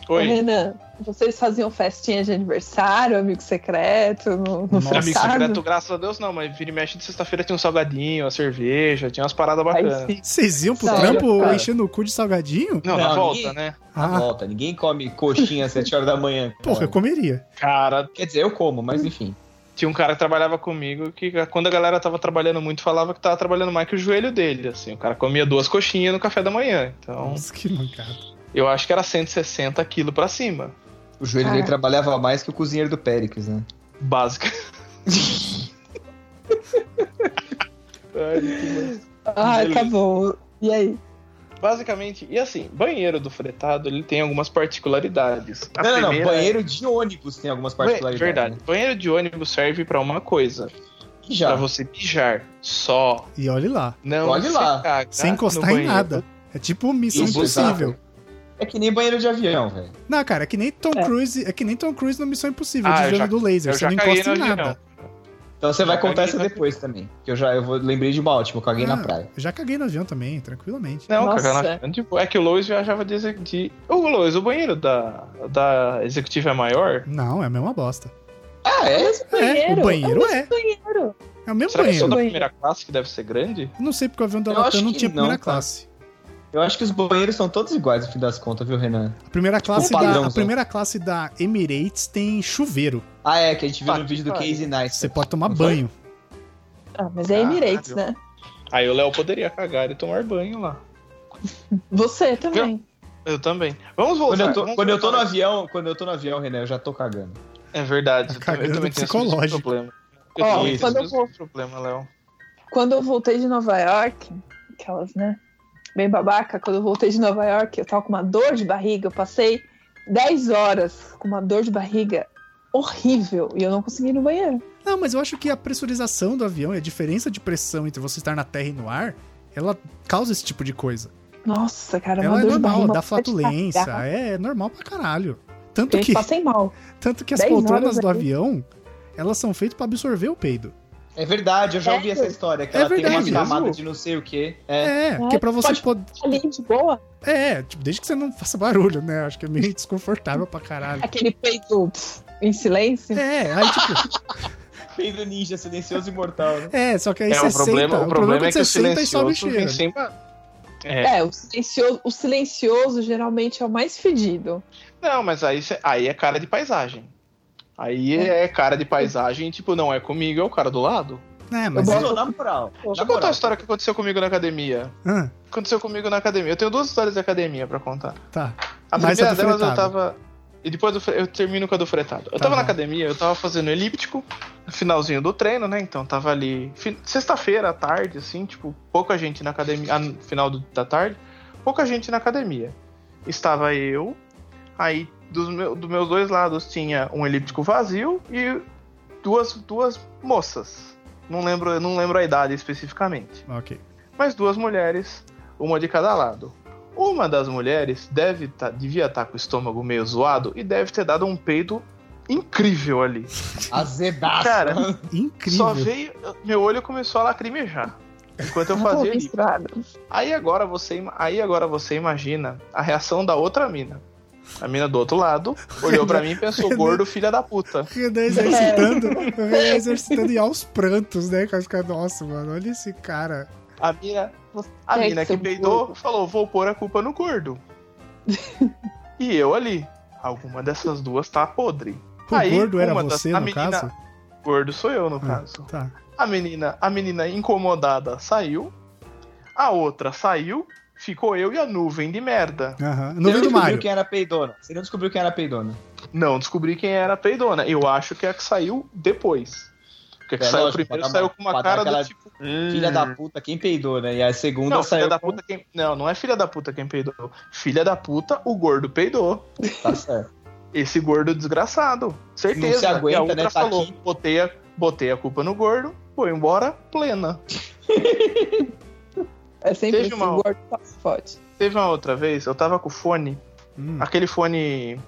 D: Ô,
B: Oi,
D: Renan, vocês faziam festinha de aniversário, amigo secreto, no, no
A: Nossa.
B: amigo
D: fretado?
B: secreto, graças a Deus não, mas vira e mexe de sexta-feira tinha um salgadinho, a cerveja, tinha umas paradas
D: Aí
B: bacanas.
D: sim.
A: Vocês iam pro
D: Sério,
A: trampo
D: cara?
A: enchendo o cu de salgadinho?
B: Não, na
C: Não,
B: volta,
C: ninguém-
B: né?
A: Ah,
C: Volta, ninguém come coxinha às 7 horas da manhã. cara.
A: porra, eu comeria.
B: Tá Cara,
C: Quer dizer, eu como, mas enfim.
B: Tinha um cara que trabalhava comigo que quando a galera tava trabalhando muito, falava que tava trabalhando mais que o joelho dele, assim. O cara comia duas coxinhas no café da manhã. Então,
A: Nossa, que mancada.
B: eu acho que era 160 quilos pra cima.
C: O joelho
D: Cara.
A: Ah.
C: dele trabalhava mais que o cozinheiro do Péricles, né?
B: Básica. [laughs] Ai, que mais-
D: Ah, tá bom. E aí?
B: Basicamente, e assim, banheiro do fretado, ele tem algumas particularidades. A
C: não, não, não.
B: primeira é-
C: Banheiro de ônibus tem algumas particularidades.
B: Verdade.
C: né?
B: Banheiro de ônibus serve pra uma coisa,
C: E
B: Pra
C: né? já.
B: você mijar só.
A: E olhe lá,
B: Não
C: Olhe
B: se
C: lá,
B: cagar
A: sem
B: Ah, no
A: encostar em
B: banheiro.
A: nada. É tipo missão
C: Isso,
A: impossível.
C: É que nem banheiro de avião, velho.
A: Não, cara, é que nem Tom
D: É.
A: Cruise, é que nem Tom Cruise no Missão Impossível,
B: Ah, eu
A: de
B: já-
A: jogo do laser.
B: eu
A: Você
B: já
A: não
B: caguei
A: encosta em
B: no
A: nada.
B: avião.
C: Então você vai
B: caguei
C: contar essa
B: na-
C: depois também. Que eu já eu vou, lembrei de uma ótima, eu caguei
A: Ah,
C: na praia.
A: Eu já caguei no avião também, tranquilamente.
B: Não,
D: Nossa.
B: cara, na frente, tipo, é que o Lois viajava de, exec- de... O Lois, o banheiro da, da executiva é maior?
A: Não, é a mesma bosta.
C: Ah, é?
A: É, o banheiro é.
D: Banheiro.
A: É o mesmo
B: Será que é
A: banheiro.
B: só da
D: Banheiro.
B: primeira classe que deve ser grande?
A: Não sei porque o avião da
C: Eu
A: Latam
C: acho
A: não
C: que
A: tinha
C: não,
A: primeira
C: cara.
A: classe.
C: Eu acho que os banheiros são todos iguais no fim das contas, viu, Renan?
A: A primeira classe, da, a
C: padrãozão.
A: primeira classe da Emirates tem chuveiro.
C: Ah, é, que a gente viu
B: Tá,
C: no vídeo do
B: cara.
C: Casey Neistat.
A: Você pode tomar
C: É, Não foi?
A: banho.
D: Ah, mas é Emirates, né?
B: Aí o Léo poderia cagar e tomar banho lá.
D: Você também.
B: Eu também. Vamos voltar.
C: Quando eu, tô,
B: vamos
C: quando eu tô no
B: voltar.
C: avião, quando eu tô no avião, Renan, eu já tô cagando.
B: É verdade. Eu também,
A: Cagando
B: eu também tenho esse
A: psicológico.
B: mesmo problema. Eu
D: Ó,
B: também tenho
D: quando eu
B: esse mesmo problema, Léo.
D: Quando eu voltei de Nova York, aquelas, né? Bem babaca, quando eu voltei de Nova York, eu tava com uma dor de barriga. Eu passei 10 horas com uma dor de barriga horrível e eu não consegui ir no banheiro.
A: Não, mas eu acho que a pressurização do avião e a diferença de pressão entre você estar na terra e no ar, ela causa esse tipo de coisa.
D: Nossa, cara, uma
A: Ela é
D: dor de
A: normal,
D: barriga.
A: dá
D: uma vontade de
A: flatulência,
D: cagar.
A: é normal pra caralho. Tanto
D: Eu
A: que,
D: passei mal.
A: [laughs] tanto que as
D: dez
A: poltronas
D: horas
A: do
D: aí.
A: avião, elas são feitas pra absorver o peido.
C: É verdade, eu já ouvi
D: Sério?
C: essa história, que
A: É
C: ela
A: verdade,
C: tem uma camada
B: mesmo?
C: de não sei o quê. É.
A: É, porque pra você
D: pode-
A: poder.
D: Ali, de boa,
A: É, tipo, desde que você não faça barulho, né? Acho que é meio [laughs] desconfortável pra caralho.
D: aquele peito pff, em silêncio.
A: É, aí tipo.
E: fez o ninja silencioso e mortal, né?
A: É, só que aí
B: É,
A: você
B: o problema,
A: senta.
B: o problema é que o
A: senta e sobe o
B: silencioso
A: cheiro.
B: vem sem ba- É,
D: É, o silencioso, o silencioso geralmente é o mais fedido.
B: Não, mas aí, cê- aí é cara de paisagem. Aí é cara de paisagem, tipo, não é comigo, é o cara do lado.
A: É, mas.
D: Eu
A: é-
D: boto-
E: Não, na moral.
B: Deixa
E: Na
B: eu contar a
E: moral.
B: história que aconteceu comigo na academia.
A: Ah,
B: Aconteceu comigo na academia. Eu tenho duas histórias de academia pra contar.
A: tá.
B: A
A: Mas
B: primeira
A: a do
B: delas eu
A: fretado.
B: tava. E depois do fre- eu termino com a do fretado. Eu
A: Tá
B: tava na
A: bom.
B: academia, eu tava fazendo elíptico, no finalzinho do treino, né? Então tava ali. fi- Sexta-feira à tarde, assim, tipo, pouca gente na academia. ah, no final do- da tarde, pouca gente na academia. Estava eu, aí dos, meu- dos meus dois lados tinha um elíptico vazio e duas, duas moças. Não lembro, eu não lembro a idade especificamente
A: Ok.
B: mas duas mulheres, uma de cada lado. Uma das mulheres deve tá, devia estar com o estômago meio zoado e deve ter dado um peido incrível ali.
E: Azedaço.
B: Cara,
A: Incrível.
B: Só veio. Meu olho começou a lacrimejar. Enquanto eu
D: [laughs] Pô,
B: fazia ali.
D: menstruada.
B: Aí agora você, ima- aí agora você imagina a reação da outra mina. A mina do outro lado olhou pra mim e pensou: gordo, filha da
A: O
B: puta.
A: Renan exercitando, o Renan exercitando e aos prantos, né? Com as caras, Nossa, mano, olha esse cara.
B: A mina, a
D: Tem que
B: mina
D: ser
B: que
D: um
B: peidou
D: gordo.
B: falou: vou pôr a culpa no
D: [laughs]
B: gordo. e eu ali. Alguma dessas duas tá podre.
A: O
B: Aí,
A: gordo era
B: uma das-
A: você,
B: a
A: no
B: menina-
A: caso?
B: Gordo sou eu,
E: Hum.
B: no
A: Ah,
B: caso.
A: Tá.
B: A menina, a menina incomodada saiu. A outra saiu. Ficou eu e a nuvem de merda.
A: Aham.
E: Você
A: No vídeo do Mario.
E: quem era a peidona. Você não descobriu quem era a peidona.
B: Não descobri quem era a peidona. Eu acho que é a que saiu depois. Porque a que
E: É
B: saiu
E: lógico,
B: primeiro
E: pra dar
B: saiu
E: uma-
B: com uma
E: pra dar
B: cara
E: aquela-
B: do tipo.
E: Filha da puta, quem peidou, né? E a segunda
B: Não, filha
E: saiu.
B: da
E: com-
B: puta quem. Não, não é filha da puta quem peidou. Filha da puta, o gordo peidou.
E: Tá certo.
B: Esse gordo desgraçado. Certeza.
E: Não se aguenta,
B: E a outra
E: né? Tá
B: falou,
E: aqui.
B: botei a, botei a culpa no gordo, foi embora plena.
D: É sempre
B: Seja
D: esse
B: uma-
D: gordo passaporte.
B: Teve uma outra vez, eu tava com o fone,
A: Hum,
B: aquele fone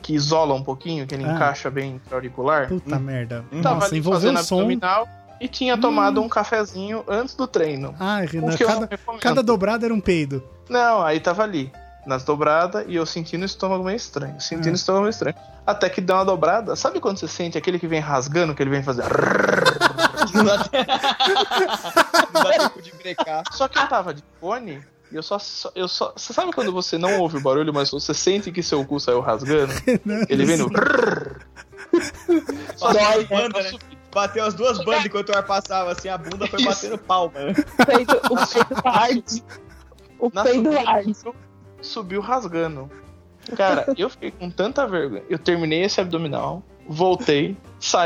B: que isola um pouquinho, que ele
A: Ah.
B: encaixa bem pro auricular.
A: puta merda.
B: Hum. Tava
A: Nossa,
B: ali
A: envolveu
B: fazendo
A: o som.
B: abdominal e tinha tomado um cafezinho antes do treino.
A: Ai,
B: O
A: Renan,
B: que eu
A: Né,
B: não
A: cada,
B: recomendo.
A: cada dobrada era um peido.
B: Não, aí tava ali, nas dobradas, e eu sentindo o estômago meio estranho, sentindo
A: Ah.
B: o estômago meio estranho. Até que dá uma dobrada, sabe quando você sente aquele que vem rasgando, que ele vem fazendo...
E: Não dá não dá tempo de brecar.
B: Só que eu tava de fone... E eu só, só- eu só. Você sabe quando você não ouve o barulho, mas você sente que seu cu saiu rasgando?
A: Renan,
B: Ele vem no. Só
E: Dói,
B: só
E: banda, né?
B: subindo.
E: Bateu as duas bandas enquanto o ar passava, assim, a bunda foi
B: Isso.
E: batendo palma.
D: O peido, o
B: [laughs]
D: peido arde. O
B: [laughs] Na
D: peido
B: subida,
D: arde.
B: subiu, subiu rasgando. Cara, eu fiquei com tanta vergonha. Eu terminei esse abdominal, voltei, saí,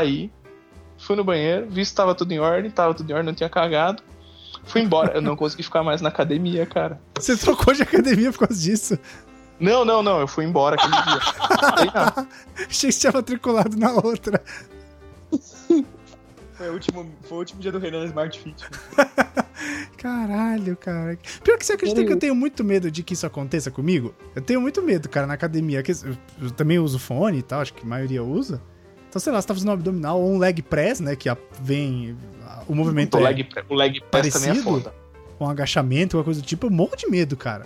B: fui no banheiro, vi se tava tudo em ordem, tava tudo em ordem, não tinha cagado. Fui embora. Eu não consegui ficar mais na academia, cara.
A: Você trocou de academia por causa disso.
B: Não, não, não, eu fui embora aquele
E: [laughs]
B: dia. Falei, "Ah,
A: Achei que você tinha matriculado na outra.
E: Foi o último, foi o último dia do Renan no Smart Fit.
A: Caralho, cara. Pior que você acredita que eu tenho muito medo de que isso aconteça comigo? Eu tenho muito medo, cara, na academia. que eu- Eu também uso fone e tal, acho que a maioria usa. Então, sei lá, você tá fazendo um abdominal ou um leg press, né? Que a- vem. a- O movimento
E: Um
B: o,
A: é
B: leg, pre- o leg press também é
A: Parecido?
B: foda.
A: um agachamento, uma coisa do tipo. Eu morro de medo, cara.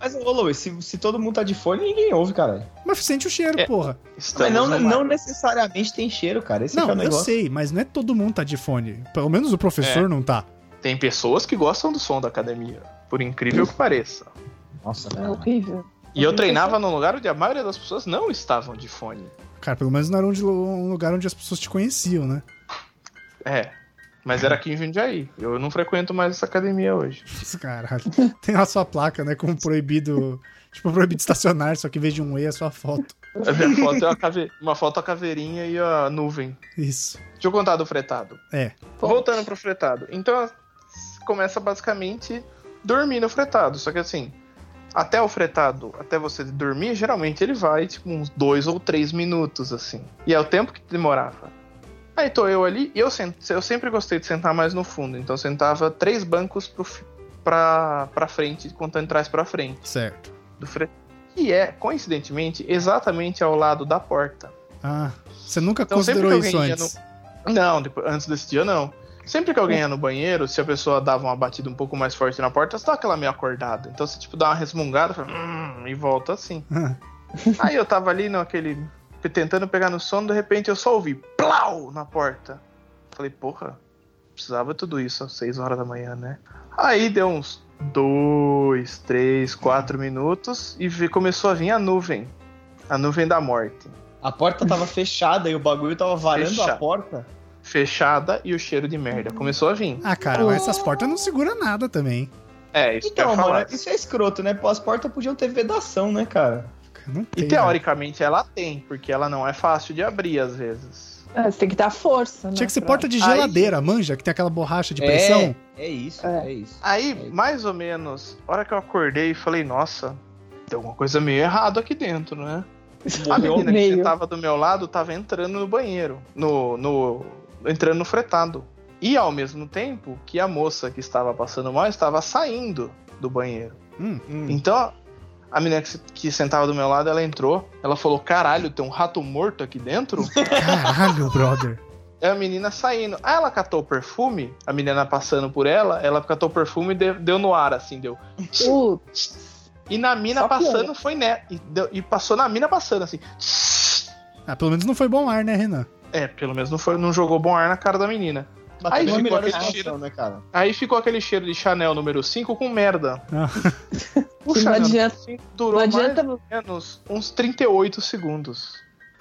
E: Mas, ô, Louis, se, se todo mundo tá de fone, ninguém ouve, caralho.
A: Mas sente o cheiro,
B: É.
A: porra.
E: Mas
B: Estamos
E: não,
B: no
E: não
B: mar.
E: necessariamente tem cheiro, cara. Esse que é o
A: não, eu
E: negócio. É.
A: sei, mas não é todo mundo tá de fone. Pelo menos o professor não tá.
B: Tem pessoas que gostam do som da academia, por incrível que pareça.
E: Nossa,
D: É
C: Ah.
E: cara.
D: horrível.
B: E eu treinava num lugar onde a maioria das pessoas não estavam de fone.
A: Cara, pelo menos não era onde- um lugar onde as pessoas te conheciam, né?
B: É. Mas era aqui em Jundiaí. Eu não frequento mais essa academia hoje.
A: Caralho. Tem lá sua placa, né? Com proibido. Tipo, proibido estacionar, só que em vez de um E é sua foto.
B: A minha foto é uma, cave... uma foto a caveirinha e a nuvem.
A: Isso.
B: Deixa eu contar do fretado.
A: É.
B: Voltando pro fretado. Então, começa basicamente dormir no fretado. Só que assim, até o fretado, até você dormir, geralmente ele vai, tipo, uns dois ou três minutos, assim. E é o tempo que demorava. Aí tô eu ali, e eu, sent... eu sempre gostei de sentar mais no fundo. Então, eu sentava três bancos pro... fi- pra... pra frente, contando trás pra frente.
A: Certo.
B: do fre... que é, coincidentemente, exatamente ao lado da porta.
A: Ah. Você nunca
B: Então, sempre
A: considerou
B: que
A: isso
B: alguém ia
A: antes.
B: Não, depois, antes desse dia não. Sempre que alguém ia no banheiro, se a pessoa dava uma batida um pouco mais forte na porta, você dá aquela meio acordada. Então você, tipo, dá uma resmungada fala, "Hum", e volta
A: [laughs]
B: assim.
A: Ah,
B: Aí eu tava ali naquele. tentando pegar no sono, de repente eu só ouvi plau na porta. Falei, porra, precisava tudo isso às 6 horas da manhã, né? Aí deu uns 2, 3, 4 minutos e vi- começou a vir a nuvem. A nuvem da morte.
E: A porta tava fechada e o bagulho tava varando
B: Fecha.
E: a porta.
B: Fechada e o cheiro de merda. Começou a vir.
A: Ah, cara, mas
B: Oh.
A: essas portas não segura nada também.
B: É, isso que eu
E: Então,
B: ia
E: mano,
B: falar.
E: isso é escroto, né? Pô, As portas podiam ter vedação, né, cara?
A: Não
B: E
A: tem, né?
B: teoricamente ela tem, porque ela não é fácil de abrir às vezes.
D: Ah, você tem que dar força, né?
A: Tinha que ser
D: pra-
A: porta de
B: Aí-
A: geladeira, manja, que tem aquela borracha de pressão.
E: É isso,
D: É.
E: é, isso.
B: Aí, mais ou menos, a hora que eu acordei, falei, nossa, tem alguma coisa meio errada aqui dentro, né? A
E: Morreu
B: menina que
D: meio.
B: tava do meu lado tava entrando no banheiro, no, no entrando no fretado. E ao mesmo tempo que a moça que estava passando mal estava saindo do banheiro.
A: Hum.
B: Então, a menina que, se- que sentava do meu lado, ela entrou, ela falou: "Caralho, tem um rato morto aqui dentro?"
A: Caralho, brother.
B: é a menina saindo. Aí ela catou o perfume, a menina passando por ela, ela catou o perfume e de- deu, no ar, assim, deu.
D: Uh,
B: E na mina
D: Só
B: passando foi, né? E, deu- e passou na mina passando, assim.
A: Ah, pelo menos não foi bom ar, né, Renan?
B: É, pelo menos não, foi, não jogou bom ar na cara da menina.
E: Mas
B: Aí
E: também
B: ficou
E: melhor
B: aquele
E: essa
B: cheiro.
E: né, cara?
B: Aí ficou aquele cheiro de Chanel número 5 com merda.
A: Ah.
B: O
D: não
B: Chanel
D: adianta,
B: número 5
D: não
B: durou
D: adianta.
B: mais ou menos uns 38 segundos.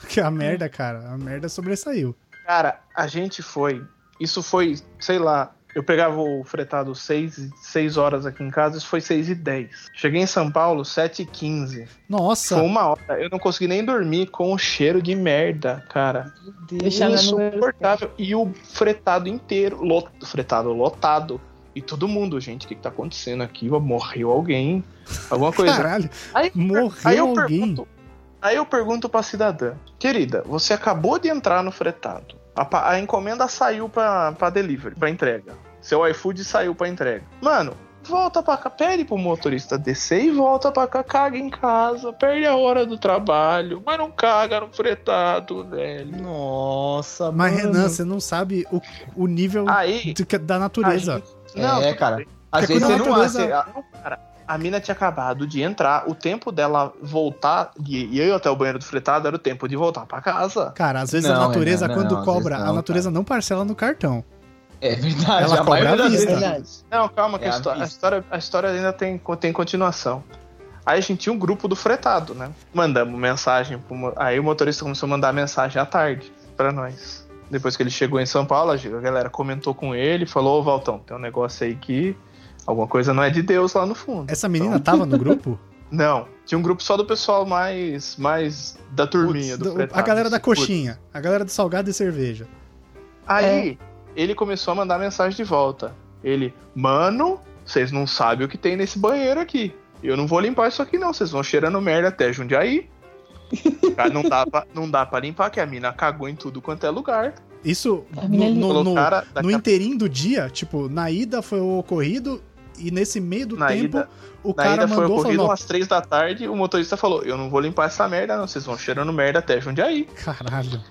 A: Que a merda, cara. A merda sobressaiu.
B: Cara, a gente foi. Isso foi, sei lá, eu pegava o fretado 6, 6 horas aqui em casa, isso foi 6 e 10. Cheguei em São Paulo 7 e 15. Foi
A: Nossa,
B: uma hora. Eu não consegui nem dormir com o cheiro de merda, cara.
D: Deixar na número
B: Insuportável. E o fretado inteiro, lot, fretado lotado. E todo mundo, gente, o que, que tá acontecendo aqui? Morreu alguém? Alguma coisa.
A: caralho.
B: Aí,
A: Morreu
B: aí eu
A: alguém.
B: Pergunto, aí eu pergunto pra cidadã: Querida, você acabou de entrar no fretado. A, pa- a encomenda saiu pra, pra delivery, pra entrega. Seu iFood saiu pra entrega. Mano, volta pra cá. Pede pro motorista descer e volta pra cá. Caga em casa. Perde a hora do trabalho. Mas não caga no fretado, velho.
E: Nossa,
A: Mas,
E: mano.
A: Renan, você não sabe o, o nível
B: Aí.
A: do que- é da natureza.
B: aí- não,
E: É,
B: tudo
E: cara.
B: bem.
E: Às
A: Porque
E: vezes
A: quando
E: você
A: a
E: não
A: natureza-
E: acha.
B: Não, cara, a mina tinha acabado de entrar, o tempo dela voltar, e e eu ir até o banheiro do fretado, era o tempo de voltar pra casa.
A: Cara, às vezes
E: Não,
A: a natureza,
E: Renan,
A: quando
E: não, às
A: cobra,
E: vezes
A: a
E: não,
A: natureza não parcela no cartão.
E: É verdade,
A: Ela
E: a
A: cobra
E: maioria
A: à
E: das
A: vista.
E: vezes.
D: Verdade.
B: Não, calma, que
E: É,
B: a, histó- a
E: avisa.
B: história, a história ainda tem, tem continuação. Aí a gente tinha um grupo do fretado, né? Mandamos mensagem. Pro, mo- aí o motorista começou a mandar mensagem à tarde pra nós. Depois que ele chegou em São Paulo, a ge- a galera comentou com ele, falou: Ô Valtão, tem um negócio aí que alguma coisa não é de Deus lá no fundo.
A: Essa menina tava no
B: [laughs]
A: grupo?
B: Não, tinha um grupo só do pessoal mais, mais da turminha
A: Putz,
B: do
A: do-
B: fretado. assim,
A: a galera da
B: Putz.
A: coxinha, a galera do salgado e cerveja. É.
B: Aí ele começou a mandar mensagem de volta. Ele, mano, vocês não sabem o que tem nesse banheiro aqui. Eu não vou limpar isso aqui, não. Vocês vão cheirando merda
A: [laughs]
B: até Jundiaí. Cara, não, dá pra, não dá pra limpar, que a mina cagou em tudo quanto é lugar.
A: Isso
D: A
A: no,
D: menina
A: no-
B: Falou,
A: no-
B: cara,
A: no
B: daqui a-
A: inteirinho do dia, tipo, na ida foi o ocorrido e nesse meio do
B: Na
A: tempo
B: ida-
A: o
B: na
A: cara
B: ida foi
A: mandou
B: ocorrido
A: falou,
B: umas três da tarde. O motorista falou: Eu não vou limpar essa merda, não. Vocês vão cheirando merda até Jundiaí.
A: caralho.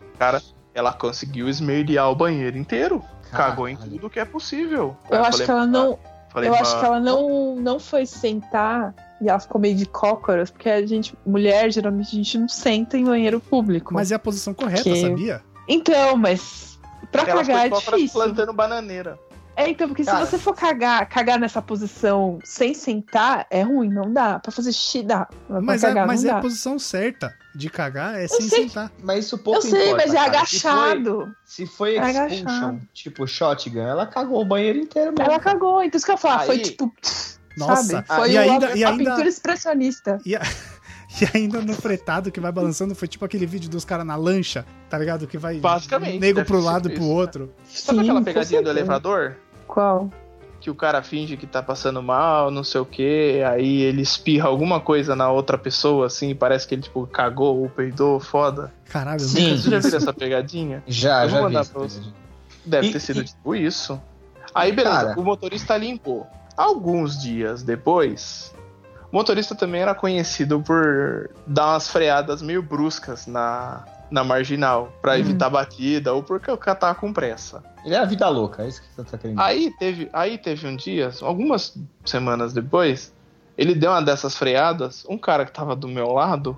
B: Ela conseguiu esmerdear o banheiro inteiro. Cagou em
E: Caralho.
B: tudo que é possível. Aí
D: Eu acho
B: falei, "Ah,
D: que ela não.
B: falei,
D: Eu acho
B: "Mano,
D: que ela não, não foi sentar e ela ficou meio de cócoras, porque a gente, mulher, geralmente a gente não senta em banheiro público.
A: Mas é a posição correta,
D: Que-
A: sabia?
D: Então, mas pra
B: ela foi
D: cagar é
B: só pra
D: difícil.
B: plantando bananeira.
D: É, então, porque
E: Cara.
D: se você for cagar, cagar nessa posição sem sentar, é ruim, não dá. Pra fazer xixi dá. Mas,
A: Mas,
D: pra
A: é,
D: cagar
A: mas é
D: não
A: a
D: dá.
A: posição certa de cagar é sem
D: sei.
A: sentar.
E: Mas isso pouco
D: Eu sei,
E: importa,
D: mas é
E: cara.
D: agachado. É
E: Se foi, se foi
D: Agachado.
E: expulsion, tipo shotgun, ela cagou o banheiro inteiro mesmo.
D: Ela cagou, então isso que eu ia falar, foi
E: Aí-
D: tipo.
A: Nossa,
D: sabe? Foi
A: e
D: o-
A: ainda- e
D: a
A: ainda-
D: pintura expressionista.
A: E ainda no fretado que vai balançando foi tipo aquele vídeo dos caras na lancha, tá ligado? Que vai
B: Basicamente,
A: nego
B: deve
A: pro
B: ter
A: lado e
B: sido
A: pro
B: isso. né?
A: outro.
B: Sabe aquela
D: Sim, com
B: pegadinha do
D: certeza.
B: elevador?
D: Qual?
B: Que o cara finge que tá passando mal, não sei o que, aí ele espirra alguma coisa na outra pessoa, assim, e parece que ele, tipo, cagou ou peidou, foda.
A: Caralho, eu
E: Sim.
A: nunca
B: Você
A: vi
B: já
A: isso.
B: viu essa pegadinha?
E: Já,
B: Eu vou
E: já vi.
B: mandar
E: esse
B: pra você.
E: vídeo.
B: Deve
E: E-
B: ter sido,
E: e-
B: tipo, isso. Aí, beleza,
E: Cara.
B: o motorista limpou. Alguns dias depois, o motorista também era conhecido por dar umas freadas meio bruscas na, na marginal, pra
D: Hum.
B: evitar batida ou porque o cara tava com pressa.
E: Ele é a vida louca, é isso que você tá querendo. dizer.
B: Aí teve, aí teve um dia, algumas semanas depois, ele deu uma dessas freadas, um cara que tava do meu lado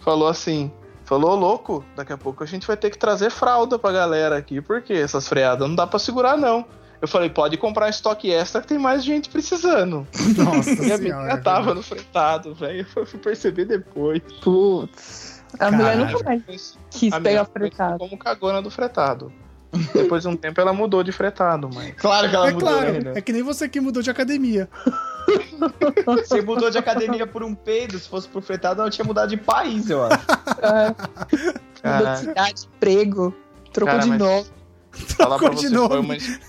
B: falou assim: Falou, louco, daqui a pouco a gente vai ter que trazer fralda pra galera aqui, porque essas freadas não dá pra segurar, não. Eu falei, pode comprar estoque extra que tem mais gente precisando.
A: [laughs] Nossa
B: E a
A: senhora. é
B: menina tava no fretado, velho. [laughs] Eu fui perceber depois.
D: Putz. A mulher
A: Caralho.
D: nunca mais quis
B: a
D: pegar
B: menina foi
D: fretado.
B: como cagona do fretado. Depois de um tempo ela mudou de fretado, mas.
C: Claro que ela
A: É
C: mudou, né,
A: claro,
C: Renan?
A: é que nem você que mudou de academia.
C: Você mudou de academia por um peido, se fosse pro fretado, ela tinha mudado de país, eu acho.
D: É, mudou de
B: Cara,
D: cidade, emprego. Trocou
B: Cara,
D: de
B: mas-
D: nome.
B: [laughs] falar pra
A: Trocou de
B: você,
A: nome.
B: foi uma, es-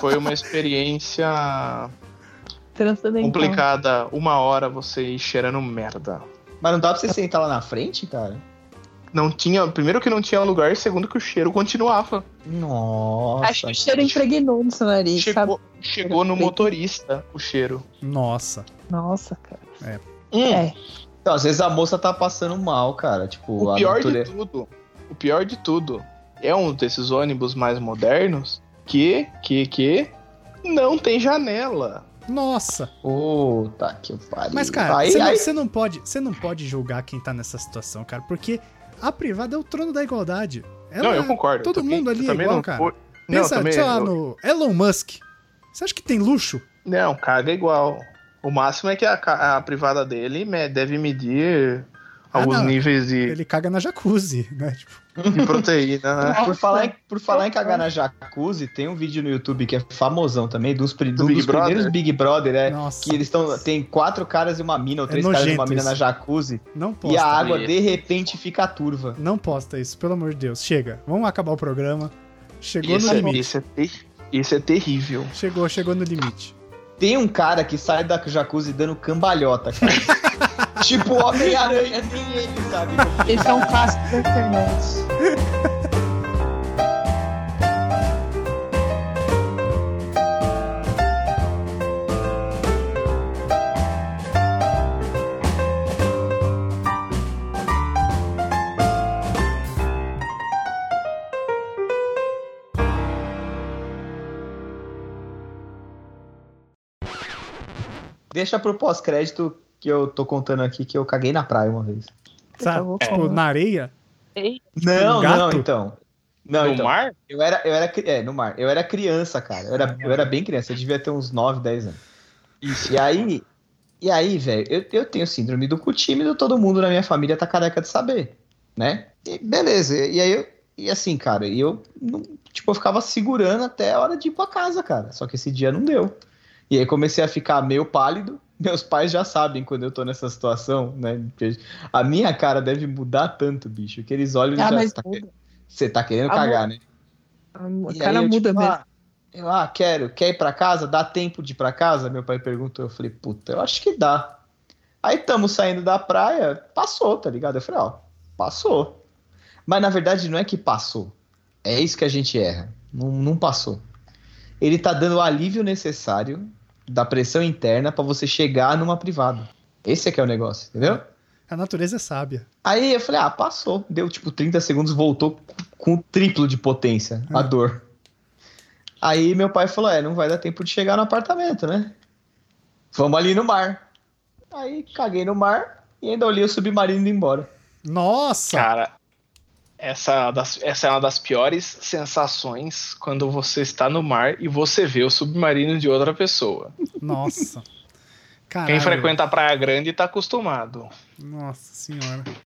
B: foi uma experiência
A: Então.
D: Transcendental.
B: complicada. Uma hora você ir cheirando merda.
C: Mas não dá pra você sentar lá na frente, cara?
B: Não tinha. Primeiro que não tinha lugar, e segundo que o cheiro continuava.
D: Acho
C: Nossa.
D: que o cheiro impregnou no seu nariz, sabe?
B: Chegou, chegou no motorista o cheiro.
A: Nossa.
D: Nossa, cara.
C: Hum.
D: É.
C: Então, às vezes a moça tá passando mal, cara. Tipo,
B: O
C: a
B: pior de
C: natureza.
B: tudo, o pior de tudo é um desses ônibus mais modernos que, que, que não tem janela.
A: Nossa.
C: Puta que pariu.
A: Mas, cara,
C: aí,
A: você, Não,
C: aí,
A: você não pode, você não pode julgar quem tá nessa situação, cara, porque a privada é o trono da igualdade. Ela-
B: não, eu concordo.
A: É todo
B: Eu também-
A: mundo ali
B: eu
A: é
B: também
A: igual,
B: não,
A: cara.
B: vou- Não,
A: Pensa,
B: também,
A: sei lá,
B: eu-
A: no Elon Musk. Você acha que tem luxo?
B: não, caga igual. O máximo é que a, ca- a privada dele me- deve medir
A: Ah,
B: alguns
A: não.
B: níveis de,
A: Ele caga na jacuzzi, [laughs] né? Tipo,
B: de proteína, né?
C: Por falar, em, por falar em cagar na jacuzzi, tem um vídeo no YouTube que é famosão também, dos, pri-
B: Do
C: dos
B: Big Brother?
C: primeiros Big Brother, é.
A: nossa.
C: Que eles estão. Tem quatro caras e uma mina, ou
A: É
C: três caras e uma
A: nojento
C: mina na
A: isso.
C: jacuzzi.
A: Não
C: e a
A: posta.
C: água,
B: Ih.
C: de repente, fica turva.
A: Não posta isso, pelo amor de Deus. Chega. Vamos acabar o programa. Chegou
B: Isso
A: no
B: é,
A: limite.
B: isso, é ter- isso é terrível.
A: Chegou, chegou no limite.
C: Tem um cara que sai da jacuzzi dando
A: [laughs]
C: cambalhota, cara. tipo, Homem-Aranha, tem ele, sabe?
D: Esse é um clássico da internet.
C: Deixa pro pós-crédito que eu tô contando aqui que eu caguei na praia uma vez.
A: Sabe?
D: vou
A: Tipo,
B: É.
D: comer.
A: na areia?
C: Não,
A: Um gato?
C: não, então. Não,
B: no
C: então.
B: mar?
C: Eu era, eu era, cri- é, no mar. Eu era criança, cara. Eu era, eu era bem criança. Eu devia ter uns 9, 10 anos.
B: Isso.
C: E aí, e aí, velho, eu, eu tenho síndrome do cu tímido, todo mundo na minha família tá careca de saber, né? E beleza, e aí eu, e assim, cara, e eu, não- tipo, eu ficava segurando até a hora de ir pra casa, cara, só que esse dia não deu. E aí comecei a ficar meio pálido, [laughs] meus pais já sabem quando eu tô nessa situação, né? Porque A minha cara deve mudar tanto, bicho, que eles olham e
B: é,
D: Ah,
C: já...
D: mas
C: tá que-
D: muda.
C: Você tá querendo
D: Ah,
C: cagar, né?
D: A
C: E
D: cara
C: aí eu,
D: muda
C: tipo,
D: mesmo.
C: Ah, eu, ah, quero, quer ir pra casa? Dá tempo de ir pra casa? Meu pai perguntou. Eu falei, puta, eu acho que dá. Aí tamo saindo da praia, passou, tá ligado? Eu falei, ó, passou. Mas na verdade não é que passou. É isso que a gente erra. Não, não passou. Ele tá dando o alívio necessário da pressão interna pra você chegar numa privada. Esse é que é o negócio, entendeu?
A: A natureza é sábia.
C: Aí eu falei, ah, passou. Deu tipo 30 segundos, voltou com o triplo de potência, a dor. Aí meu pai falou, é, não vai dar tempo de chegar no apartamento, né? Vamos ali no mar. Aí caguei no mar e ainda olhei o submarino indo embora.
A: Nossa!
B: Cara, essa é, uma das, essa é uma das piores sensações quando você está no mar e você vê o submarino de outra pessoa.
A: Nossa. Caralho.
B: Quem frequenta a Praia Grande está tá acostumado.
A: Nossa senhora.